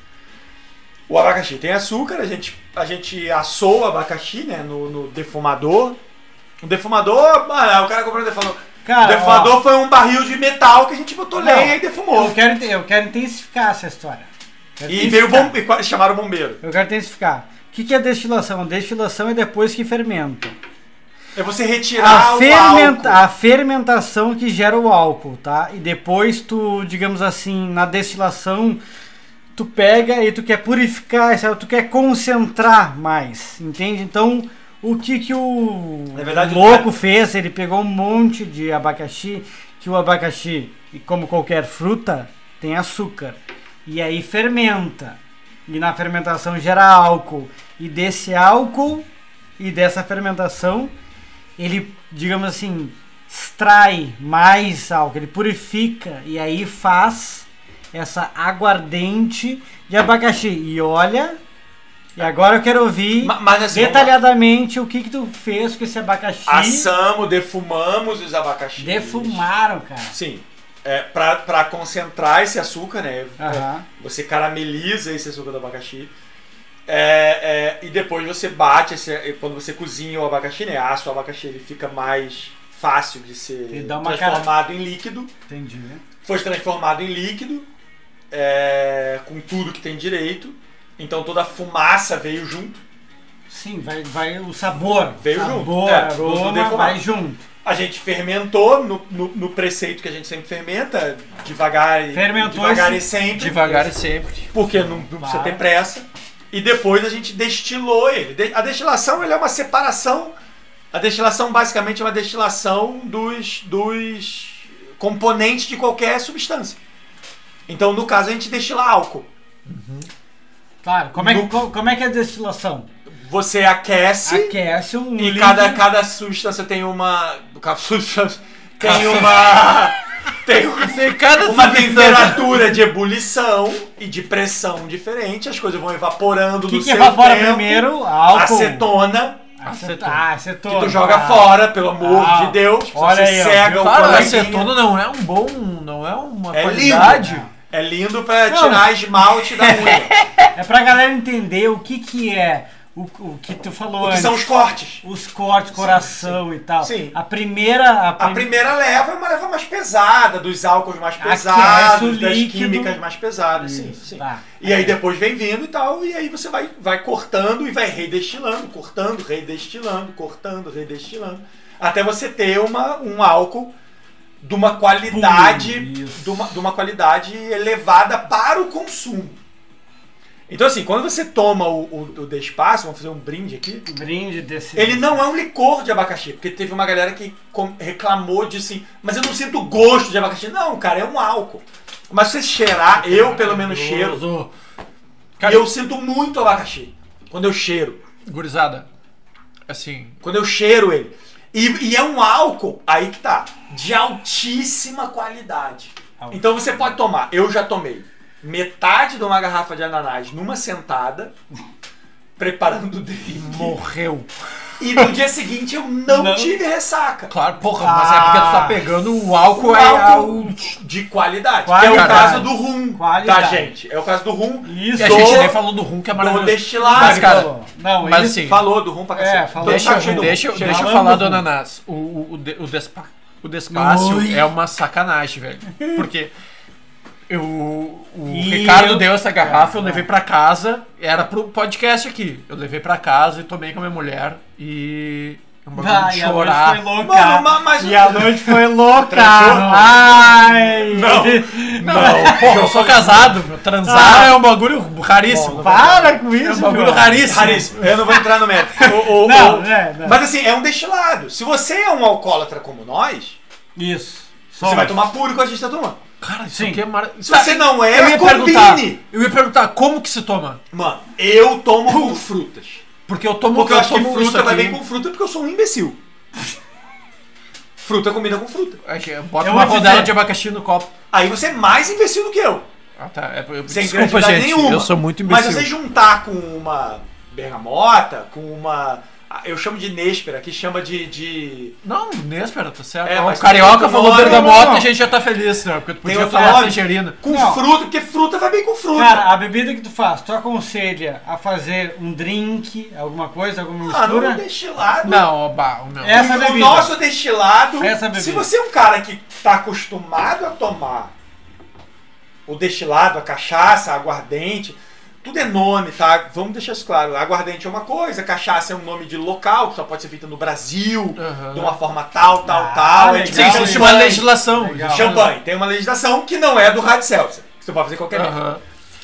Speaker 1: O abacaxi tem açúcar, a gente, a gente assou o abacaxi, né? No, no defumador. O defumador, ah, o cara comprou o defumador.
Speaker 3: Cara,
Speaker 1: o defumador foi um barril de metal que a gente botou
Speaker 3: Não.
Speaker 1: lenha e
Speaker 3: ó,
Speaker 1: defumou.
Speaker 3: eu, quero, inte- eu quero intensificar essa história. Quero
Speaker 1: E veio o
Speaker 3: intensificar.
Speaker 1: bombeiro, e quase chamaram o bombeiro.
Speaker 3: Eu quero intensificar. O que, que é destilação? Destilação é depois que fermenta.
Speaker 1: É você retirar
Speaker 3: A,
Speaker 1: o
Speaker 3: fermenta-
Speaker 1: álcool.
Speaker 3: a fermentação que gera o álcool, tá? E depois tu, digamos assim, na destilação, tu pega e tu quer purificar, sabe? tu quer concentrar mais, entende? Então, o que que o
Speaker 1: Na É verdade,
Speaker 3: louco fez? Ele pegou um monte de abacaxi, que o abacaxi, e como qualquer fruta, tem açúcar. E aí fermenta. E na fermentação gera álcool. E desse álcool e dessa fermentação, ele, digamos assim, extrai mais álcool, ele purifica e aí faz essa aguardente de abacaxi. E olha, e agora eu quero ouvir
Speaker 1: Ma- Mas assim, vamos lá.
Speaker 3: detalhadamente o que que tu fez com esse abacaxi.
Speaker 1: assamos, defumamos os abacaxis.
Speaker 3: Defumaram, cara.
Speaker 1: Sim. É, pra, pra concentrar esse açúcar, né?
Speaker 3: Aham.
Speaker 1: Você carameliza esse açúcar do abacaxi. É, é, e depois você bate, esse, quando você cozinha o abacaxi, né? Assa o abacaxi, ele fica mais fácil de ser
Speaker 3: Ele dá uma
Speaker 1: transformado em líquido.
Speaker 3: Entendi. né?
Speaker 1: Foi transformado em líquido, é, com tudo que tem direito. Então toda a fumaça veio junto.
Speaker 3: Sim, vai, vai o sabor.
Speaker 1: Veio junto,
Speaker 3: sabor,
Speaker 1: é, tudo
Speaker 3: aroma,
Speaker 1: defumado.
Speaker 3: vai junto.
Speaker 1: A gente fermentou no, no, no preceito que a gente sempre fermenta, devagar, e-
Speaker 3: Fermentou
Speaker 1: devagar
Speaker 3: esse-
Speaker 1: e sempre.
Speaker 2: Devagar e sempre.
Speaker 1: Porque não, não precisa ter pressa. E depois a gente destilou ele. De- A destilação ele é uma separação. A destilação basicamente é uma destilação dos, dos componentes de qualquer substância. Então, no caso, a gente destila álcool.
Speaker 3: Claro, como é, que,
Speaker 1: No-
Speaker 3: co- como é que é a destilação?
Speaker 1: Você aquece
Speaker 3: Aquece um
Speaker 1: e
Speaker 3: líquido-
Speaker 1: cada, cada substância tem uma. cada substância tem uma. tem uma.
Speaker 2: Cada
Speaker 1: uma temperatura de ebulição e de pressão diferente, as coisas vão evaporando no
Speaker 3: O que, que
Speaker 1: seu
Speaker 3: evapora
Speaker 1: tempo.
Speaker 3: primeiro? Álcool.
Speaker 1: acetona
Speaker 3: Acetona.
Speaker 2: Acetona.
Speaker 3: Ah, acetona.
Speaker 1: que tu Então joga fora, pelo amor
Speaker 3: Ah,
Speaker 1: de Deus.
Speaker 3: olha
Speaker 1: você
Speaker 3: aí, ó. assim,
Speaker 1: cega o
Speaker 2: Claro, a
Speaker 1: coleguinha.
Speaker 2: acetona não é um bom. Não é uma
Speaker 1: É
Speaker 2: qualidade.
Speaker 1: lindo. É lindo pra
Speaker 3: Não.
Speaker 1: tirar esmalte da unha.
Speaker 3: É pra galera entender o que que é o, o que tu falou
Speaker 1: o que
Speaker 3: antes.
Speaker 1: são os cortes.
Speaker 3: Os cortes, coração e tal.
Speaker 1: Sim.
Speaker 3: A primeira... A,
Speaker 1: A
Speaker 3: prim-
Speaker 1: primeira leva é uma leva mais pesada, dos álcools mais
Speaker 3: Aquece o
Speaker 1: pesados, das
Speaker 3: líquido.
Speaker 1: químicas mais pesadas. Sim,
Speaker 3: Isso,
Speaker 1: sim.
Speaker 3: tá.
Speaker 1: E aí depois vem vindo e tal, e aí você vai, vai cortando e vai redestilando, cortando, redestilando, cortando, redestilando, até você ter uma, um álcool de uma qualidade,
Speaker 3: Puro, isso.
Speaker 1: de uma, de uma qualidade elevada para o consumo. Então assim, quando você toma o, o, o despaço, vamos fazer um brinde aqui,
Speaker 3: Brinde desse...
Speaker 1: ele não é um licor de abacaxi, porque teve uma galera que com- reclamou de assim, mas eu não sinto gosto de abacaxi. Não, cara, é um álcool. Mas se você cheirar, eu pelo menos cheiro,
Speaker 2: Maravilhoso.
Speaker 1: e
Speaker 2: Cara,
Speaker 1: eu sinto muito abacaxi quando eu cheiro.
Speaker 2: Gurizada, assim,
Speaker 1: Quando eu cheiro ele. E, e é um álcool, aí que tá, de altíssima qualidade.
Speaker 3: Álcool.
Speaker 1: Então você pode tomar, eu já tomei metade de uma garrafa de ananás numa sentada, preparando o drink.
Speaker 2: morreu.
Speaker 1: E no dia seguinte eu não,
Speaker 3: Não.
Speaker 1: tive ressaca.
Speaker 2: Claro, porra, mas é porque tu
Speaker 3: Ah.
Speaker 2: tá pegando o álcool,
Speaker 1: Um
Speaker 2: é
Speaker 1: álcool
Speaker 2: o-
Speaker 1: de qualidade.
Speaker 3: Qualidade.
Speaker 1: Que é o caso do rum,
Speaker 3: Qualidade.
Speaker 1: tá, gente? É o caso do rum.
Speaker 3: Isso.
Speaker 2: E a
Speaker 1: Do-
Speaker 2: gente nem falou do rum, que é
Speaker 1: Do
Speaker 2: maravilhoso.
Speaker 1: destilado.
Speaker 2: Mas, cara,
Speaker 3: Falou. Não,
Speaker 2: mas
Speaker 3: ele-
Speaker 2: assim,
Speaker 1: falou do rum pra cacete.
Speaker 3: É, falou.
Speaker 1: Todo
Speaker 2: deixa,
Speaker 1: saco cheio do rum.
Speaker 2: deixa,
Speaker 1: Cheio
Speaker 2: deixa eu
Speaker 1: de-
Speaker 2: falar
Speaker 3: Falando
Speaker 2: do
Speaker 3: do rum.
Speaker 2: ananás. O, o, o, de- o despa, o despácio
Speaker 3: Ui.
Speaker 2: é uma sacanagem, velho. Porque Eu, o
Speaker 3: E
Speaker 2: Ricardo
Speaker 3: eu-
Speaker 2: deu essa garrafa, eu
Speaker 3: Ah,
Speaker 2: levei pra casa, era pro podcast aqui. Eu levei pra casa e tomei com a minha mulher e. Um bagulho
Speaker 3: Vai,
Speaker 2: de
Speaker 3: a noite
Speaker 2: chorar.
Speaker 3: foi louca.
Speaker 1: um Mano, ma- mas-
Speaker 3: E a noite foi louca.
Speaker 2: Transou?
Speaker 3: Ai.
Speaker 2: Não, porra, eu sou casado. meu, Transar
Speaker 3: Ah.
Speaker 2: é um bagulho raríssimo.
Speaker 3: Para com
Speaker 2: é um
Speaker 3: isso,
Speaker 2: bagulho
Speaker 3: meu.
Speaker 2: raríssimo.
Speaker 1: Raríssimo. Eu não vou entrar no mérito. O- o-
Speaker 3: Não,
Speaker 1: o-
Speaker 3: né, não.
Speaker 1: Mas assim, é um destilado. Se você é um alcoólatra como nós,
Speaker 3: Isso.
Speaker 1: você vai tomar puro que a gente tá tomando.
Speaker 2: Cara, isso
Speaker 3: Sim.
Speaker 2: aqui é maravilhoso.
Speaker 1: Se você não é,
Speaker 2: eu ia
Speaker 1: combine.
Speaker 2: perguntar. Eu ia perguntar como que se toma.
Speaker 1: Mano, eu tomo com frutas.
Speaker 2: Porque eu tomo
Speaker 1: Porque eu acho que
Speaker 2: tomo isso
Speaker 1: fruta vai
Speaker 2: aqui.
Speaker 1: bem com fruta porque eu sou um imbecil. Fruta combina com fruta.
Speaker 2: Acho É que Bota
Speaker 1: É
Speaker 3: Eu
Speaker 2: uma
Speaker 3: vou te
Speaker 2: rodela
Speaker 3: dizer.
Speaker 2: de abacaxi no copo.
Speaker 1: Aí você é mais imbecil do que eu.
Speaker 2: Ah, tá. é- eu-
Speaker 1: Sem
Speaker 2: desculpa,
Speaker 1: criatividade
Speaker 2: gente.
Speaker 1: nenhuma.
Speaker 2: Eu sou muito
Speaker 1: Mas
Speaker 2: imbecil.
Speaker 1: você juntar com uma bergamota, com uma. ah, Eu chamo de néspera, que chama de. de...
Speaker 2: Não, Néspera, tá certo.
Speaker 1: É,
Speaker 2: Ó,
Speaker 1: mas
Speaker 2: o carioca
Speaker 1: tem
Speaker 2: falou
Speaker 1: outro nome,
Speaker 2: bergamota
Speaker 3: não,
Speaker 2: e
Speaker 3: não.
Speaker 2: a gente já tá feliz, né? Porque tu
Speaker 1: Tem
Speaker 2: podia
Speaker 1: outro
Speaker 2: falar
Speaker 1: nome.
Speaker 2: tangerina.
Speaker 1: Com
Speaker 3: Não.
Speaker 1: fruta, porque fruta vai bem com fruta.
Speaker 3: Cara, a bebida que tu faz, tu aconselha a fazer um drink, alguma coisa, alguma
Speaker 1: Mano,
Speaker 3: mistura?
Speaker 1: um destilado.
Speaker 2: Não, ó, bah, o meu.
Speaker 3: É. Essa
Speaker 1: o
Speaker 3: bebida.
Speaker 1: nosso destilado.
Speaker 3: Essa bebida.
Speaker 1: Se você é um cara que tá acostumado a tomar o destilado, a cachaça, a aguardente, tudo é nome, tá? Vamos deixar isso claro. Aguardente é uma coisa, cachaça é um nome de local, que só pode ser feita no Brasil,
Speaker 2: Aham.
Speaker 1: de uma forma tal, tal,
Speaker 3: Ah,
Speaker 1: tal. É
Speaker 3: legal.
Speaker 1: tipo
Speaker 2: Sim, existe uma
Speaker 1: champanhe.
Speaker 2: legislação.
Speaker 3: Legal.
Speaker 2: Existe-
Speaker 1: Champanhe. Tem uma legislação que não é do Rádio Celso. Você pode fazer qualquer merda.
Speaker 2: Aham.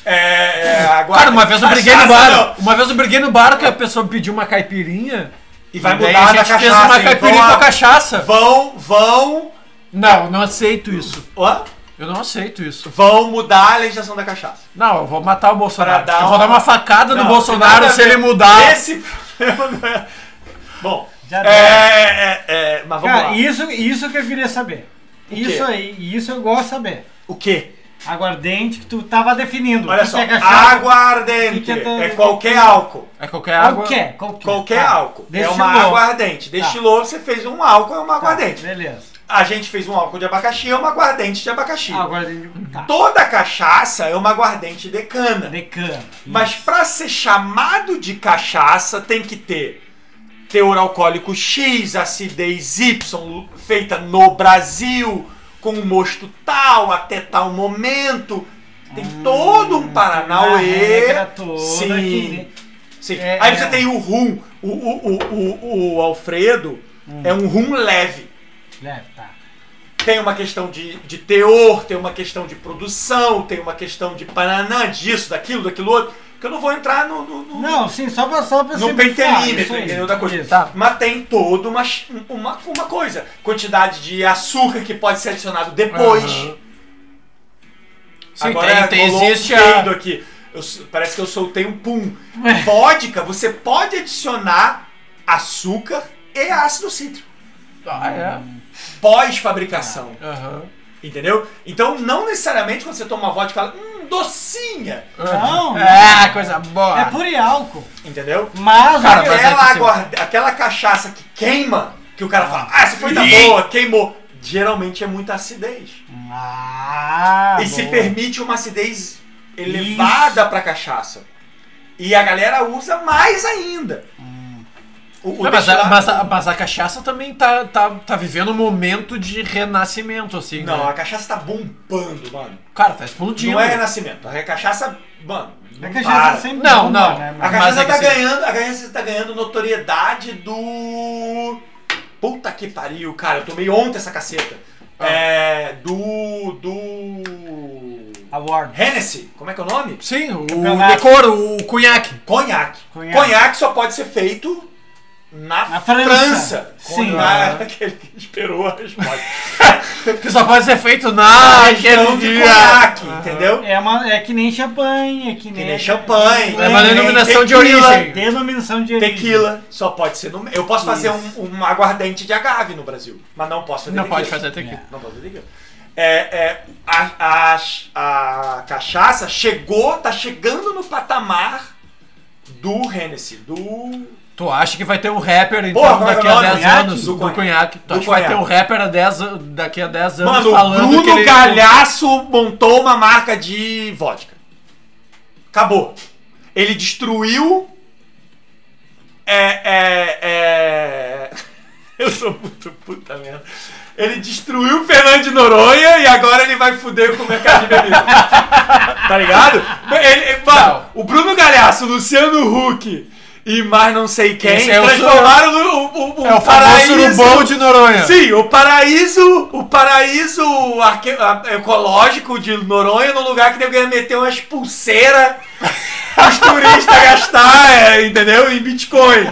Speaker 1: É, é, aguardente.
Speaker 2: Cara, uma vez eu briguei no
Speaker 1: Cachaça,
Speaker 2: bar.
Speaker 1: não.
Speaker 2: Uma vez eu briguei no bar que a pessoa pediu uma caipirinha.
Speaker 1: E vai
Speaker 2: daí
Speaker 1: mudar
Speaker 2: a
Speaker 1: da
Speaker 2: gente
Speaker 1: cachaça.
Speaker 2: fez uma
Speaker 1: hein?
Speaker 2: caipirinha
Speaker 1: Vão-
Speaker 2: com cachaça.
Speaker 1: Vão, vão...
Speaker 2: Não, não aceito isso.
Speaker 1: Hã?
Speaker 2: Eu não aceito isso.
Speaker 1: vão mudar a legislação da cachaça.
Speaker 2: Não, eu vou matar o Bolsonaro.
Speaker 1: Pra dar
Speaker 2: eu vou dar
Speaker 1: uma-
Speaker 2: uma facada
Speaker 1: Não,
Speaker 2: no
Speaker 1: nada
Speaker 2: Bolsonaro
Speaker 1: a
Speaker 2: se
Speaker 1: ver.
Speaker 2: ele mudar.
Speaker 1: Esse problema não é. Bom,
Speaker 3: Já
Speaker 1: é,
Speaker 3: deu.
Speaker 1: é, é, mas vamos
Speaker 3: Cara,
Speaker 1: lá.
Speaker 3: isso, isso que eu queria saber. Isso aí, isso eu gosto de saber.
Speaker 1: O quê?
Speaker 3: Aguardente que tu tava definindo.
Speaker 1: Olha
Speaker 3: O que
Speaker 1: só,
Speaker 3: que é cachaça?
Speaker 1: aguardente
Speaker 3: Fica até-
Speaker 1: é qualquer álcool.
Speaker 2: É qualquer água.
Speaker 3: Qualquer, qualquer.
Speaker 1: Qualquer
Speaker 3: Tá.
Speaker 1: álcool. É
Speaker 3: Destilou.
Speaker 1: uma aguardente. Destilou, você fez um álcool, é uma
Speaker 3: Tá,
Speaker 1: aguardente.
Speaker 3: Beleza.
Speaker 1: A gente fez um álcool de abacaxi, é uma aguardente de abacaxi.
Speaker 3: Aguardente. Tá.
Speaker 1: Toda cachaça é uma aguardente de cana.
Speaker 3: Decano.
Speaker 1: Mas para ser chamado de cachaça tem que ter teor alcoólico X, acidez Y, feita no Brasil, com um mosto tal, até tal momento. Tem todo um
Speaker 3: a
Speaker 1: Paranauê.
Speaker 3: Hum, regra toda
Speaker 1: Sim.
Speaker 3: que-
Speaker 1: sim.
Speaker 3: É,
Speaker 1: Aí você
Speaker 3: é.
Speaker 1: tem o rum. O, o, o, o, o Alfredo
Speaker 3: Hum.
Speaker 1: é um rum leve.
Speaker 3: Leve, tá.
Speaker 1: Tem uma questão de, de teor, tem uma questão de produção, tem uma questão de pananã, disso, daquilo, daquilo outro. Que eu não vou entrar no. no- no-
Speaker 3: Não, sim, só pra, só pra
Speaker 1: no
Speaker 3: simplificar,
Speaker 1: pentelímetro,
Speaker 3: isso aí,
Speaker 1: entendeu? Da coisa. Tá.
Speaker 3: isso.
Speaker 2: Tá.
Speaker 1: Mas tem toda uma, ch- uma, uma coisa. Quantidade de açúcar que pode ser adicionado depois.
Speaker 2: Aham. Sim, tem,
Speaker 1: Agora
Speaker 2: tem-
Speaker 1: rolou um
Speaker 2: existe é.
Speaker 1: peido
Speaker 2: a.
Speaker 1: aqui. Eu s- parece que eu soltei um pum.
Speaker 2: É.
Speaker 1: Vodka, você pode adicionar açúcar e ácido cítrico.
Speaker 2: Ah, é.
Speaker 1: Pós-fabricação.
Speaker 2: Aham.
Speaker 1: Entendeu? Então, não necessariamente quando você toma uma vodka, fala, hum, docinha.
Speaker 3: Não,
Speaker 2: É, coisa boa.
Speaker 3: É puro e álcool.
Speaker 1: Entendeu?
Speaker 3: Tá, Mas
Speaker 2: Cara,
Speaker 3: o que-
Speaker 2: mas-
Speaker 1: aquela,
Speaker 2: é possível.
Speaker 1: aguarda- aquela cachaça que queima, que o cara fala, ah, essa foi da
Speaker 2: Ih.
Speaker 1: boa, queimou. Geralmente é muita acidez.
Speaker 3: é- Ah,
Speaker 1: e se
Speaker 3: boa.
Speaker 1: permite uma acidez elevada pra cachaça. E a galera usa mais ainda. O, o
Speaker 2: Não, mas, a,
Speaker 1: destilado-
Speaker 2: mas, a, mas a cachaça também tá, tá, tá vivendo um momento de renascimento, assim.
Speaker 1: Não, a
Speaker 2: né?
Speaker 1: cachaça tá bombando, mano.
Speaker 2: Cara, tá explodindo.
Speaker 1: Não é renascimento. A cachaça, mano.
Speaker 3: É A
Speaker 1: não
Speaker 3: cachaça
Speaker 1: para.
Speaker 3: sempre
Speaker 2: Não,
Speaker 3: bomba,
Speaker 2: não.
Speaker 3: né,
Speaker 1: A
Speaker 3: mano?
Speaker 2: Mas
Speaker 1: cachaça
Speaker 2: é que
Speaker 1: tá
Speaker 2: assim-
Speaker 1: ganhando. A cachaça tá ganhando notoriedade do. Puta que pariu, cara. Eu tomei ontem essa caceta.
Speaker 2: Ah.
Speaker 1: É. Do. Do.
Speaker 3: Award.
Speaker 1: Hennessy, como é que é o nome?
Speaker 2: Sim, o
Speaker 3: Campeonato.
Speaker 2: decor, o cunhaque.
Speaker 1: Conhaque. Conhaque,
Speaker 3: Conhaque.
Speaker 1: só pode ser feito na,
Speaker 3: Na
Speaker 1: França.
Speaker 3: França.
Speaker 1: Sim.
Speaker 3: Sim.
Speaker 2: Ah.
Speaker 1: Na... Aquele que esperou a resposta.
Speaker 2: Que só pode ser feito
Speaker 1: Na
Speaker 2: na
Speaker 1: região
Speaker 2: aquele
Speaker 1: de
Speaker 2: dia.
Speaker 1: conhaque,
Speaker 2: Ah.
Speaker 1: entendeu?
Speaker 3: É, uma, é que nem champanhe, é que nem.
Speaker 1: Que nem champanhe.
Speaker 2: É uma
Speaker 1: que nem
Speaker 2: denominação de
Speaker 1: tequila.
Speaker 2: origem.
Speaker 3: Denominação de origem.
Speaker 1: Tequila só pode ser no. Eu posso fazer um, um aguardente de agave no Brasil, mas não posso fazer
Speaker 2: Não
Speaker 1: tequila.
Speaker 2: pode fazer tequila.
Speaker 1: Não posso fazer tequila. É, é, a, a, a cachaça chegou, tá chegando no patamar do Hennessy, do.
Speaker 2: Tu acha que vai ter um rapper, então,
Speaker 1: Porra, como é que
Speaker 2: daqui
Speaker 1: é o
Speaker 2: a
Speaker 1: nome?
Speaker 2: 10
Speaker 1: Cunhaque?
Speaker 2: anos?
Speaker 1: Do
Speaker 2: Do,
Speaker 1: cunhaque.
Speaker 2: cunhaque. Tu
Speaker 1: Do
Speaker 2: acha que vai ter
Speaker 1: cunhaque.
Speaker 2: um rapper a 10 an- daqui a 10 anos
Speaker 1: Mano, o
Speaker 2: falando que
Speaker 1: Bruno
Speaker 2: ele...
Speaker 1: Galhaço montou uma marca de vodka. Acabou. Ele destruiu. É, é, é... Eu sou muito puta merda. Ele destruiu o Fernando de Noronha e agora ele vai fuder com o mercado de bebida. tá ligado? Ele- ele- mano, o Bruno Galhaço, o Luciano Huck e mais não sei quem
Speaker 2: Esse é o
Speaker 1: transformaram o, o, o,
Speaker 2: É o famoso surubão de Noronha.
Speaker 1: Sim, o paraíso, o paraíso arque- a- ecológico de Noronha num lugar que nego ia meter umas pulseiras os turistas gastar, é, entendeu? Em Bitcoin.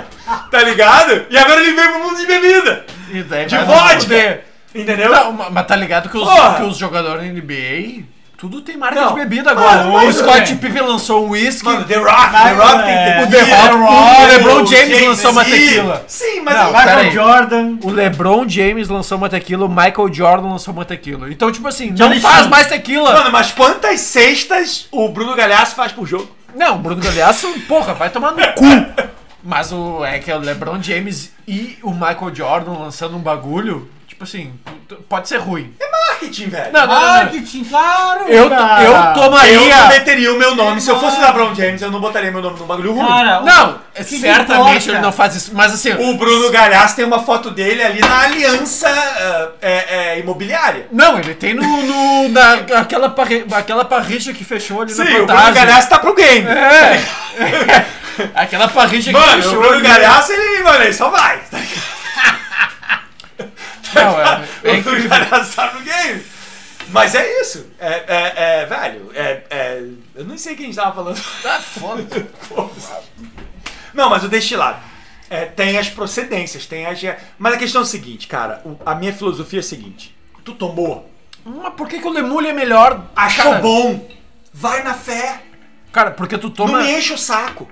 Speaker 1: Tá ligado? E agora ele veio pro mundo de bebida.
Speaker 2: E daí
Speaker 1: De
Speaker 2: vai no poder.
Speaker 1: vodka. Entendeu?
Speaker 2: É, Não, ma- mas tá ligado que os,
Speaker 1: Porra.
Speaker 2: que os jogadores da NBA, tudo tem marca
Speaker 1: Não.
Speaker 2: de bebida agora.
Speaker 1: Mano, mas
Speaker 2: o
Speaker 1: isso
Speaker 2: Scott
Speaker 1: tem.
Speaker 2: Pippen lançou um whisky.
Speaker 1: Mano, The Rock, The
Speaker 3: Não,
Speaker 1: Rock
Speaker 3: é.
Speaker 1: tem que
Speaker 2: O
Speaker 1: ter
Speaker 2: The
Speaker 1: tequila.
Speaker 2: Rock, o LeBron James lançou uma
Speaker 1: sim.
Speaker 2: tequila.
Speaker 1: Sim, mas
Speaker 2: Não,
Speaker 1: eu-
Speaker 2: pera
Speaker 3: Michael
Speaker 2: aí.
Speaker 3: Jordan.
Speaker 2: O LeBron James lançou uma tequila, o Michael Jordan lançou uma tequila. Então, tipo assim, não
Speaker 3: Johnny
Speaker 2: faz
Speaker 3: Chan.
Speaker 2: mais tequila.
Speaker 1: Mano, mas quantas cestas o Bruno Galhaço faz por jogo?
Speaker 2: Não, o Bruno Galhaço, porra, vai tomar no cu. Mas o é que é o LeBron James e o Michael Jordan lançando um bagulho, tipo assim, t- pode ser ruim.
Speaker 1: Marketing, velho.
Speaker 2: Não, não, não. não.
Speaker 3: Marketing, Ah, claro!
Speaker 2: Eu,
Speaker 3: cara.
Speaker 2: eu
Speaker 1: Eu não
Speaker 2: tomaria.
Speaker 1: meteria o meu nome. Se eu fosse LeBron James, eu não botaria meu nome no bagulho ruim.
Speaker 3: Cara,
Speaker 2: Não, é,
Speaker 3: o que que
Speaker 2: certamente
Speaker 3: importa?
Speaker 2: ele não faz isso, mas assim.
Speaker 1: O Bruno Galhaço tem uma foto dele ali na aliança ah, é, é, imobiliária.
Speaker 2: Não, ele tem no. no na, aquela, parre, aquela parrilla que fechou ali
Speaker 1: Sim,
Speaker 2: na
Speaker 1: o Bruno
Speaker 2: fantasma.
Speaker 1: Galhaço tá pro game.
Speaker 2: É. aquela parrilla que
Speaker 1: Mano,
Speaker 2: fechou.
Speaker 1: o Bruno
Speaker 2: ali.
Speaker 1: Galhaço, ele, mano, ele só vai.
Speaker 2: Não, é, é
Speaker 1: o Bruno
Speaker 2: incrível.
Speaker 1: Galhaço tá pro game. Mas é isso. É, é, é, velho, é, é, eu não sei quem a gente tava falando.
Speaker 2: Tá foda.
Speaker 1: Não, mas o destilado. É, tem as procedências, tem as. Mas a questão é o seguinte, cara. o- a minha filosofia é a seguinte: tu tomou,
Speaker 2: Mas por que, que o Lemulho é melhor?
Speaker 1: achou
Speaker 2: Cara,
Speaker 1: bom, vai na fé,
Speaker 2: Cara, porque tu toma.
Speaker 1: não me enche o saco.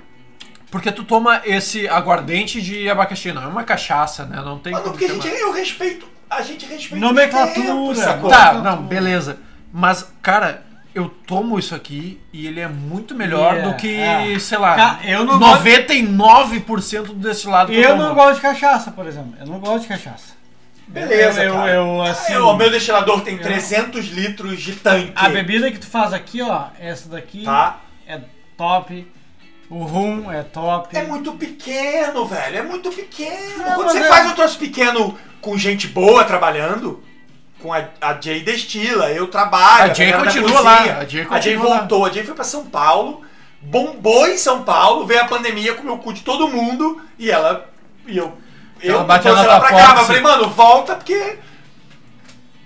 Speaker 2: Porque tu toma esse aguardente de abacaxi, não é uma cachaça, né? Não tem
Speaker 1: Mano,
Speaker 2: como
Speaker 1: porque a
Speaker 2: chamar.
Speaker 1: gente, é eu respeito. A gente respeita. o
Speaker 3: Nomenclatura.
Speaker 1: tempo, sacou?
Speaker 2: Tá, não, beleza. Mas, cara, eu tomo isso aqui e ele é muito melhor
Speaker 3: Yeah,
Speaker 2: do que,
Speaker 3: é.
Speaker 2: sei lá,
Speaker 3: Ca- eu não
Speaker 2: 99% do destilado que
Speaker 3: Eu
Speaker 2: tomo.
Speaker 3: não gosto de cachaça, por exemplo. Eu não gosto de cachaça.
Speaker 1: Beleza,
Speaker 3: Eu, eu,
Speaker 1: cara.
Speaker 3: eu, assim,
Speaker 1: Ah, o meu destilador tem 300 litros de tanque.
Speaker 3: a bebida que tu faz aqui, ó, essa daqui
Speaker 1: Tá?
Speaker 3: é top. O rum é top.
Speaker 1: É muito pequeno, velho. É muito pequeno.
Speaker 3: Não,
Speaker 1: Quando
Speaker 3: mas
Speaker 1: você
Speaker 3: é-
Speaker 1: faz um troço pequeno com gente boa trabalhando, com a, a Jay destila, eu trabalho.
Speaker 2: A Jay
Speaker 1: galera da
Speaker 2: continua lá,
Speaker 1: cozinha.
Speaker 2: a Jay
Speaker 1: A Jay
Speaker 2: continua lá.
Speaker 1: voltou. A Jay foi pra São Paulo, bombou em São Paulo, veio a pandemia, comeu o cu de todo mundo e ela. E eu.
Speaker 2: Ela
Speaker 1: eu
Speaker 2: bateu
Speaker 1: trouxe
Speaker 2: na
Speaker 1: ela
Speaker 2: tua
Speaker 1: pra cá.
Speaker 2: porta,
Speaker 1: mas falei, mano, volta porque.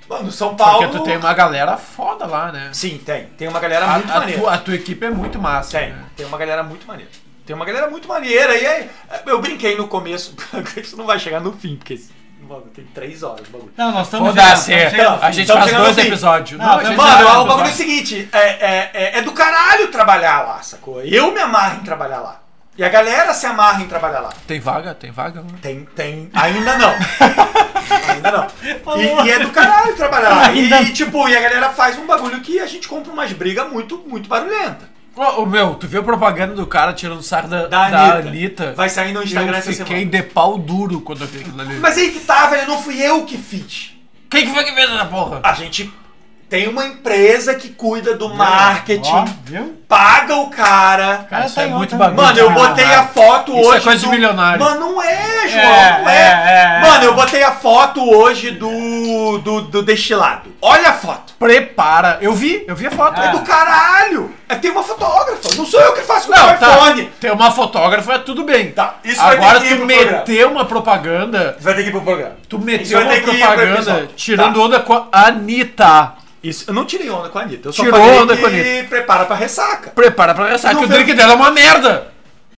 Speaker 1: Mano, São Paulo.
Speaker 2: Porque tu tem uma galera foda lá, né?
Speaker 1: Sim, tem. Tem uma galera
Speaker 2: A,
Speaker 1: muito
Speaker 2: a
Speaker 1: maneira.
Speaker 2: tua, a tua equipe é muito massa.
Speaker 1: Tem,
Speaker 2: né?
Speaker 1: tem uma galera muito maneira. Tem uma galera muito maneira. E aí, eu brinquei no começo, isso não vai chegar no fim, porque esse- mano, tem três horas o bagulho.
Speaker 3: Não, nós estamos
Speaker 2: Foda-se,
Speaker 3: chegando,
Speaker 2: é.
Speaker 3: estamos chegando.
Speaker 2: a gente
Speaker 1: Tamo
Speaker 2: faz
Speaker 1: chegando
Speaker 2: dois
Speaker 1: no fim.
Speaker 2: episódios.
Speaker 3: Não,
Speaker 2: a gente
Speaker 3: tamo-
Speaker 2: faz
Speaker 1: Mano,
Speaker 2: dois
Speaker 1: o bagulho é o
Speaker 2: episódios.
Speaker 1: seguinte: é, é, é, é do caralho trabalhar lá, sacou? Eu me amarro em trabalhar lá. E a galera se amarra em trabalhar lá.
Speaker 2: Tem vaga? Tem vaga? né?
Speaker 1: Tem, tem. Ainda não. Ainda não. E, e é do caralho trabalhar lá. E, e, tipo, e a galera faz um bagulho que a gente compra umas brigas muito, muito barulhenta.
Speaker 2: Ô, ô, meu, tu viu a propaganda do cara tirando sarro da,
Speaker 1: Da
Speaker 2: da
Speaker 1: Anitta.
Speaker 2: Anitta?
Speaker 1: Vai sair no
Speaker 2: E
Speaker 1: Instagram
Speaker 2: eu
Speaker 1: essa
Speaker 2: fiquei
Speaker 1: semana.
Speaker 2: de pau duro quando eu vi aquilo ali.
Speaker 1: Mas aí que tá, velho, não fui eu que fiz.
Speaker 2: Quem que foi que fez essa
Speaker 3: Ah,
Speaker 2: porra?
Speaker 1: A gente tem uma empresa que cuida do marketing,
Speaker 3: Ó, viu?
Speaker 1: paga o cara.
Speaker 2: Cara, isso
Speaker 3: tá
Speaker 2: é
Speaker 3: em
Speaker 2: muito
Speaker 3: outra-
Speaker 2: bagulho.
Speaker 1: Mano, eu
Speaker 2: de
Speaker 1: botei a
Speaker 2: milionário.
Speaker 1: foto
Speaker 2: Isso
Speaker 1: hoje.
Speaker 2: é coisa de
Speaker 1: do-
Speaker 2: milionário.
Speaker 1: Mano, não é, João,
Speaker 3: É,
Speaker 1: não é.
Speaker 3: é, é.
Speaker 1: Mano, eu botei a foto hoje do, do, do destilado. Olha a foto.
Speaker 2: Prepara. Eu vi, eu vi a foto.
Speaker 1: É
Speaker 3: Ah.
Speaker 1: do caralho. É, tem uma fotógrafa. Não sou eu que faço com o
Speaker 2: Não, tá.
Speaker 1: iPhone.
Speaker 2: Tem uma fotógrafa, tudo bem.
Speaker 1: Tá, isso vai
Speaker 2: Agora
Speaker 1: ter que ir
Speaker 2: tu
Speaker 1: pro programa.
Speaker 2: meteu uma propaganda.
Speaker 1: Vai ter que ir pro programa.
Speaker 2: Tu
Speaker 1: Isso
Speaker 2: meteu
Speaker 1: vai
Speaker 2: uma
Speaker 1: ter que ir pro
Speaker 2: propaganda
Speaker 1: episódio.
Speaker 2: tirando
Speaker 1: Tá.
Speaker 2: onda com a Anitta.
Speaker 1: Isso, eu não tirei onda com a Anitta. Eu só
Speaker 2: Tirou
Speaker 1: falei
Speaker 2: onda
Speaker 1: que
Speaker 2: com a Anitta.
Speaker 1: prepara pra ressaca.
Speaker 2: Prepara pra pensar
Speaker 1: Não
Speaker 2: que o
Speaker 1: vê-
Speaker 2: drink dela é uma merda.